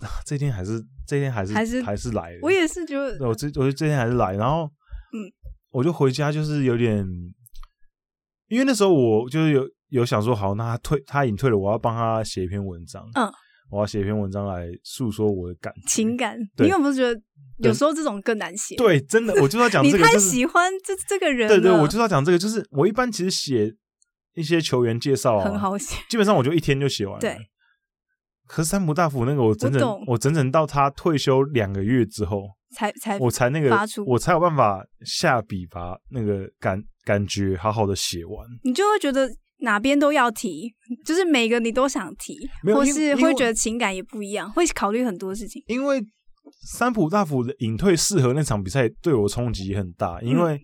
Speaker 1: 啊这天还是这天还是
Speaker 2: 还是
Speaker 1: 还是来了，
Speaker 2: 我也是觉得
Speaker 1: 对，我这我就这天还是来，然后
Speaker 2: 嗯，
Speaker 1: 我就回家就是有点，因为那时候我就是有有想说，好，那他退他隐退了，我要帮他写一篇文章，
Speaker 2: 嗯，
Speaker 1: 我要写一篇文章来诉说我的感觉
Speaker 2: 情感，
Speaker 1: 对
Speaker 2: 你有没有觉得
Speaker 1: 对
Speaker 2: 有时候这种更难写？
Speaker 1: 对，真的，我就是要讲
Speaker 2: 你
Speaker 1: 这个，
Speaker 2: 太
Speaker 1: 就是
Speaker 2: 喜欢这这个人了，
Speaker 1: 对对，我就是要讲这个，就是我一般其实写一些球员介绍啊，
Speaker 2: 很好写。
Speaker 1: 基本上我就一天就写完了。
Speaker 2: 对。
Speaker 1: 可是三浦大辅那个，我整整
Speaker 2: 我懂
Speaker 1: 我整整到他退休两个月之后，
Speaker 2: 才才
Speaker 1: 我才那个
Speaker 2: 发出
Speaker 1: 我才有办法下笔把那个感感觉好好的写完。
Speaker 2: 你就会觉得哪边都要提，就是每个你都想提，
Speaker 1: 没有
Speaker 2: 或
Speaker 1: 因为
Speaker 2: 是
Speaker 1: 因
Speaker 2: 会
Speaker 1: 为
Speaker 2: 觉得情感也不一样，会考虑很多事情。
Speaker 1: 因为三浦大辅的隐退适合那场比赛对我冲击很大，因
Speaker 2: 嗯
Speaker 1: 为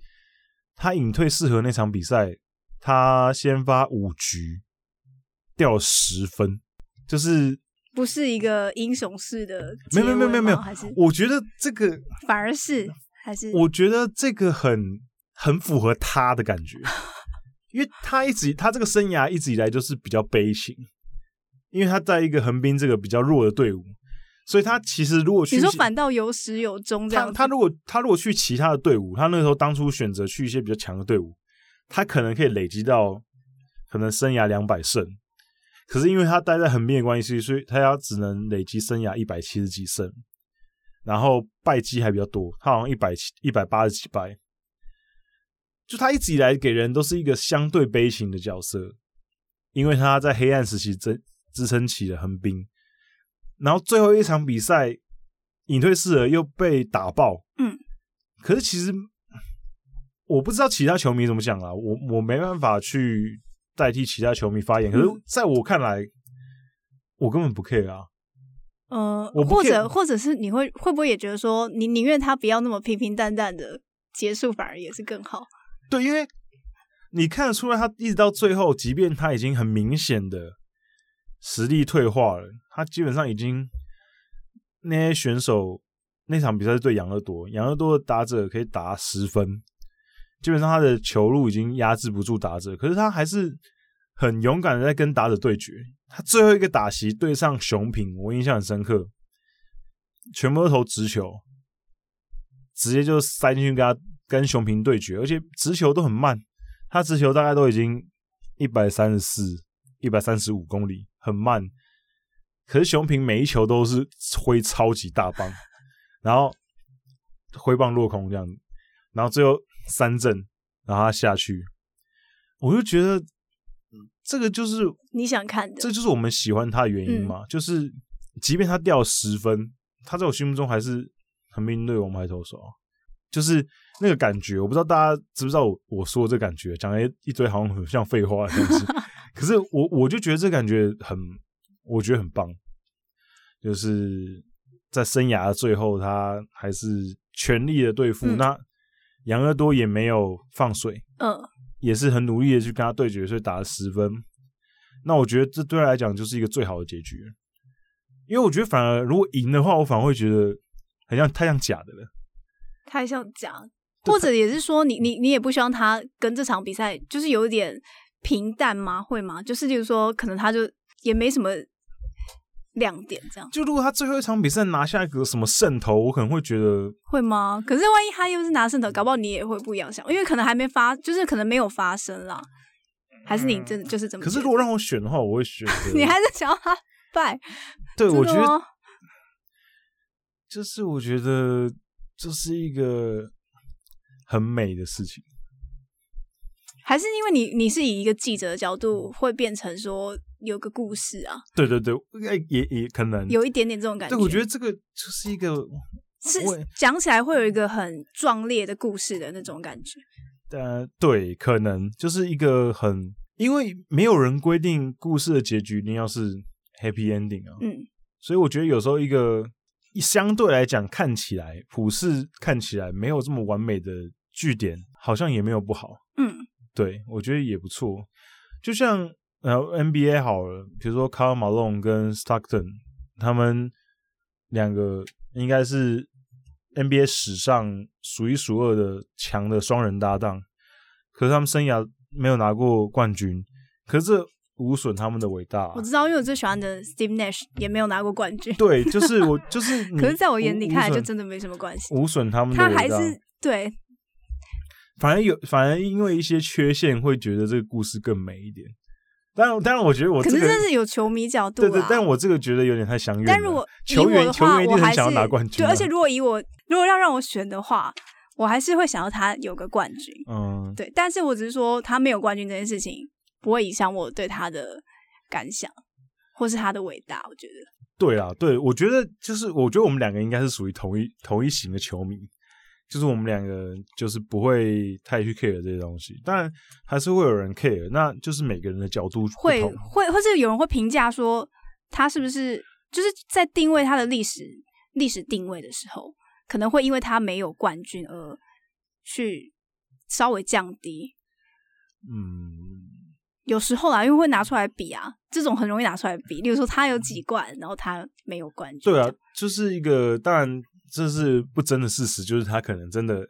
Speaker 1: 他隐退适合那场比赛，他先发五局掉了十分，就是
Speaker 2: 不是一个英雄式的结
Speaker 1: 没
Speaker 2: 尾
Speaker 1: 有
Speaker 2: 吗，
Speaker 1: 没有没有没有没有
Speaker 2: 还是
Speaker 1: 我觉得这个
Speaker 2: 反而是还是
Speaker 1: 我觉得这个很很符合他的感觉，因为他一直他这个生涯一直以来就是比较悲情，因为他在一个横滨这个比较弱的队伍，所以他其实如果去
Speaker 2: 你说反倒有始有终这样
Speaker 1: 他
Speaker 2: 子，
Speaker 1: 他如果他如果去其他的队伍，他那时候当初选择去一些比较强的队伍，他可能可以累积到可能生涯两百胜，可是因为他待在横滨的关系，所以他要只能累积生涯一百七十几胜，然后败绩还比较多，他好像一百一百八十几败，就他一直以来给人都是一个相对悲情的角色，因为他在黑暗时期支支撑起了横滨，然后最后一场比赛隐退适合又被打爆，
Speaker 2: 嗯，
Speaker 1: 可是其实我不知道其他球迷怎么想啊，我我没办法去代替其他球迷发言，可是
Speaker 2: 嗯
Speaker 1: 在我看来，我根本不 care 啊，
Speaker 2: 呃
Speaker 1: 我，不
Speaker 2: 或
Speaker 1: care
Speaker 2: 者或者是你会会不会也觉得说，你宁愿他不要那么平平淡淡的结束，反而也是更好。
Speaker 1: 对，因为你看得出来，他一直到最后，即便他已经很明显的实力退化了，他基本上已经那些选手那场比赛是对养乐多，养乐多的打者可以打十分，基本上他的球路已经压制不住打者，可是他还是很勇敢的在跟打者对决。他最后一个打席对上熊平，我印象很深刻，全部都投直球，直接就塞进去跟他跟熊平对决，而且直球都很慢，他直球大概都已经一百三十四、一百三十五公里，很慢。可是熊平每一球都是挥超级大棒，然后挥棒落空这样子，然后最后三振，然后他下去，我就觉得嗯这个就是
Speaker 2: 你想看的嗯
Speaker 1: 这就是我们喜欢他的原因嘛，就是即便他掉了十分，他在我心目中还是横滨队王牌投手啊，就是那个感觉。我不知道大家知不知道我我说的这感觉，讲了一一堆好像很像废话的东 西，可是我我就觉得这感觉很，我觉得很棒，就是在生涯的最后，他还是全力的对付、
Speaker 2: 嗯
Speaker 1: 那杨乐多也没有放水，
Speaker 2: 嗯，
Speaker 1: 也是很努力的去跟他对决，所以打了十分。那我觉得这对他来讲就是一个最好的结局，因为我觉得反而如果赢的话，我反而会觉得很像太像假的了。
Speaker 2: 太想讲，或者也是说你，你你也不希望他跟这场比赛就是有一点平淡吗？会吗？就是例如说，可能他就也没什么亮点，这样
Speaker 1: 就如果他最后一场比赛拿下一个什么胜投，我可能会觉得
Speaker 2: 会吗？可是万一他又是拿胜投，搞不好你也会不一样想，因为可能还没发，就是可能没有发生啦，还是你真的就是这么
Speaker 1: 嗯可
Speaker 2: 觉得？
Speaker 1: 是如果让我选的话，我会选
Speaker 2: 你还
Speaker 1: 择。
Speaker 2: 是想要他败，
Speaker 1: 对，
Speaker 2: 真
Speaker 1: 我
Speaker 2: 的
Speaker 1: 觉得
Speaker 2: 吗？
Speaker 1: 就是我觉得这是一个很美的事情。
Speaker 2: 还是因为你你是以一个记者的角
Speaker 1: 嗯
Speaker 2: 度，会变成说有个故事啊，
Speaker 1: 对对对，哎也也可能。
Speaker 2: 有一点点这种感觉。
Speaker 1: 对，我觉得这个就是一个
Speaker 2: 是
Speaker 1: 我也
Speaker 2: 讲起来会有一个很壮烈的故事的那种感觉。
Speaker 1: 呃，对，可能就是一个很，因为没有人规定故事的结局一定要是 happy ending 啊，
Speaker 2: 嗯，
Speaker 1: 所以我觉得有时候一个相对来讲看起来普世看起来没有这么完美的据点，好像也没有不好，
Speaker 2: 嗯，
Speaker 1: 对我觉得也不错。就像呃 NBA 好了，比如说 Carl Malone 跟 Stockton 他们两个应该是 NBA 史上数一数二的强的双人搭档，可是他们生涯没有拿过冠军，可是这无损他们的伟大啊、
Speaker 2: 我知道，因为我最喜欢的 Steve Nash 也没有拿过冠军，
Speaker 1: 对，就是我，就是你
Speaker 2: 可是在我眼
Speaker 1: 无
Speaker 2: 里
Speaker 1: 无
Speaker 2: 看来就
Speaker 1: 损
Speaker 2: 真的没什么关系。
Speaker 1: 无损他们的
Speaker 2: 他
Speaker 1: 伟
Speaker 2: 还
Speaker 1: 大
Speaker 2: 是对，
Speaker 1: 反而有，反而因为一些缺陷，会觉得这个故事更美一点。当然，当然，我觉得我
Speaker 2: 可
Speaker 1: 这
Speaker 2: 是
Speaker 1: 个
Speaker 2: 这是有球迷角度
Speaker 1: 对对
Speaker 2: 啦，
Speaker 1: 但我这个觉得有点太相怨了。
Speaker 2: 啊但如果以
Speaker 1: 球
Speaker 2: 我
Speaker 1: 员
Speaker 2: 的
Speaker 1: 球
Speaker 2: 话，
Speaker 1: 员一
Speaker 2: 我
Speaker 1: 定很
Speaker 2: 还是
Speaker 1: 想要拿冠军
Speaker 2: 对，
Speaker 1: 啊、
Speaker 2: 而且如果以我如果要让我选的话，我还是会想要他有个冠军。
Speaker 1: 嗯，
Speaker 2: 对，但是我只是说他没有冠军这件事情不会影响我对他的感想，或是他的伟大。我觉得
Speaker 1: 对啦，对，啊我觉得就是，我觉得我们两个应该是属于同一同一型的球迷，就是我们两个就是不会太去 care 这些东西，当然还是会有人 care，那就是每个人的角度不
Speaker 2: 会
Speaker 1: 同
Speaker 2: 会，或是有人会评价说他是不是就是在定位他的历史历史定位的时候，可能会因为他没有冠军而去稍微降低。
Speaker 1: 嗯，
Speaker 2: 有时候啦，因为会拿出来比啊，这种很容易拿出来比。例如说他有几冠，然后他没有冠军。
Speaker 1: 对啊，，就是一个当然这是不争的事实，就是他可能真的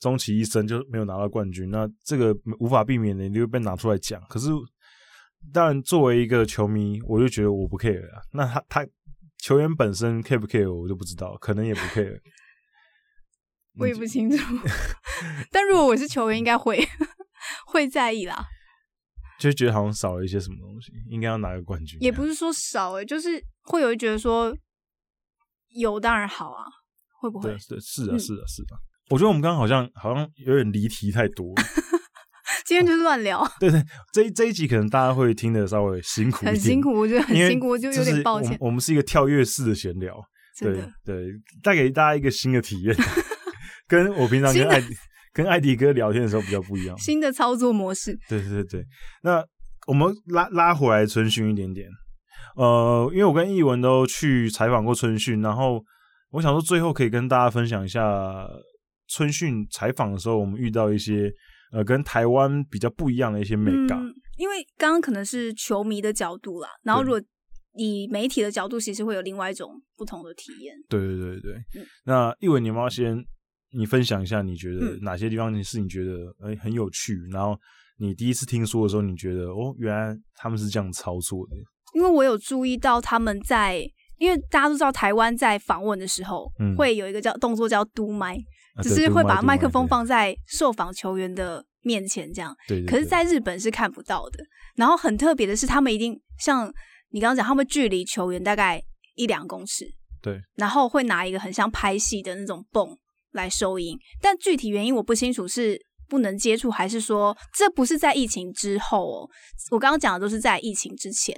Speaker 1: 终其一生就没有拿到冠军，那这个无法避免的，你就会被拿出来讲。可是当然作为一个球迷，我就觉得我不 care 啊。那他他球员本身 care 不 care 我就不知道，可能也不 care。
Speaker 2: 我
Speaker 1: 嗯
Speaker 2: 也不清楚。 但如果我是球员，应该会 会在意啦。
Speaker 1: 就觉得好像少了一些什么东西，应该要拿个冠军。啊
Speaker 2: 也不是说少诶、欸就是会有人觉得说有当然好啊，会不会
Speaker 1: 对？对是啊
Speaker 2: 嗯
Speaker 1: 是啊是啊。我觉得我们刚刚好像好像有点离题太多了，
Speaker 2: 今
Speaker 1: 哦
Speaker 2: 天就是乱聊，
Speaker 1: 对对，这一这一集可能大家会听得稍微辛苦一点，
Speaker 2: 很辛苦，我觉得很
Speaker 1: 因为
Speaker 2: 辛苦，我就有
Speaker 1: 是
Speaker 2: 点抱
Speaker 1: 我们
Speaker 2: 歉，
Speaker 1: 我们是一个跳跃式的闲聊，
Speaker 2: 真
Speaker 1: 对
Speaker 2: 的。
Speaker 1: 对，带给大家一个新的体 验，跟我平常
Speaker 2: 新
Speaker 1: 跟
Speaker 2: 的
Speaker 1: 艾迪跟艾迪哥聊天的时候比较不一样。
Speaker 2: 新的操作模式，
Speaker 1: 对对对，那我们拉拉回来春训一点点，呃，因为我跟译文都去采访过春训，然后我想说最后可以跟大家分享一下春训采访的时候，我们遇到一些呃跟台湾比较不一样的一些美感。
Speaker 2: 嗯，因为刚刚可能是球迷的角度啦，然后
Speaker 1: 对
Speaker 2: 如果以媒体的角度，其实会有另外一种不同的体验。
Speaker 1: 对对对对，
Speaker 2: 嗯
Speaker 1: 那一文，你要不要先你分享一下，你觉得
Speaker 2: 嗯
Speaker 1: 哪些地方是你觉得哎、很有趣，然后你第一次听说的时候，你觉得哦，原来他们是这样操作的，
Speaker 2: 因为我有注意到他们在，因为大家都知道台湾在访问的时候，
Speaker 1: 嗯
Speaker 2: 会有一个叫动作叫嘟麦，
Speaker 1: 啊
Speaker 2: 只
Speaker 1: 对
Speaker 2: 是
Speaker 1: 对
Speaker 2: 会
Speaker 1: 麦
Speaker 2: 把
Speaker 1: 对
Speaker 2: 麦
Speaker 1: 麦
Speaker 2: 克风
Speaker 1: 对
Speaker 2: 放在受访球员的面前这样。
Speaker 1: 对对
Speaker 2: 可是，
Speaker 1: 对
Speaker 2: 在日本是看不到的。然后很特别的是，他们一定像你刚刚讲，他们距离球员大概一两公尺，
Speaker 1: 对，
Speaker 2: 然后会拿一个很像拍戏的那种泵来收音，但具体原因我不清楚是。不能接触，还是说这不是在疫情之后哦？我刚刚讲的都是在疫情之前，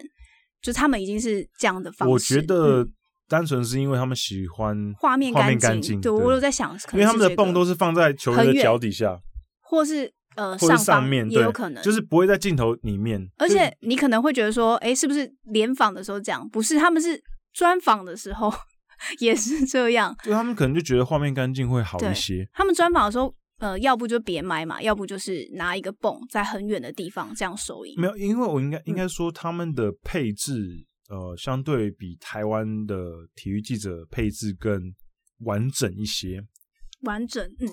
Speaker 2: 就他们已经是这样的方式。
Speaker 1: 我觉
Speaker 2: 嗯
Speaker 1: 得单纯是因为他们喜欢，
Speaker 2: 画面
Speaker 1: 画面
Speaker 2: 干
Speaker 1: 干净对
Speaker 2: 对我有在想，
Speaker 1: 因
Speaker 2: 可能
Speaker 1: 为他
Speaker 2: 是
Speaker 1: 们的
Speaker 2: 这
Speaker 1: 泵
Speaker 2: 个
Speaker 1: 都是放在球员
Speaker 2: 很
Speaker 1: 的
Speaker 2: 远
Speaker 1: 脚底下
Speaker 2: 或是呃
Speaker 1: 或者是
Speaker 2: 上
Speaker 1: 上
Speaker 2: 方
Speaker 1: 面，
Speaker 2: 也有
Speaker 1: 对
Speaker 2: 可能，
Speaker 1: 就是不会在镜头里面，
Speaker 2: 而
Speaker 1: 就是
Speaker 2: 且你可能会觉得说，哎，是不是联访的时候这样？不是，他们是专访的时候 也是这样。
Speaker 1: 就他们可能就觉得画面干净会好
Speaker 2: 对
Speaker 1: 一些，
Speaker 2: 他们专访的时候，呃，要不就别麦嘛，要不就是拿一个泵在很远的地方这样收音。
Speaker 1: 没有，因为我应该
Speaker 2: 嗯
Speaker 1: 应该说他们的配置，呃，相对比台湾的体育记者配置更完整一些。
Speaker 2: 完整，嗯，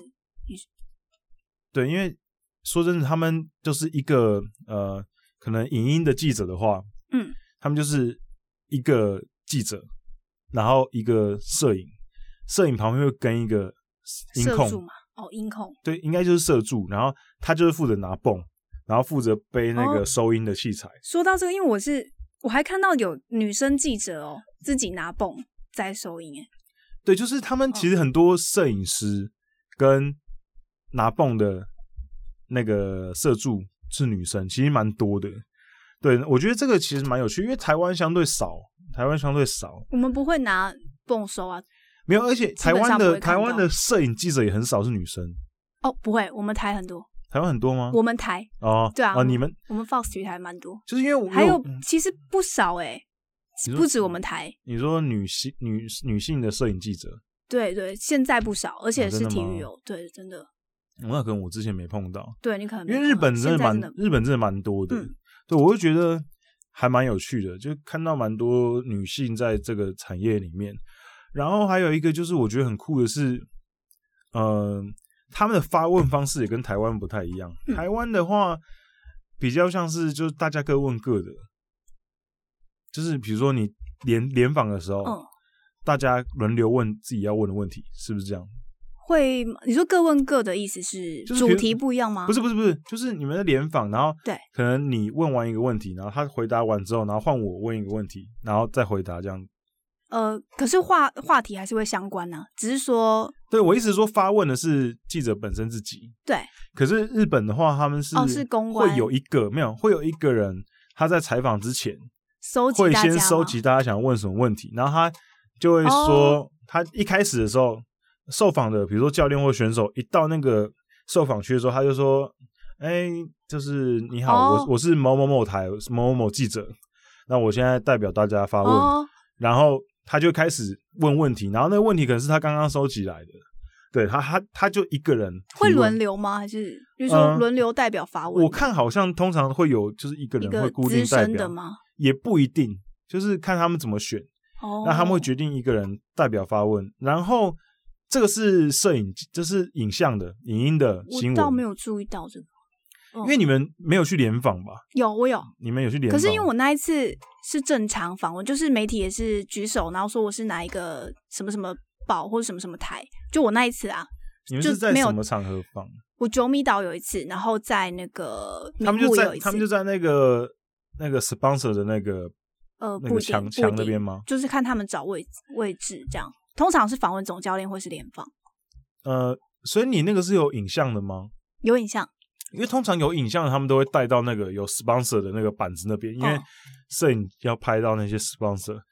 Speaker 1: 对，因为说真的，他们就是一个呃，可能影音的记者的话，
Speaker 2: 嗯，
Speaker 1: 他们就是一个记者，然后一个摄影，摄影旁边会跟一个音
Speaker 2: 射住
Speaker 1: 控，
Speaker 2: 嘛，哦，音控，
Speaker 1: 对，应该就是摄助，然后他就是负责拿泵，然后负责背那个
Speaker 2: 哦
Speaker 1: 收音的器材。
Speaker 2: 说到这个，因为我是我还看到有女生记者哦，自己拿泵在收音，哎，
Speaker 1: 对，就是他
Speaker 2: 嗯
Speaker 1: 们其实很多摄影师跟拿泵的那个摄助是女生，其实蛮多的。对，我觉得这个其实蛮有趣，因为台湾相对少，台湾相对少，
Speaker 2: 我们不会拿泵收啊，
Speaker 1: 没有，而且台
Speaker 2: 本
Speaker 1: 湾
Speaker 2: 上不
Speaker 1: 的
Speaker 2: 会看
Speaker 1: 台湾
Speaker 2: 到
Speaker 1: 的摄影记者也很少是女生，
Speaker 2: 哦，不会，我们台很多，
Speaker 1: 台湾很多吗？
Speaker 2: 我们台，
Speaker 1: 哦，
Speaker 2: 对啊
Speaker 1: 哦，你们
Speaker 2: 我们 Fox 体育台蛮多。
Speaker 1: 就是因为我
Speaker 2: 还有
Speaker 1: 嗯
Speaker 2: 其实不少哎、
Speaker 1: 你说
Speaker 2: 不止我们台，
Speaker 1: 你说女性女女性的摄影记者，
Speaker 2: 对对，现在不少，而且
Speaker 1: 哦真
Speaker 2: 是
Speaker 1: 的
Speaker 2: 体
Speaker 1: 吗
Speaker 2: 育有，对，真的，
Speaker 1: 嗯那可能我之前没碰到，
Speaker 2: 对你可能没
Speaker 1: 因为日
Speaker 2: 看到
Speaker 1: 本真
Speaker 2: 现
Speaker 1: 的
Speaker 2: 在
Speaker 1: 蛮
Speaker 2: 真的
Speaker 1: 日本真的蛮多的，
Speaker 2: 嗯
Speaker 1: 对，我就觉得还蛮有趣的，就看到蛮多女性在这个产业里面。然后还有一个就是我觉得很酷的是，呃，他们的发问方式也跟台湾不太一样。
Speaker 2: 嗯
Speaker 1: 台湾的话比较像是就是大家各问各的，就是比如说你联联访的时候，
Speaker 2: 嗯
Speaker 1: 大家轮流问自己要问的问题，是不是这样？
Speaker 2: 会吗你说各问各的意思是
Speaker 1: 就是
Speaker 2: 主
Speaker 1: 比如
Speaker 2: 题不一样吗？
Speaker 1: 不是不是不是，就是你们在联访，然后
Speaker 2: 对，
Speaker 1: 可能你问完一个问题，然后他回答完之后，然后换我问一个问题，然后再回答这样。
Speaker 2: 呃，可是话话题还是会相关呢、啊只是说
Speaker 1: 对我意思是说，发问的是记者本身自己。
Speaker 2: 对，
Speaker 1: 可是日本的话，他们是
Speaker 2: 哦是公关
Speaker 1: 会有一个没有会有一个人，他在采访之前
Speaker 2: 收集
Speaker 1: 会
Speaker 2: 大家
Speaker 1: 先
Speaker 2: 吗
Speaker 1: 收集大家想问什么问题，然后他就会说，
Speaker 2: 哦
Speaker 1: 他一开始的时候，受访的比如说教练或选手，一到那个受访区的时候，他就说：“哎、就是你好，
Speaker 2: 哦
Speaker 1: 我我是某某某台某某某记者，那我现在代表大家发问。
Speaker 2: 哦，
Speaker 1: 然后他就开始问问题，然后那个问题可能是他刚刚收集来的，对他他他就一个人提
Speaker 2: 会
Speaker 1: 问
Speaker 2: 轮。流吗？还是就是说
Speaker 1: 嗯
Speaker 2: 轮流代表发问？
Speaker 1: 我看好像通常会有，就是一个
Speaker 2: 一
Speaker 1: 人
Speaker 2: 个
Speaker 1: 会固
Speaker 2: 资
Speaker 1: 定代
Speaker 2: 深的
Speaker 1: 表，
Speaker 2: 吗？
Speaker 1: 也不一定，就是看他们怎么选。
Speaker 2: 哦，
Speaker 1: 那他们会决定一个人代表发问，然后这个是摄影，这是影像的、影音的新
Speaker 2: 我倒
Speaker 1: 闻，
Speaker 2: 没有注意到这个，
Speaker 1: 因为你们没有去联访吧？
Speaker 2: 有我有，
Speaker 1: 你们有去联
Speaker 2: 可
Speaker 1: 访？
Speaker 2: 是因为我那一次是正常访问，就是媒体也是举手，然后说我是哪一个什么什么宝或者什么什么台，就我那一次啊，
Speaker 1: 你们是
Speaker 2: 就
Speaker 1: 在
Speaker 2: 没有
Speaker 1: 什么场合放？
Speaker 2: 我九米岛有一次，然后在那个
Speaker 1: 他们
Speaker 2: 名
Speaker 1: 就
Speaker 2: 护有
Speaker 1: 在
Speaker 2: 一次，
Speaker 1: 他们就在那个那个 sponsor 的那个
Speaker 2: 呃
Speaker 1: 那
Speaker 2: 不
Speaker 1: 个
Speaker 2: 一定
Speaker 1: 墙
Speaker 2: 不一
Speaker 1: 墙那
Speaker 2: 定
Speaker 1: 边吗？
Speaker 2: 就是看他们找位置位置这样。通常是访问总教练或是联访，
Speaker 1: 呃，所以你那个是有影像的吗？
Speaker 2: 有影像
Speaker 1: 因为通常有影像，他们都会带到那个有 sponsor 的那个板子那边，因为
Speaker 2: 哦
Speaker 1: 摄影要拍到那些 sponsor。
Speaker 2: 嗯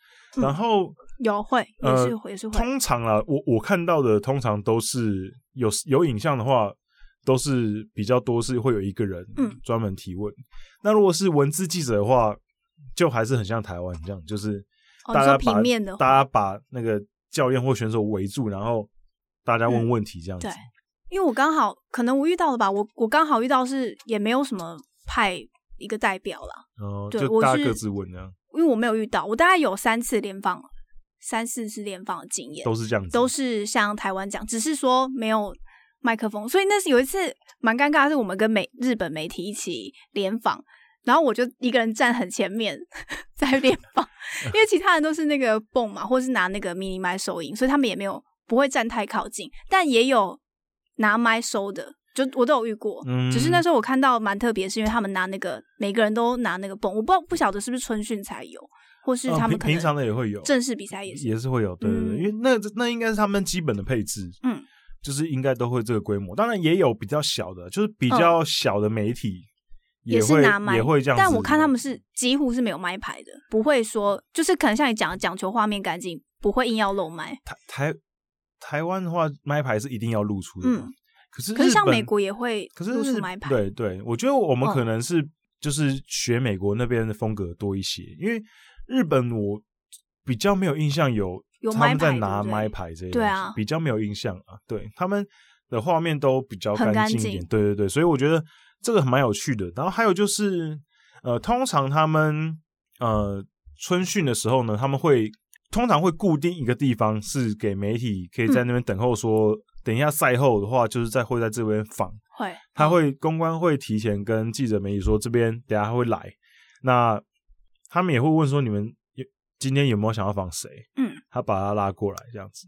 Speaker 1: 然后
Speaker 2: 有会也
Speaker 1: 呃
Speaker 2: 是会、也是会
Speaker 1: 通常啊，我我看到的通常都是有有影像的话，都是比较多是会有一个人
Speaker 2: 嗯
Speaker 1: 专门提问。那如果是文字记者的话，就还是很像台湾这样，就是
Speaker 2: 哦
Speaker 1: 大
Speaker 2: 你
Speaker 1: 家
Speaker 2: 说
Speaker 1: 把、
Speaker 2: 平面的
Speaker 1: 大家把那个教练或选手围住，然后大家问问题这样子。
Speaker 2: 嗯对因为我刚好可能我遇到的吧，我我刚好遇到是也没有什么派一个代表啦，
Speaker 1: 哦，
Speaker 2: 对
Speaker 1: 就
Speaker 2: 我
Speaker 1: 大家
Speaker 2: 是
Speaker 1: 各自问这样，
Speaker 2: 因为我没有遇到，我大概有三次联访，三四次联访的经验，
Speaker 1: 都是这样子，
Speaker 2: 都是像台湾讲，只是说没有麦克风，所以那是有一次蛮尴尬，是我们跟美日本媒体一起联访，然后我就一个人站很前面 在联访，因为其他人都是那个泵嘛，或是拿那个迷你麦收音，所以他们也没有不会站太靠近，但也有拿麦收的。就我都有遇过，
Speaker 1: 嗯
Speaker 2: 只是那时候我看到蛮特别，是因为他们拿那个每个人都拿那个泵，我不知道不晓得是不是春训才有，或是
Speaker 1: 呃
Speaker 2: 他们
Speaker 1: 平
Speaker 2: 可能
Speaker 1: 平常的也会有
Speaker 2: 正式比赛也是
Speaker 1: 也是会有，对对对，
Speaker 2: 嗯
Speaker 1: 因为那那应该是他们基本的配置，
Speaker 2: 嗯，
Speaker 1: 就是应该都会这个规模。当然也有比较小的，就是比较小的媒体
Speaker 2: 哦也是
Speaker 1: 会
Speaker 2: 拿麦，
Speaker 1: 也会这样子，
Speaker 2: 但我看他们是几乎是没有麦牌的，不会说就是可能像你讲的讲求画面干净，不会硬要露麦。
Speaker 1: 台台台湾的话，麦牌是一定要露出的嘛，
Speaker 2: 嗯
Speaker 1: 可是
Speaker 2: 可是像
Speaker 1: 日本
Speaker 2: 美国也会
Speaker 1: 可是
Speaker 2: 露出
Speaker 1: 日
Speaker 2: 麦牌
Speaker 1: 对对，我觉得我们
Speaker 2: 嗯
Speaker 1: 可能是就是学美国那边的风格多一些，因为日本我比较没有印象有
Speaker 2: 有
Speaker 1: 他
Speaker 2: 麦
Speaker 1: 们在
Speaker 2: 牌
Speaker 1: 拿
Speaker 2: 对不对
Speaker 1: 麦牌这些东
Speaker 2: 对
Speaker 1: 西
Speaker 2: 啊
Speaker 1: 比较没有印象啊。对他们的画面都比较
Speaker 2: 很
Speaker 1: 干
Speaker 2: 干
Speaker 1: 净一
Speaker 2: 净
Speaker 1: 点，对对对，所以我觉得这个蛮有趣的。然后还有就是呃，通常他们呃春训的时候呢，他们会通常会固定一个地方是给媒体可以
Speaker 2: 嗯
Speaker 1: 在那边等候说。等一下赛后的话，就是在会在这边访，
Speaker 2: 会
Speaker 1: 他会公关会提前跟记者媒体说这边等下他会来，那他们也会问说你们有今天有没有想要访谁？
Speaker 2: 嗯，
Speaker 1: 他把他拉过来这样子，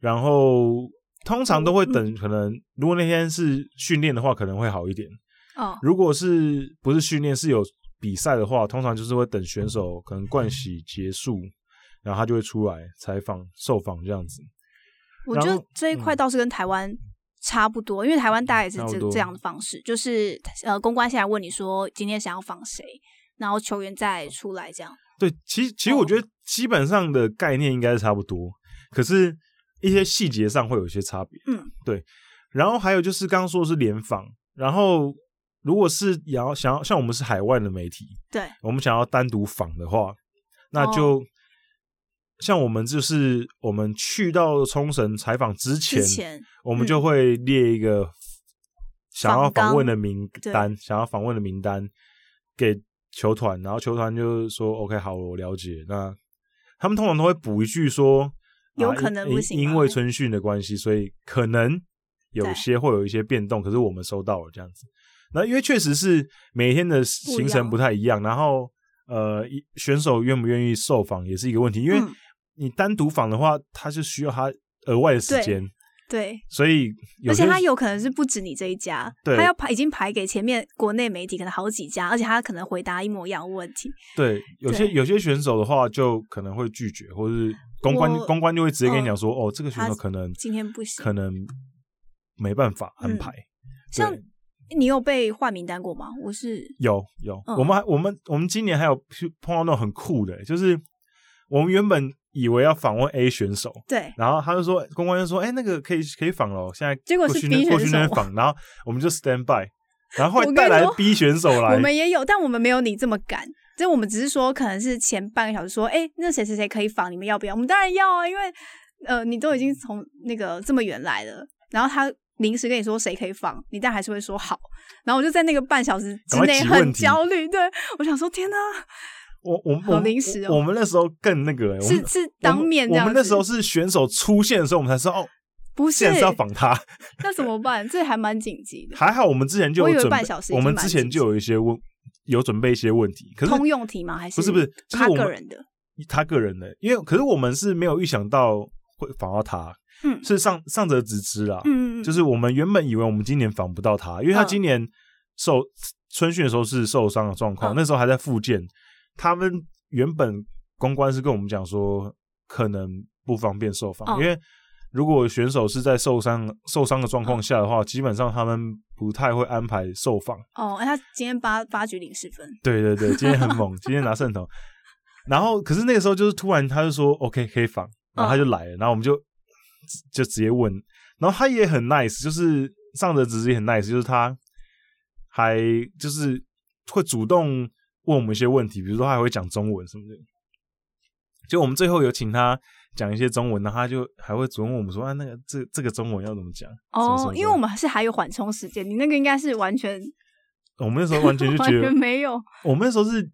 Speaker 1: 然后通常都会等，可能如果那天是训练的话，可能会好一点；
Speaker 2: 哦
Speaker 1: 如果是不是训练是有比赛的话，通常就是会等选手可能盥洗结束，然后他就会出来采访受访这样子。
Speaker 2: 我
Speaker 1: 然
Speaker 2: 觉
Speaker 1: 后嗯
Speaker 2: 得这一块倒是跟台湾差不多，因为台湾大概也是
Speaker 1: 差
Speaker 2: 这
Speaker 1: 不多
Speaker 2: 这样的方式，就是呃公关先来问你说今天想要访谁，然后球员再出来这样。
Speaker 1: 对，其实其
Speaker 2: 哦
Speaker 1: 实我觉得基本上的概念应该是差不多，可是一些细节上会有一些差别。
Speaker 2: 嗯，
Speaker 1: 对。然后还有就是刚刚说的是联访，然后如果是也要想要像我们是海外的媒体，
Speaker 2: 对，
Speaker 1: 我们想要单独访的话，那
Speaker 2: 哦
Speaker 1: 就、像我们就是我们去到冲绳采访之前，
Speaker 2: 之前
Speaker 1: 我们就会列一个想要访问的名
Speaker 2: 嗯纲
Speaker 1: 单，想要访问的名单给球团，然后球团就是说 OK 好，我了解。那他们通常都会补一句说，
Speaker 2: 有
Speaker 1: 啊
Speaker 2: 可能
Speaker 1: 因
Speaker 2: 不行
Speaker 1: 因因
Speaker 2: 吗
Speaker 1: 为春训的关系，所以可能有些会有一些变动，可是我们收到了这样子。那因为确实是每天的行程不太一样，然后呃，一选手愿不愿意受访也是一个问题，因为
Speaker 2: 嗯
Speaker 1: 你单独访的话，他是需要他额外的时
Speaker 2: 对
Speaker 1: 间，
Speaker 2: 对，
Speaker 1: 所以有
Speaker 2: 而且
Speaker 1: 些
Speaker 2: 他有可能是不止你这一家，
Speaker 1: 对
Speaker 2: 他要排已经排给前面国内媒体可能好几家，而且他可能回答一模一样的问题。
Speaker 1: 对有些
Speaker 2: 对
Speaker 1: 有些选手的话，就可能会拒绝，或是公关
Speaker 2: 我
Speaker 1: 公关就会直接跟你讲说，
Speaker 2: 嗯
Speaker 1: 哦，这个选手
Speaker 2: 他
Speaker 1: 可能
Speaker 2: 今天不行嗯
Speaker 1: 可能没办法安排。
Speaker 2: 像
Speaker 1: 对
Speaker 2: 你有被换名单过吗？我是
Speaker 1: 有有，
Speaker 2: 嗯
Speaker 1: 我们还我们我们今年还有去碰到那种很酷的、欸就是我们原本以为要访问 A 选手，
Speaker 2: 对，
Speaker 1: 然后他就说公关就说，哎、那个可以可以访了，哦现在
Speaker 2: 结果
Speaker 1: 过
Speaker 2: 是
Speaker 1: 去
Speaker 2: B
Speaker 1: 那过去
Speaker 2: 选
Speaker 1: 那边
Speaker 2: 手
Speaker 1: 访，然后我们就 stand by，然后后
Speaker 2: 我
Speaker 1: 来
Speaker 2: 跟
Speaker 1: 带
Speaker 2: 你
Speaker 1: 来
Speaker 2: 说
Speaker 1: B 选手来
Speaker 2: 我，们也有，但我们没有你这么赶。就我们只是说，可能是前半个小时说，哎、那谁谁谁可以访，你们要不要？我们当然要啊，因为呃，你都
Speaker 1: 嗯
Speaker 2: 已经从那个这么远来了，然后他临时跟你说谁可以访，你但还是会说好。然后我就在那个半小时之
Speaker 1: 赶快
Speaker 2: 内
Speaker 1: 提
Speaker 2: 很
Speaker 1: 问题
Speaker 2: 焦虑，对我想说，天哪，
Speaker 1: 我我
Speaker 2: 好
Speaker 1: 我们
Speaker 2: 临时哦
Speaker 1: 我，我们那时候更那个、欸，我们
Speaker 2: 是是当面这
Speaker 1: 我们
Speaker 2: 样
Speaker 1: 我
Speaker 2: 子。
Speaker 1: 们那时候是选手出现的时候，我们才知道哦，
Speaker 2: 不
Speaker 1: 现在
Speaker 2: 是
Speaker 1: 是要访他。
Speaker 2: 那怎么办？这还蛮紧急的，
Speaker 1: 还好我们之前就
Speaker 2: 我以
Speaker 1: 有
Speaker 2: 为
Speaker 1: 准备
Speaker 2: 半小时，已
Speaker 1: 我
Speaker 2: 经
Speaker 1: 们
Speaker 2: 蛮
Speaker 1: 之前
Speaker 2: 紧
Speaker 1: 就有一些问，有准备一些问题。可是
Speaker 2: 通用题吗？还是
Speaker 1: 不是不是，就是
Speaker 2: 他
Speaker 1: 我
Speaker 2: 个
Speaker 1: 们
Speaker 2: 人的？
Speaker 1: 他个人的，因为可是我们是没有预想到会访到他，
Speaker 2: 嗯
Speaker 1: 是上上者直啊之啦。
Speaker 2: 嗯，嗯
Speaker 1: 就是我们原本以为我们今年访不到他，因为他
Speaker 2: 嗯
Speaker 1: 今年受、春训的时候是受伤的状况，
Speaker 2: 嗯
Speaker 1: 那时候还在复健。他们原本公关是跟我们讲说，可能不方便受访，
Speaker 2: 嗯
Speaker 1: 因为如果选手是在受伤受伤的状
Speaker 2: 嗯
Speaker 1: 况下的话，基本上他们不太会安排受访。
Speaker 2: 哦，哎他今天八八局零十分，
Speaker 1: 对对对，今天很猛，今天拿圣头。然后，可是那个时候就是突然他就说 OK 可以访，然后
Speaker 2: 嗯
Speaker 1: 他就来了，然后我们就就直接问，然后他也很 nice，就是上者直接很 nice，就是他还就是会主动问我们一些问题，比如说他还会讲中文什么的。就我们最后有请他讲一些中文，然后他就还会主动问我们说啊，那个这这个中文要怎么讲？什么什
Speaker 2: 哦，
Speaker 1: 么
Speaker 2: 因为我们还是还有缓冲时间，你那个应该是完全
Speaker 1: 我们那时候完全就觉
Speaker 2: 完
Speaker 1: 得
Speaker 2: 全没有。
Speaker 1: 我们那时候是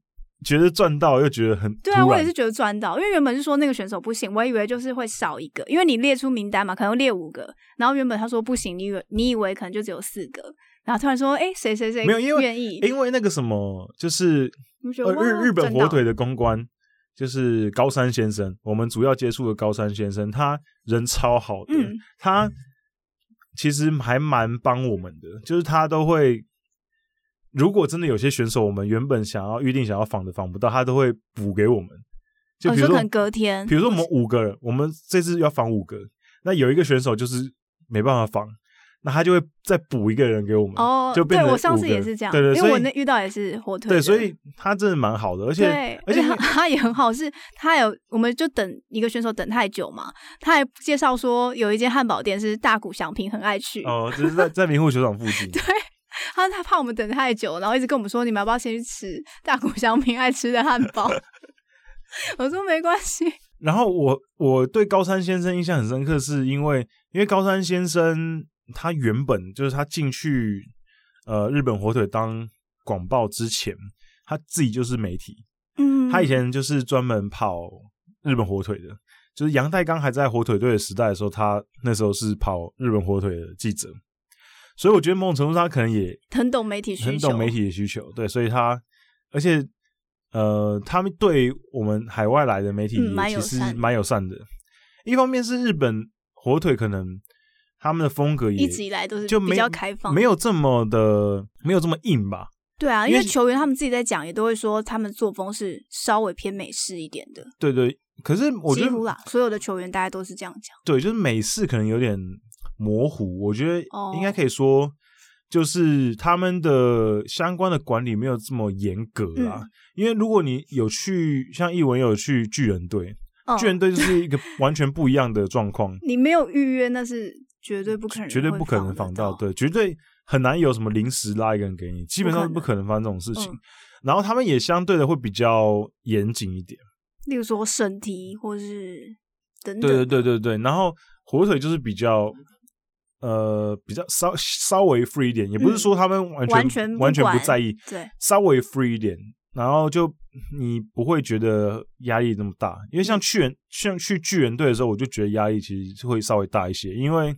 Speaker 1: 觉得赚到，又觉得很
Speaker 2: 对啊，
Speaker 1: 突
Speaker 2: 我
Speaker 1: 然
Speaker 2: 也是觉得赚到，因为原本是说那个选手不行，我以为就是会少一个，因为你列出名单嘛，可能列五个，然后原本他说不行，你以为你以为可能就只有四个，然后突然说，哎，谁谁谁
Speaker 1: 没有，因为
Speaker 2: 愿意，
Speaker 1: 因为那个什么，就是
Speaker 2: 你觉得
Speaker 1: 呃
Speaker 2: 哇
Speaker 1: 日日本
Speaker 2: 赚到
Speaker 1: 火腿的公关，就是高山先生，我们主要接触的高山先生，他人超好的，
Speaker 2: 嗯
Speaker 1: 他其实还蛮帮我们的，就是他都会。如果真的有些选手，我们原本想要预定想要访的访不到，他都会补给我们。就
Speaker 2: 哦
Speaker 1: 比
Speaker 2: 你
Speaker 1: 如
Speaker 2: 说
Speaker 1: 说，
Speaker 2: 可能隔天
Speaker 1: 比如说我们五个人，我们这次要访五个，那有一个选手就是没办法访，那他就会再补一个人给我们，
Speaker 2: 哦，
Speaker 1: 就变
Speaker 2: 对
Speaker 1: 成
Speaker 2: 我上次
Speaker 1: 五个
Speaker 2: 也是这样，
Speaker 1: 对对，
Speaker 2: 因
Speaker 1: 所
Speaker 2: 为
Speaker 1: 以
Speaker 2: 我那遇到也是火腿的，
Speaker 1: 对，所以他真的蛮好的，而且
Speaker 2: 对，
Speaker 1: 而且
Speaker 2: 他他也很好，是他有我们就等一个选手等太久嘛，他还介绍说有一间汉堡店是大谷翔平很爱去，
Speaker 1: 哦，就是在在明户球场附 近，
Speaker 2: 他他怕我们等太久，然后一直跟我们说你们要不要先去吃大谷翔平爱吃的汉堡。 我说没关系，
Speaker 1: 然后我我对高山先生印象很深刻，是因为因为高山先生他原本就是他进去呃日本火腿当广报之前，他自己就是媒体，
Speaker 2: 嗯，
Speaker 1: 他以前就是专门跑日本火腿的，就是杨代刚还在火腿队的时代的时候，他那时候是跑日本火腿的记者，所以我觉得某种程度上他可能也
Speaker 2: 很懂媒体需求，
Speaker 1: 很懂媒体的需求，对，所以他而且呃，他们对我们海外来的媒体
Speaker 2: 嗯蛮
Speaker 1: 也
Speaker 2: 友
Speaker 1: 其实
Speaker 2: 善的
Speaker 1: 蛮友善的。一方面是日本火腿可能他们的风格也
Speaker 2: 一直以来都是
Speaker 1: 就没
Speaker 2: 比较开放，
Speaker 1: 没有这么的没有这么硬吧，
Speaker 2: 对啊，因
Speaker 1: 因为
Speaker 2: 为球员他们自己在讲，也都会说他们作风是稍微偏美式一点的，
Speaker 1: 对对。可是我觉
Speaker 2: 几
Speaker 1: 得
Speaker 2: 乎啦，所有的球员大家都是这样讲。
Speaker 1: 对，就是美式可能有点模糊，我觉得
Speaker 2: 哦
Speaker 1: 应该可以说，就是他们的相关的管理没有这么严格啦。
Speaker 2: 嗯
Speaker 1: 因为如果你有去像译文有去巨人队，
Speaker 2: 嗯
Speaker 1: 巨人队就是一个完全不一样的状况，
Speaker 2: 你没有预约，那是绝对不可能，
Speaker 1: 绝对不可能
Speaker 2: 防
Speaker 1: 防到，，对，绝对很难有什么临时拉一个人给你，基本上是不
Speaker 2: 不
Speaker 1: 可能发生这种事情
Speaker 2: 嗯。
Speaker 1: 然后他们也相对的会比较严谨一点。
Speaker 2: 例如说审题或是等等，
Speaker 1: 对对对对对，然后火腿就是比较呃比较稍稍微 free 一点，也不是
Speaker 2: 嗯
Speaker 1: 说他们完全
Speaker 2: 完全不
Speaker 1: 完全不
Speaker 2: 管
Speaker 1: 在意，
Speaker 2: 对
Speaker 1: 稍微 free 一点，然后就你不会觉得压力那么大，因为
Speaker 2: 嗯
Speaker 1: 像去人像去巨人队的时候，我就觉得压力其实会稍微大一些，因为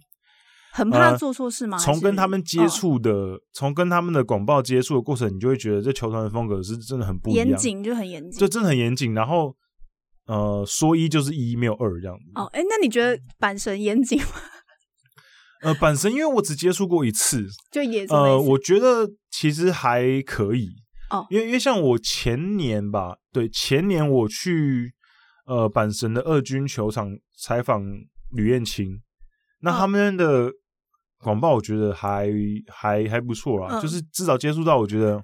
Speaker 2: 很怕
Speaker 1: 呃
Speaker 2: 做错事吗？还
Speaker 1: 从
Speaker 2: 是嗯
Speaker 1: 跟他们接、触的，从跟他们的广报接触的过程，你就会觉得这球团的风格是真的很不
Speaker 2: 嗯
Speaker 1: 一样，
Speaker 2: 严谨就很严谨
Speaker 1: 就。真的很严谨，然后。呃，说一就是一，没有二这样子。
Speaker 2: 哦，哎，那你觉得阪神严谨吗？
Speaker 1: 呃，本身因为我只接触过一次，
Speaker 2: 就也是
Speaker 1: 呃，
Speaker 2: 类似
Speaker 1: 我觉得其实还可以
Speaker 2: 哦
Speaker 1: 因为因为像我前年吧，对，前年我去呃阪神的二军球场采访吕燕青，那
Speaker 2: 嗯
Speaker 1: 他们的广报我觉得还还还不错啦，
Speaker 2: 嗯
Speaker 1: 就是至少接触到，我觉得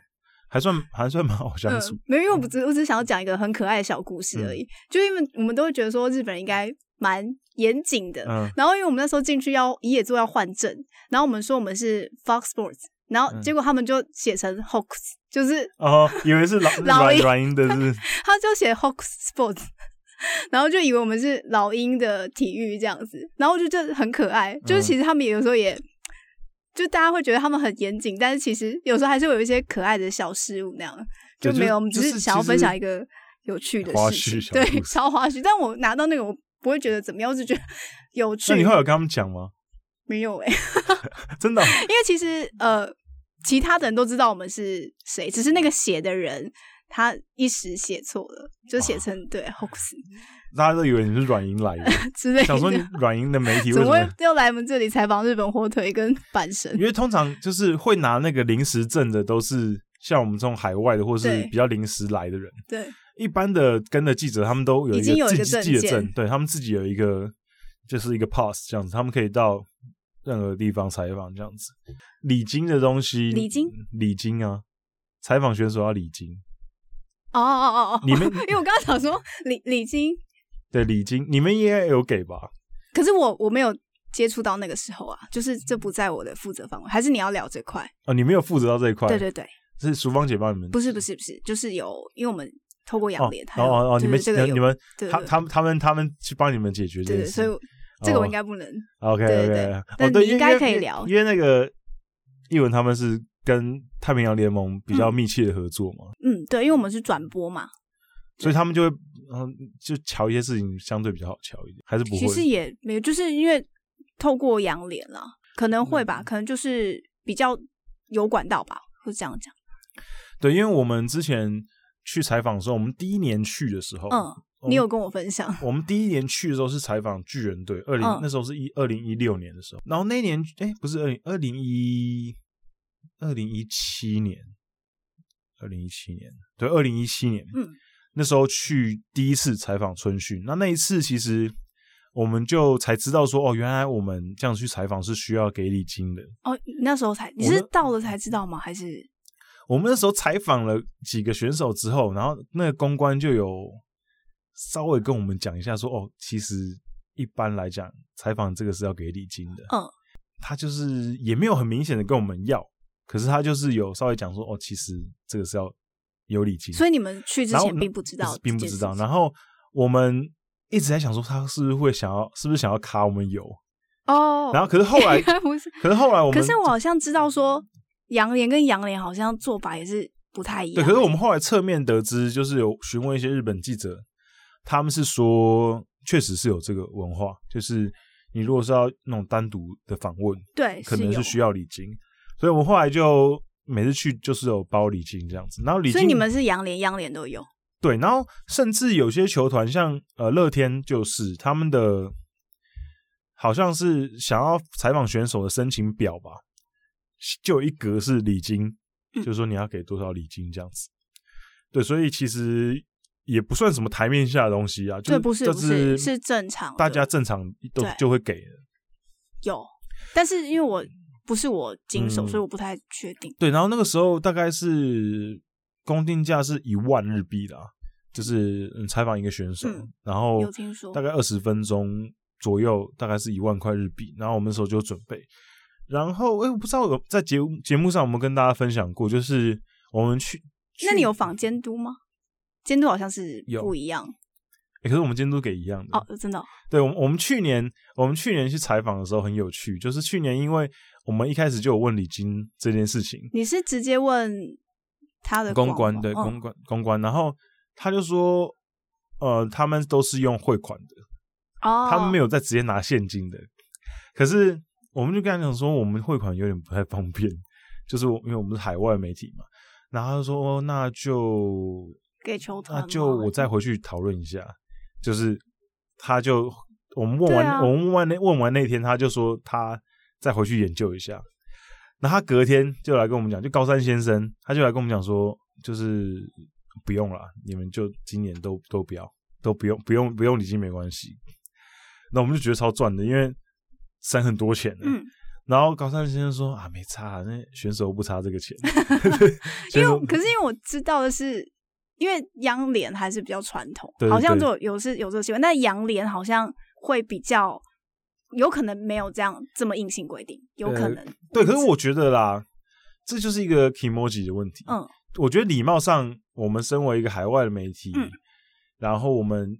Speaker 1: 还算还算蛮好相处。
Speaker 2: 嗯，没有，因为我只我只是想要讲一个很可爱的小故事而
Speaker 1: 嗯
Speaker 2: 已，就因为我们都会觉得说日本人应该蛮严谨的，
Speaker 1: 嗯
Speaker 2: 然后因为我们那时候进去要一野座要换证，然后我们说我们是 Fox Sports，然后
Speaker 1: 嗯
Speaker 2: 结果他们就写成 Hawks，就是
Speaker 1: 哦，以为是老
Speaker 2: 老
Speaker 1: 软
Speaker 2: 鹰
Speaker 1: 软音的 是，
Speaker 2: 他就写 Hawks Sports，然 后就以为我们是老鹰的体育这样子，然后我就觉得很可爱，
Speaker 1: 嗯
Speaker 2: 就是其实他们也有时候也。就大家会觉得他们很严谨，但是其实有时候还是会有一些可爱的小失误那样，
Speaker 1: 对
Speaker 2: 没有，我们
Speaker 1: 就
Speaker 2: 只
Speaker 1: 就是
Speaker 2: 想要分
Speaker 1: 其实
Speaker 2: 享一个有趣的
Speaker 1: 花
Speaker 2: 事情
Speaker 1: 絮小
Speaker 2: 对，
Speaker 1: 故事
Speaker 2: 超花絮。但我拿到那个，我不会觉得怎么样，我只觉 得有趣
Speaker 1: 那。你后来有跟他们讲吗？
Speaker 2: 没有哎、
Speaker 1: 真的哦、
Speaker 2: 因为其实呃，其他的人都知道我们是谁，只是那个写的人他一时写错了，就写成对 hoax
Speaker 1: 大家都以为你是软银来 的，
Speaker 2: 之类的。
Speaker 1: 想说你软银的媒体为
Speaker 2: 怎
Speaker 1: 什
Speaker 2: 么会
Speaker 1: 么？
Speaker 2: 又来我们这里采访日本火腿跟阪神
Speaker 1: 因？为通常就是会拿那个临时证的，都是像我们这种海外的，或是
Speaker 2: 对
Speaker 1: 比较临时来的人。
Speaker 2: 对，
Speaker 1: 一般的跟的记者，他们都有
Speaker 2: 已经
Speaker 1: 一
Speaker 2: 有
Speaker 1: 个
Speaker 2: 一
Speaker 1: 自
Speaker 2: 个
Speaker 1: 己自己的
Speaker 2: 证件
Speaker 1: 证，对他们自己有一个就是一个 pass 这样子，他们可以到任何地方采访这样子。礼金的东西，
Speaker 2: 礼金
Speaker 1: 礼金啊，采访选手要礼 金，
Speaker 2: 哦哦哦哦，
Speaker 1: 你们
Speaker 2: 因为我刚刚想说李李金，
Speaker 1: 对礼金，你们也有给吧？
Speaker 2: 可是我我没有接触到那个时候啊，就是这不在我的负责范围，还是你要聊这块？
Speaker 1: 哦，你没有负责到这一块，
Speaker 2: 对对对，
Speaker 1: 是淑芳姐帮你们
Speaker 2: 不是不是不是，就是有，因为我们透过
Speaker 1: 哦
Speaker 2: 杨烈，他
Speaker 1: 哦
Speaker 2: 有
Speaker 1: 哦哦，
Speaker 2: 对
Speaker 1: 你们
Speaker 2: 对这个有
Speaker 1: 你们
Speaker 2: 对
Speaker 1: 他
Speaker 2: 对
Speaker 1: 他们他们他们去帮你们解决这
Speaker 2: 对
Speaker 1: 件
Speaker 2: 对，
Speaker 1: 事，
Speaker 2: 所以我这个我
Speaker 1: 哦
Speaker 2: 应该不能。
Speaker 1: OK
Speaker 2: 对
Speaker 1: OK，
Speaker 2: 对
Speaker 1: 哦
Speaker 2: 但
Speaker 1: 对
Speaker 2: 你
Speaker 1: 因为
Speaker 2: 应该
Speaker 1: 因为
Speaker 2: 可以聊
Speaker 1: 因为那个译文他们是跟太平洋联盟比较密切的合作嘛，
Speaker 2: 嗯，对，因为我们是转播嘛，
Speaker 1: 所以他们就会嗯就瞧一些事情相对比较好瞧一点，还是不
Speaker 2: 其实
Speaker 1: 会
Speaker 2: 也没有，就是因为透过杨脸啦，可
Speaker 1: 嗯
Speaker 2: 能会吧，可能就是比较有管道吧，会这样讲。
Speaker 1: 对，因为我们之前去采访的时候，我们第一年去的时候，
Speaker 2: 嗯，
Speaker 1: 我们
Speaker 2: 你有跟我分享？
Speaker 1: 我们第一年去的时候是采访巨人队，二零、
Speaker 2: 嗯
Speaker 1: 那时候是一二零一六年的时候，然后那一年哎、不是二零二零一二零一七年，二零一七年对二零一七年，
Speaker 2: 嗯，
Speaker 1: 那时候去第一次采访春训，那那一次其实我们就才知道说哦，原来我们这样去采访是需要给礼金的。
Speaker 2: 哦，那时候才你
Speaker 1: 我
Speaker 2: 是
Speaker 1: 那
Speaker 2: 到了才知道吗？还是
Speaker 1: 我们那时候采访了几个选手之后，然后那个公关就有稍微跟我们讲一下说，哦，其实一般来讲，采访这个是要给礼金的。
Speaker 2: 嗯，
Speaker 1: 他就是也没有很明显的跟我们要，可是他就是有稍微讲说，哦，其实这个是要有礼金。
Speaker 2: 所以你们去之
Speaker 1: 然后嗯
Speaker 2: 前并不知道，
Speaker 1: 并不知道。然后我们一直在想说，他是不是会想要，是不是想要卡我们油？
Speaker 2: 哦，
Speaker 1: 然后可是后来
Speaker 2: 应，该 不是。
Speaker 1: 可是后来我们，
Speaker 2: 可是我好像知道说，杨莲跟杨莲好像做法也是不太一样。欸
Speaker 1: 对，可是我们后来侧面得知，就是有询问一些日本记者，他们是说确实是有这个文化，就是你如果是要那种单独的访问，
Speaker 2: 对
Speaker 1: 可能是
Speaker 2: 有
Speaker 1: 需要礼金，所以我们后来就每次去就是有包礼金这样子，然后礼
Speaker 2: 所
Speaker 1: 金
Speaker 2: 以你们是杨莲、杨莲都有。
Speaker 1: 对，然后甚至有些球团像呃乐天就是他们的。好像是想要采访选手的申请表吧，就有一格是礼金，
Speaker 2: 嗯
Speaker 1: 就是说你要给多少礼金这样子。对，所以其实也不算什么台面下的东西啊，就
Speaker 2: 对不是
Speaker 1: 这
Speaker 2: 不是
Speaker 1: 是
Speaker 2: 是正常的
Speaker 1: 大家正常都
Speaker 2: 对
Speaker 1: 就会给的。
Speaker 2: 有，但是因为我不是我经手，
Speaker 1: 嗯
Speaker 2: 所以我不太确定。
Speaker 1: 对，然后那个时候大概是公定价是一万日币啦，就是嗯采访一个选手，
Speaker 2: 嗯
Speaker 1: 然后
Speaker 2: 有听说
Speaker 1: 大概二十分钟左右，大概是一万块日币。然后我们那时候就准备，然后哎、诶我不知道有在节目节目上有没有跟大家分享过，就是我们去，
Speaker 2: 那你有访监督吗？监督好像是
Speaker 1: 有
Speaker 2: 不一样
Speaker 1: 诶可是我们今天都给一样的
Speaker 2: 哦，真的哦
Speaker 1: 对，我们我们去年我们去年去采访的时候很有趣，就是去年因为我们一开始就有问李金这件事情，
Speaker 2: 你是直接问他的
Speaker 1: 公
Speaker 2: 关
Speaker 1: 关对
Speaker 2: 哦
Speaker 1: 公关公关，然后他就说，呃，他们都是用汇款的，
Speaker 2: 哦，
Speaker 1: 他们没
Speaker 2: 有
Speaker 1: 有再直接拿现金的。可是我们就跟他讲说，我们汇款有点不太方便，就是我因为我们是海外媒体嘛。然后他就说，哦那就
Speaker 2: 给球团
Speaker 1: 那
Speaker 2: 吗，
Speaker 1: 啊就我再回去讨论一下。就是他就我们问完、
Speaker 2: 对啊
Speaker 1: 我们问完那问完那天，他就说他再回去研究一下。那他隔天就来跟我们讲，就高山先生，他就来跟我们讲说，就是不用了，你们就今年都都不要，都不用不用不用礼金没关系。那我们就觉得超赚的，因为省很多钱、
Speaker 2: 嗯，
Speaker 1: 然后高山先生说啊，没差，那选手不差这 个钱。
Speaker 2: 因
Speaker 1: 选
Speaker 2: 为
Speaker 1: 手
Speaker 2: 我可是因为我知道的是，因为央联还是比较传统，
Speaker 1: 对对
Speaker 2: 好像就有有是有这个习惯，但洋联好像会比较有可能没有这样这么硬性规定，有可
Speaker 1: 呃
Speaker 2: 能
Speaker 1: 对，可是我觉得啦，这就是一个 emoji 的问题。
Speaker 2: 嗯，
Speaker 1: 我觉得礼貌上，我们身为一个海外的媒体，
Speaker 2: 嗯
Speaker 1: 然后我们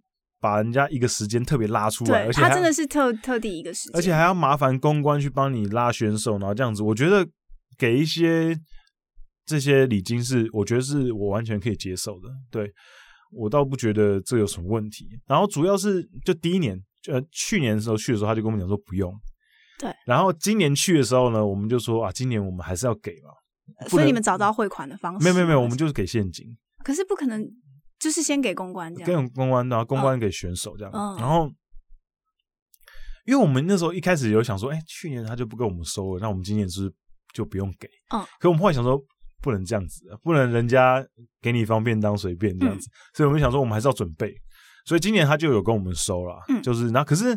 Speaker 1: 把人家一个时间特别拉出来，
Speaker 2: 对
Speaker 1: 而且
Speaker 2: 他
Speaker 1: 还
Speaker 2: 真的是特特地一个时间，
Speaker 1: 而且还要麻烦公关去帮你拉选手，然后这样子，我觉得给一些这些礼金是，我觉得是我完全可以接受的。对我倒不觉得这有什么问题。然后主要是就第一年，呃，去年的时候去的时候，他就跟我们讲说不用。
Speaker 2: 对。
Speaker 1: 然后今年去的时候呢，我们就说啊，今年我们还是要给嘛。不
Speaker 2: 所以
Speaker 1: 能嗯
Speaker 2: 你们找到汇款的方式，
Speaker 1: 没有没有没有，我们就是给现金，
Speaker 2: 可是不可能就是先给公关这
Speaker 1: 给
Speaker 2: 样，
Speaker 1: 我们公关，然后公关给选手这样。
Speaker 2: 嗯
Speaker 1: 然后。因为我们那时候一开始有想说，哎、去年他就不跟我们收了，那我们今年是不是就不用给？
Speaker 2: 嗯
Speaker 1: 可我们后来想说，不能这样子，啊不能人家给你方便当随便这样
Speaker 2: 嗯
Speaker 1: 子，所以我们想说，我们还是要准备。所以今年他就有跟我们收了，
Speaker 2: 嗯
Speaker 1: 就是那可是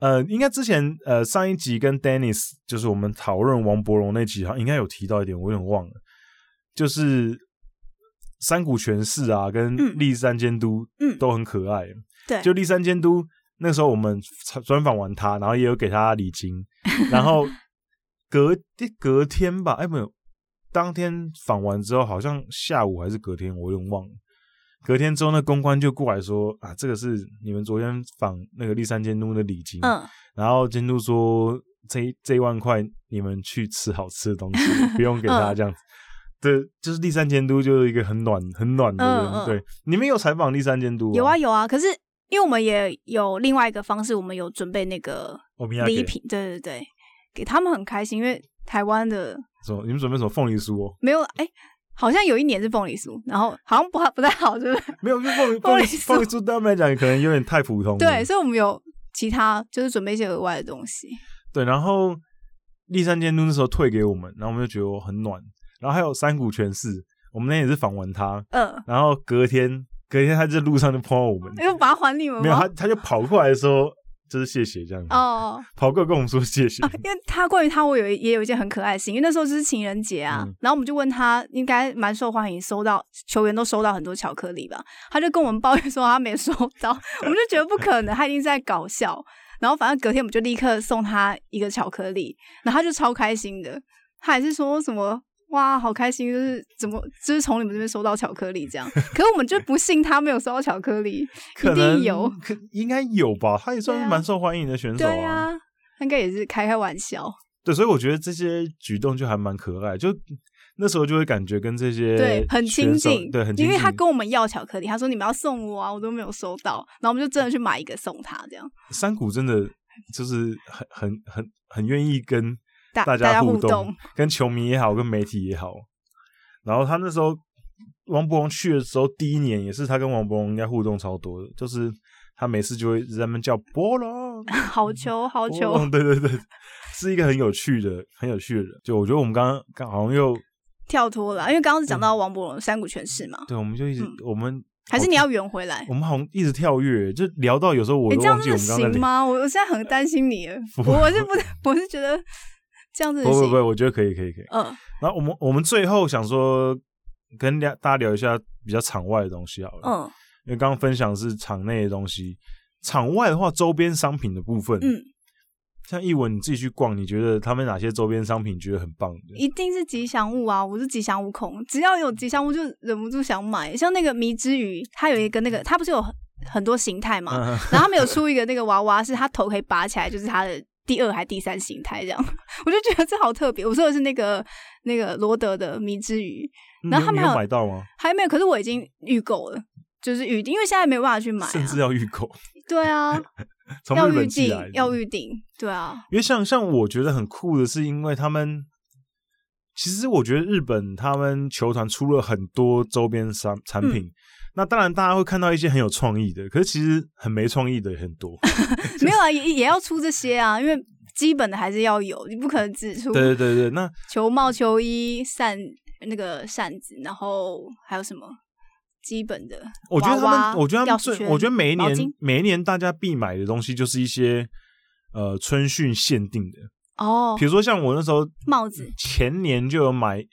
Speaker 1: 呃，应该之前呃上一集跟 Dennis 就是我们讨论王伯荣那集，好像应该有提到一点，我有点忘了，就是山谷权势啊，跟
Speaker 2: 嗯
Speaker 1: 立山监督
Speaker 2: 嗯
Speaker 1: 都很可爱，
Speaker 2: 对，
Speaker 1: 就立山监督那时候我们专访完他，然后也有给他礼 金，然后隔隔天吧，哎没有，当天访完之后，好像下午还是隔天，我有点忘了。隔天之后，那公关就过来说啊，这个是你们昨天访那个立山监督的礼金，
Speaker 2: 嗯，
Speaker 1: 然后监督说这一这一万块你们去吃好吃的东 西，不用给他这
Speaker 2: 嗯
Speaker 1: 样子。对，就是立山监督就是一个很暖很暖的人。
Speaker 2: 嗯嗯
Speaker 1: 对，你们有采访立山监督吗？
Speaker 2: 有啊，有啊，可是因为我们也有另外一个方式，我们有准备那个
Speaker 1: 我们要
Speaker 2: 礼
Speaker 1: 给
Speaker 2: 品，对对对，给他们很开心，因为台湾的
Speaker 1: 什么？你们准备什么凤梨酥哦？
Speaker 2: 没有哎。好像有一年是凤梨酥，然后好像不不太好，对不对？
Speaker 1: 没有，就凤梨
Speaker 2: 凤
Speaker 1: 凤
Speaker 2: 梨
Speaker 1: 梨
Speaker 2: 酥
Speaker 1: 凤梨酥对他们来讲可能有点太普通了。
Speaker 2: 对，所以我们有其他就是准备一些额外的东西。
Speaker 1: 对，然后立山监督那时候退给我们，然后我们就觉得我很暖。然后还有山谷全市，我们那天也是访问他，
Speaker 2: 嗯，
Speaker 1: 然后隔天隔天他在路上就碰到我 们，
Speaker 2: 又把它还你们
Speaker 1: 没有
Speaker 2: 吗
Speaker 1: 他？他就跑过来说就是谢谢这样子，
Speaker 2: 哦，
Speaker 1: 跑过来跟我们说谢谢。
Speaker 2: 因为他关于他，我有一也有一件很可爱的事情，因为那时候就是情人节啊，
Speaker 1: 嗯
Speaker 2: 然后我们就问他，应该蛮受欢迎，收到球员都收到很多巧克力吧，他就跟我们抱怨说他没收到，我们就觉得不可能，他一定是在搞笑。然后反正隔天我们就立刻送他一个巧克力，然后他就超开心的，他还是说什么。哇，好开心！就是怎么，就是从你们这边收到巧克力这样，可是我们就不信他没有收到巧克力，
Speaker 1: 可
Speaker 2: 一定
Speaker 1: 能
Speaker 2: 有，
Speaker 1: 可应该有吧？他也算
Speaker 2: 对
Speaker 1: 是
Speaker 2: 啊
Speaker 1: 蛮受欢迎的选手
Speaker 2: 对啊，应该也是开开玩笑，
Speaker 1: 对，所以我觉得这些举动就还蛮可爱，就那时候就会感觉跟这些
Speaker 2: 对，很
Speaker 1: 选
Speaker 2: 亲
Speaker 1: 手
Speaker 2: 近，
Speaker 1: 对，很亲近。
Speaker 2: 因为他跟我们要巧克力，他说你们要送我啊，我都没有收到，然后我们就真的去买一个送他，这样
Speaker 1: 山谷真的就是很很很很愿意跟
Speaker 2: 大
Speaker 1: 大
Speaker 2: 大家
Speaker 1: 互
Speaker 2: 互动
Speaker 1: 跟球迷也好，跟媒体也好。然后他那时候王博荣去的时候，第一年也是他跟王博荣应该互动超多的，就是他每次就会在那边叫波浪，
Speaker 2: 好
Speaker 1: 嗯
Speaker 2: 球好
Speaker 1: 波
Speaker 2: 球，
Speaker 1: 浪，对对对，是一个很有趣的很有趣的人。就我觉得我们刚刚刚好像又
Speaker 2: 跳脱了，因为刚
Speaker 1: 嗯
Speaker 2: 刚是讲到王伯荣山谷全是嘛，
Speaker 1: 对，我们就一直、
Speaker 2: 嗯
Speaker 1: 我们
Speaker 2: 还是你要圆回来
Speaker 1: 我？们好像一直跳跃，就聊到有时候我
Speaker 2: 你
Speaker 1: 都
Speaker 2: 这样
Speaker 1: 忘
Speaker 2: 真
Speaker 1: 记
Speaker 2: 的
Speaker 1: 我们刚刚在聊。
Speaker 2: 行吗？我我现在很担 心你了，我我是不，我是觉得这样子
Speaker 1: 不不不，
Speaker 2: 行，
Speaker 1: 我觉得可以可以可以。
Speaker 2: 嗯
Speaker 1: 然后我们我们最后想说跟大大家聊一下比较场外的东西好了，
Speaker 2: 嗯
Speaker 1: 因为刚刚分享的是场内的东西，场外的话周边商品的部分，
Speaker 2: 嗯，
Speaker 1: 像艺文你自己去逛，你觉得他们哪些周边商品觉得很棒的？
Speaker 2: 一定是吉祥物啊！我是吉祥物控，只要有吉祥物就忍不住想买。像那个迷之鱼，它有一个那个，它不是有很很多形态嘛？
Speaker 1: 嗯
Speaker 2: 然后他们有出一个那个娃娃，是它头可以拔起来，就是它的第二还第三形态这样。 我就觉得这好特别。我说的是那个那个罗德的迷之鱼，然后 他
Speaker 1: 你
Speaker 2: 们
Speaker 1: 有你有
Speaker 2: 还有
Speaker 1: 买到吗？
Speaker 2: 还没有，可是我已经预购了。就是预定，因为现在没有办法去买、
Speaker 1: 甚至
Speaker 2: 啊，
Speaker 1: 要预购，
Speaker 2: 对啊，
Speaker 1: 从
Speaker 2: 要
Speaker 1: 日
Speaker 2: 预
Speaker 1: 本寄
Speaker 2: 定
Speaker 1: 来，的，
Speaker 2: 要预定，对 啊，
Speaker 1: 因为像像我觉得很酷的是，因为他们其实我觉得日本他们球团出了很多周边商产
Speaker 2: 嗯
Speaker 1: 品。那当然，大家会看到一些很有 创意的，可是其实很没创意的也很多。
Speaker 2: 没有啊，也也要出这些啊，因为基本的还是要有，你不可能只出
Speaker 1: 对对对对， 那
Speaker 2: 球帽、球衣、扇那个扇子，然后还有什么基本的
Speaker 1: 我觉得他们，
Speaker 2: 娃娃
Speaker 1: 我觉得他们
Speaker 2: 钥匙
Speaker 1: 最，
Speaker 2: 圈
Speaker 1: 我觉得每一
Speaker 2: 毛
Speaker 1: 年
Speaker 2: 巾
Speaker 1: 每一年大家必买的东西就是一些呃春训限定的，
Speaker 2: 哦
Speaker 1: 比如说像我那时候
Speaker 2: 帽子，
Speaker 1: 前年就有买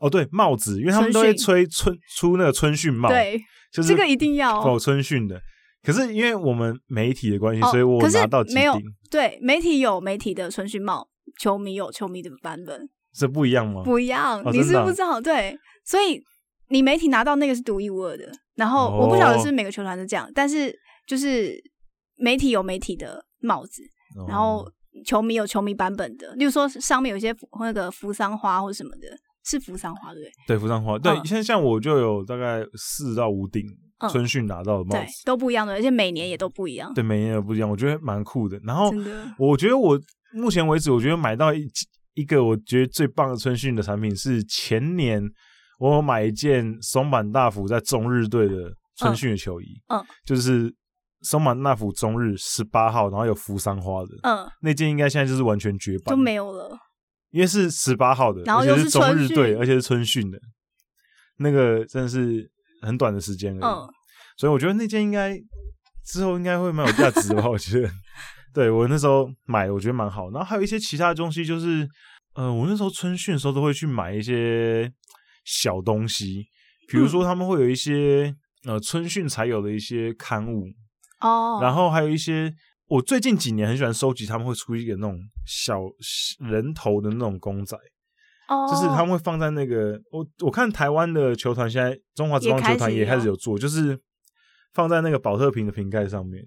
Speaker 1: 哦，对帽子，因为他们
Speaker 2: 春
Speaker 1: 都会
Speaker 2: 训
Speaker 1: 吹春出那个春训帽，，
Speaker 2: 对，
Speaker 1: 就是
Speaker 2: 这个一定要哦
Speaker 1: 搞春训的。可是因为我们媒体的关系，
Speaker 2: 哦
Speaker 1: 所以我
Speaker 2: 可是
Speaker 1: 拿到几
Speaker 2: 没有
Speaker 1: 顶
Speaker 2: 对，媒体有媒体的春训帽，球迷有球迷的版本，
Speaker 1: 是不一样吗？
Speaker 2: 不一样，
Speaker 1: 哦
Speaker 2: 你
Speaker 1: 真
Speaker 2: 是
Speaker 1: 的啊
Speaker 2: 不知道，对，所以你媒体拿到那个是独一无二的。然后
Speaker 1: 哦
Speaker 2: 我不晓得是每个球团都这样，但是就是媒体有媒体的帽子，
Speaker 1: 哦
Speaker 2: 然后球迷有球迷版本的，例如说上面有一些那个扶桑花或什么的，是扶桑花对不对？
Speaker 1: 对服装花，对，
Speaker 2: 嗯
Speaker 1: 现在像我就有大概四到五顶
Speaker 2: 嗯
Speaker 1: 春训拿到的帽
Speaker 2: 对
Speaker 1: 子，，
Speaker 2: 都不一样的，而且每年也都不一样，
Speaker 1: 对，每年有不一样，我觉得蛮酷的。然后
Speaker 2: 真的。
Speaker 1: 我觉得我目前为止，我觉得买到一一个我觉得最棒的春训的产品是前年我有买一件松坂大辅在中日队的春训的球衣，
Speaker 2: 嗯嗯
Speaker 1: 就是松坂大辅中日十八号，然后有扶桑花的、
Speaker 2: 嗯，
Speaker 1: 那件，应该现在就是完全绝版，
Speaker 2: 就没有了。
Speaker 1: 因为是十八号的，
Speaker 2: 然后
Speaker 1: 而且
Speaker 2: 又
Speaker 1: 是
Speaker 2: 是
Speaker 1: 中
Speaker 2: 春
Speaker 1: 日队，
Speaker 2: 训
Speaker 1: 而且是春训的，那个真的是很短的时间而已。
Speaker 2: 嗯，
Speaker 1: 所以我觉得那件应该之后应该会蛮有价值吧，我 觉得。对我那时候买的，我觉得蛮好。然后还有一些其他的东西，就是呃，我那时候春训的时候都会去买一些小东西，比
Speaker 2: 嗯
Speaker 1: 如说他们会有一些、呃春训才有的一些刊物，
Speaker 2: 哦，
Speaker 1: 然后还有一些我最近几年很喜欢收集，他们会出一个那种小人头的那种公仔，
Speaker 2: 哦，
Speaker 1: 就是他们会放在那个我我看台湾的球团现在中华职棒球团也
Speaker 2: 也开始有
Speaker 1: 开始有做，就是放在那个保特瓶的瓶盖上面，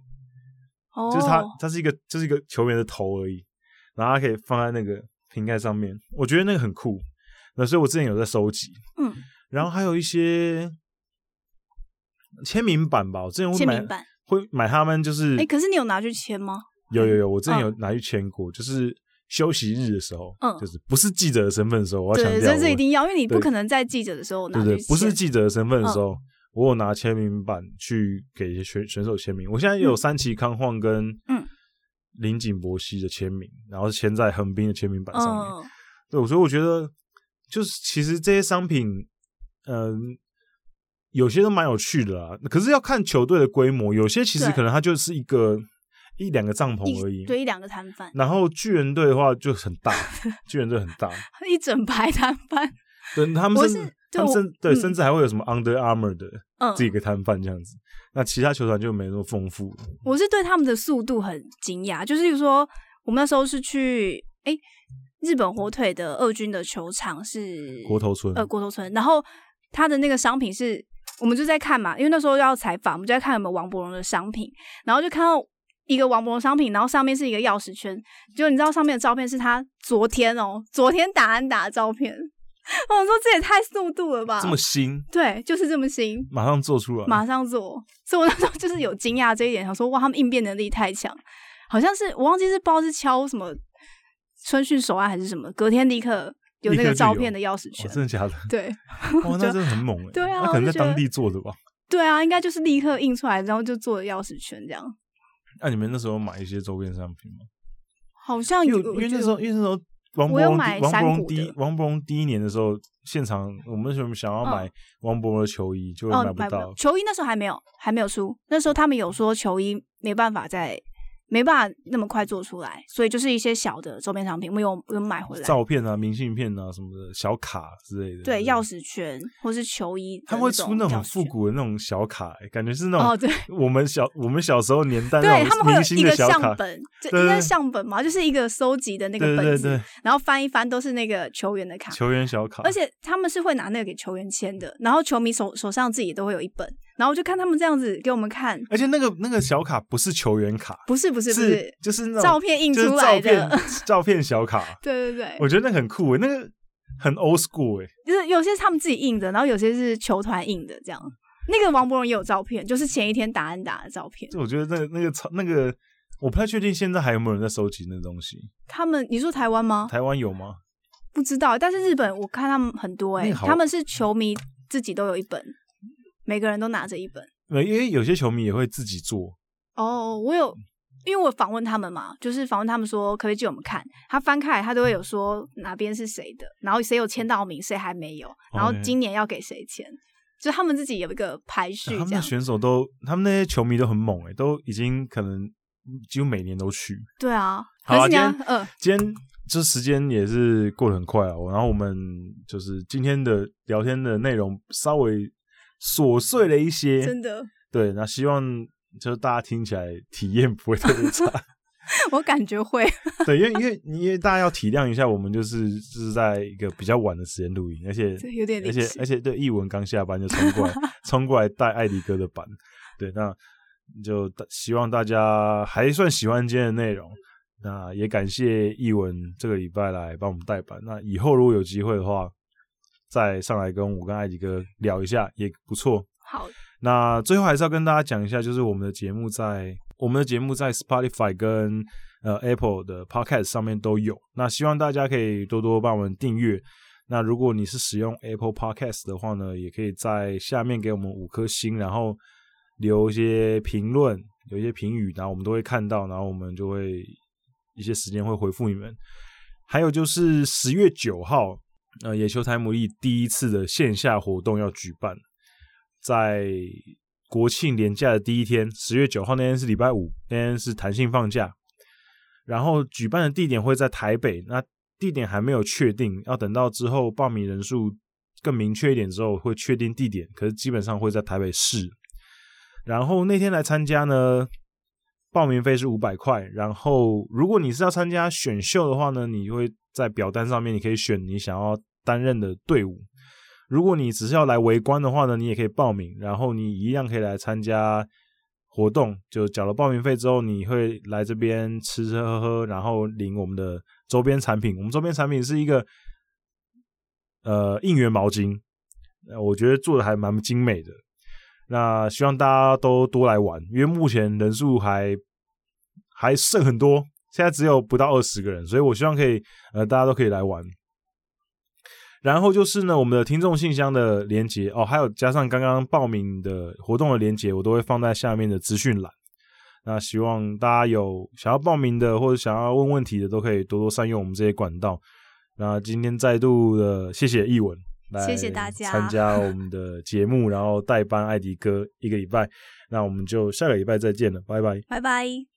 Speaker 2: 哦
Speaker 1: 就是它它是一个就是一个球员的头而已，然后它可以放在那个瓶盖上面，我觉得那个很酷，那所以我之前有在收集，
Speaker 2: 嗯，
Speaker 1: 然后还有一些签名版吧，我之前会
Speaker 2: 签
Speaker 1: 买
Speaker 2: 名版。
Speaker 1: 会买他们就是
Speaker 2: 哎，可是你有拿去签吗？
Speaker 1: 有有有，我之前
Speaker 2: 嗯
Speaker 1: 有拿去签过，就是休息日的时候，
Speaker 2: 嗯
Speaker 1: 就是不是记者的身份的时候，我要强
Speaker 2: 对，
Speaker 1: 调
Speaker 2: 这
Speaker 1: 我，
Speaker 2: 是一定要，因为你
Speaker 1: 对
Speaker 2: 不可能在记者的时候拿
Speaker 1: 对
Speaker 2: 去
Speaker 1: 对，不是
Speaker 2: 签嗯
Speaker 1: 记者的身份的时候，我有拿签名版去给选选手签名。我现在有
Speaker 2: 嗯
Speaker 1: 三崎康晃跟
Speaker 2: 嗯
Speaker 1: 林井博熙的签名，然后是签在横滨的签名板上面。
Speaker 2: 嗯，
Speaker 1: 对，所以我觉得就是其实这些商品，嗯。有些都蛮有趣的啦，可是要看球队的规模。有些其实
Speaker 2: 对
Speaker 1: 可能它就是一个一两个帐篷而已，
Speaker 2: 一对一两个摊贩，
Speaker 1: 然后巨人队的话就很大，巨人队很大，
Speaker 2: 一整排摊贩，
Speaker 1: 对，他们
Speaker 2: 我
Speaker 1: 甚
Speaker 2: 是
Speaker 1: 至
Speaker 2: 对
Speaker 1: 他们
Speaker 2: 我
Speaker 1: 甚对，
Speaker 2: 嗯
Speaker 1: 甚至还会有什么 Under Armour 的
Speaker 2: 嗯
Speaker 1: 自，己一个摊贩这样子。那其他球团就没那么丰富，
Speaker 2: 我是对他们的速度很惊讶，就是比如说我们那时候是去诶日本火腿的二军的球场是
Speaker 1: 国头村
Speaker 2: 呃国头村，然后它的那个商品是我们就在看嘛，因为那时候要采访，我们就在看有没有王伯荣的商品，然后就看到。一个王伯荣商品，然后上面是一个钥匙圈，就你知道上面的照片是他昨天哦，昨天打安打的照片。 我想说这也太速度了吧！
Speaker 1: 这么嗯新，
Speaker 2: 对，就是这么新。
Speaker 1: 马上做出来，
Speaker 2: 马上做。所以我那时候就是有惊讶这一点，想说哇，他们应变能力太强，好像是我忘记是不知道是敲什么春训手腕啊还是什么，隔天立刻有
Speaker 1: 立刻
Speaker 2: 那
Speaker 1: 就
Speaker 2: 个
Speaker 1: 有
Speaker 2: 照片的钥匙
Speaker 1: 哦
Speaker 2: 圈。
Speaker 1: 真的 假的？
Speaker 2: 对
Speaker 1: 哇，那真的很猛哎、欸！
Speaker 2: 对啊
Speaker 1: 那可能
Speaker 2: 我
Speaker 1: 在
Speaker 2: 就觉得
Speaker 1: 当地做的吧？
Speaker 2: 对啊，应该就是立刻印出来，然后就做了钥匙圈这样。
Speaker 1: 那、你们那时候买一些周边商品吗？
Speaker 2: 好像
Speaker 1: 因
Speaker 2: 哦有，
Speaker 1: 为因为那时
Speaker 2: 我觉得
Speaker 1: 候因为那时候王伯
Speaker 2: 我有
Speaker 1: 荣
Speaker 2: 买
Speaker 1: 第王伯
Speaker 2: 山
Speaker 1: 荣
Speaker 2: 谷
Speaker 1: 第
Speaker 2: 的嗯
Speaker 1: 王伯荣第一年的时候，现场我们为什么想要买王伯荣的球衣，就
Speaker 2: 哦
Speaker 1: 买
Speaker 2: 买不
Speaker 1: 到
Speaker 2: 到。球衣，那时候还没有还没有出，那时候他们有说球衣没办法再没办法那么快做出来，所以就是一些小的周边商品，我们有有买回来。
Speaker 1: 照片啊、明信片啊什么的小卡之类的。
Speaker 2: 对，钥匙圈或是球衣的种钥匙圈，
Speaker 1: 他们会出那种很复古的那种小卡、欸感觉是那
Speaker 2: 哦，
Speaker 1: 种
Speaker 2: 对，
Speaker 1: 我们小、我们小时候年代
Speaker 2: 对
Speaker 1: 那
Speaker 2: 他
Speaker 1: 种
Speaker 2: 们会
Speaker 1: 明
Speaker 2: 有
Speaker 1: 星
Speaker 2: 一
Speaker 1: 的
Speaker 2: 个
Speaker 1: 小卡
Speaker 2: 相。本，这
Speaker 1: 对
Speaker 2: 应该
Speaker 1: 对
Speaker 2: 是相本嘛，就是一个收集的那个
Speaker 1: 对
Speaker 2: 本
Speaker 1: 对
Speaker 2: 子，
Speaker 1: 对，
Speaker 2: 然后翻一翻都是那个球员的卡，
Speaker 1: 球员小卡，
Speaker 2: 而且他们是会拿那个给球员签的，然后球迷手手上自己都会有一本，然后我就看他们这样子给我们看，
Speaker 1: 而且那个那个小卡不是球员卡，
Speaker 2: 不是不是
Speaker 1: 是
Speaker 2: 不是，
Speaker 1: 就是那种
Speaker 2: 照片印
Speaker 1: 就是
Speaker 2: 出来的
Speaker 1: 照片照片小卡，
Speaker 2: 对对对，
Speaker 1: 我觉得那个很酷欸诶、那个很 old school 欸诶、
Speaker 2: 就是有些是他们自己印的，然后有些是球团印的这样。那个王伯荣也有照片，就是前一天打安打的照片。
Speaker 1: 就我觉得那个那个超那个，我不太确定现在还有没有人在收集那东西，
Speaker 2: 他们你说台湾吗？
Speaker 1: 台湾有吗？
Speaker 2: 不知道，但是日本我看他们很多哎、
Speaker 1: 那个好
Speaker 2: 他们是球迷自己都有一本，每个人都拿着一本。
Speaker 1: 没，因为有些球迷也会自己做，
Speaker 2: 哦，我有因为我访问他们嘛，就是访问他们说可不可以借我们看，他翻开来他都会有说哪边是谁的，然后谁有签到名，谁还没有，然后
Speaker 1: 哦 OK
Speaker 2: 今年要给谁签，就他们自己有一个排
Speaker 1: 他
Speaker 2: 序
Speaker 1: 们
Speaker 2: 这
Speaker 1: 的
Speaker 2: 样。
Speaker 1: 选手都，他们那些球迷都很猛诶、都已经可能几乎每年都去。
Speaker 2: 对啊，
Speaker 1: 好啊
Speaker 2: 可是你要
Speaker 1: 今天
Speaker 2: 呃，
Speaker 1: 今天这时间也是过得很快啊，然后我们就是今天的聊天的内容稍微琐碎了一些，
Speaker 2: 真的，
Speaker 1: 对，那希望就是大家听起来体验不会特别差，
Speaker 2: 我感觉会，
Speaker 1: 对，因为因为因为大家要体谅一下，我们就是就是在一个比较晚的时间录音，而且
Speaker 2: 这有点
Speaker 1: 而
Speaker 2: 临
Speaker 1: 且
Speaker 2: 时
Speaker 1: 而且对，译文刚下班就冲过来冲过来带艾迪哥的版，对，那就大希望大家还算喜欢今天的内容。那也感谢译文这个礼拜来帮我们代班。那以后如果有机会的话，再上来跟我跟艾迪哥聊一下也不错。
Speaker 2: 好，
Speaker 1: 那最后还是要跟大家讲一下，就是我们的节目在我们的节目在 Spotify 跟呃 Apple 的 Podcast 上面都有。那希望大家可以多多帮我们订阅。那如果你是使用 Apple Podcast 的话呢，也可以在下面给我们五颗星，然后留一些评论，有一些评语，然后我们都会看到，然后我们就会一些时间会回复你们。还有就是十月九号，呃，野球台牡蛎第一次的线下活动要举办，在国庆连假的第一天，十月九号那天是礼拜五，那天是弹性放假。然后举办的地点会在台北，那地点还没有确定，要等到之后报名人数更明确一点之后会确定地点，可是基本上会在台北市。然后那天来参加呢，报名费是五百块。然后如果你是要参加选秀的话呢，你会在表单上面你可以选你想要担任的队伍。如果你只是要来围观的话呢，你也可以报名，然后你一样可以来参加活动。就缴了报名费之后，你会来这边吃吃喝喝，然后领我们的周边产品。我们周边产品是一个呃应援毛巾，呃我觉得做的还蛮精美的。那希望大家都多来玩，因为目前人数还还剩很多，现在只有不到二十个人，所以我希望可以呃大家都可以来玩。然后就是呢，我们的听众信箱的连接哦，还有加上刚刚报名的活动的连接，我都会放在下面的资讯栏。那希望大家有想要报名的或者想要问问题的，都可以多多善用我们这些管道。那今天再度的谢谢译文来
Speaker 2: 谢谢大家
Speaker 1: 参加我们的节目，然后代班艾迪哥一个礼拜。那我们就下个礼拜再见了，拜拜。
Speaker 2: 拜拜。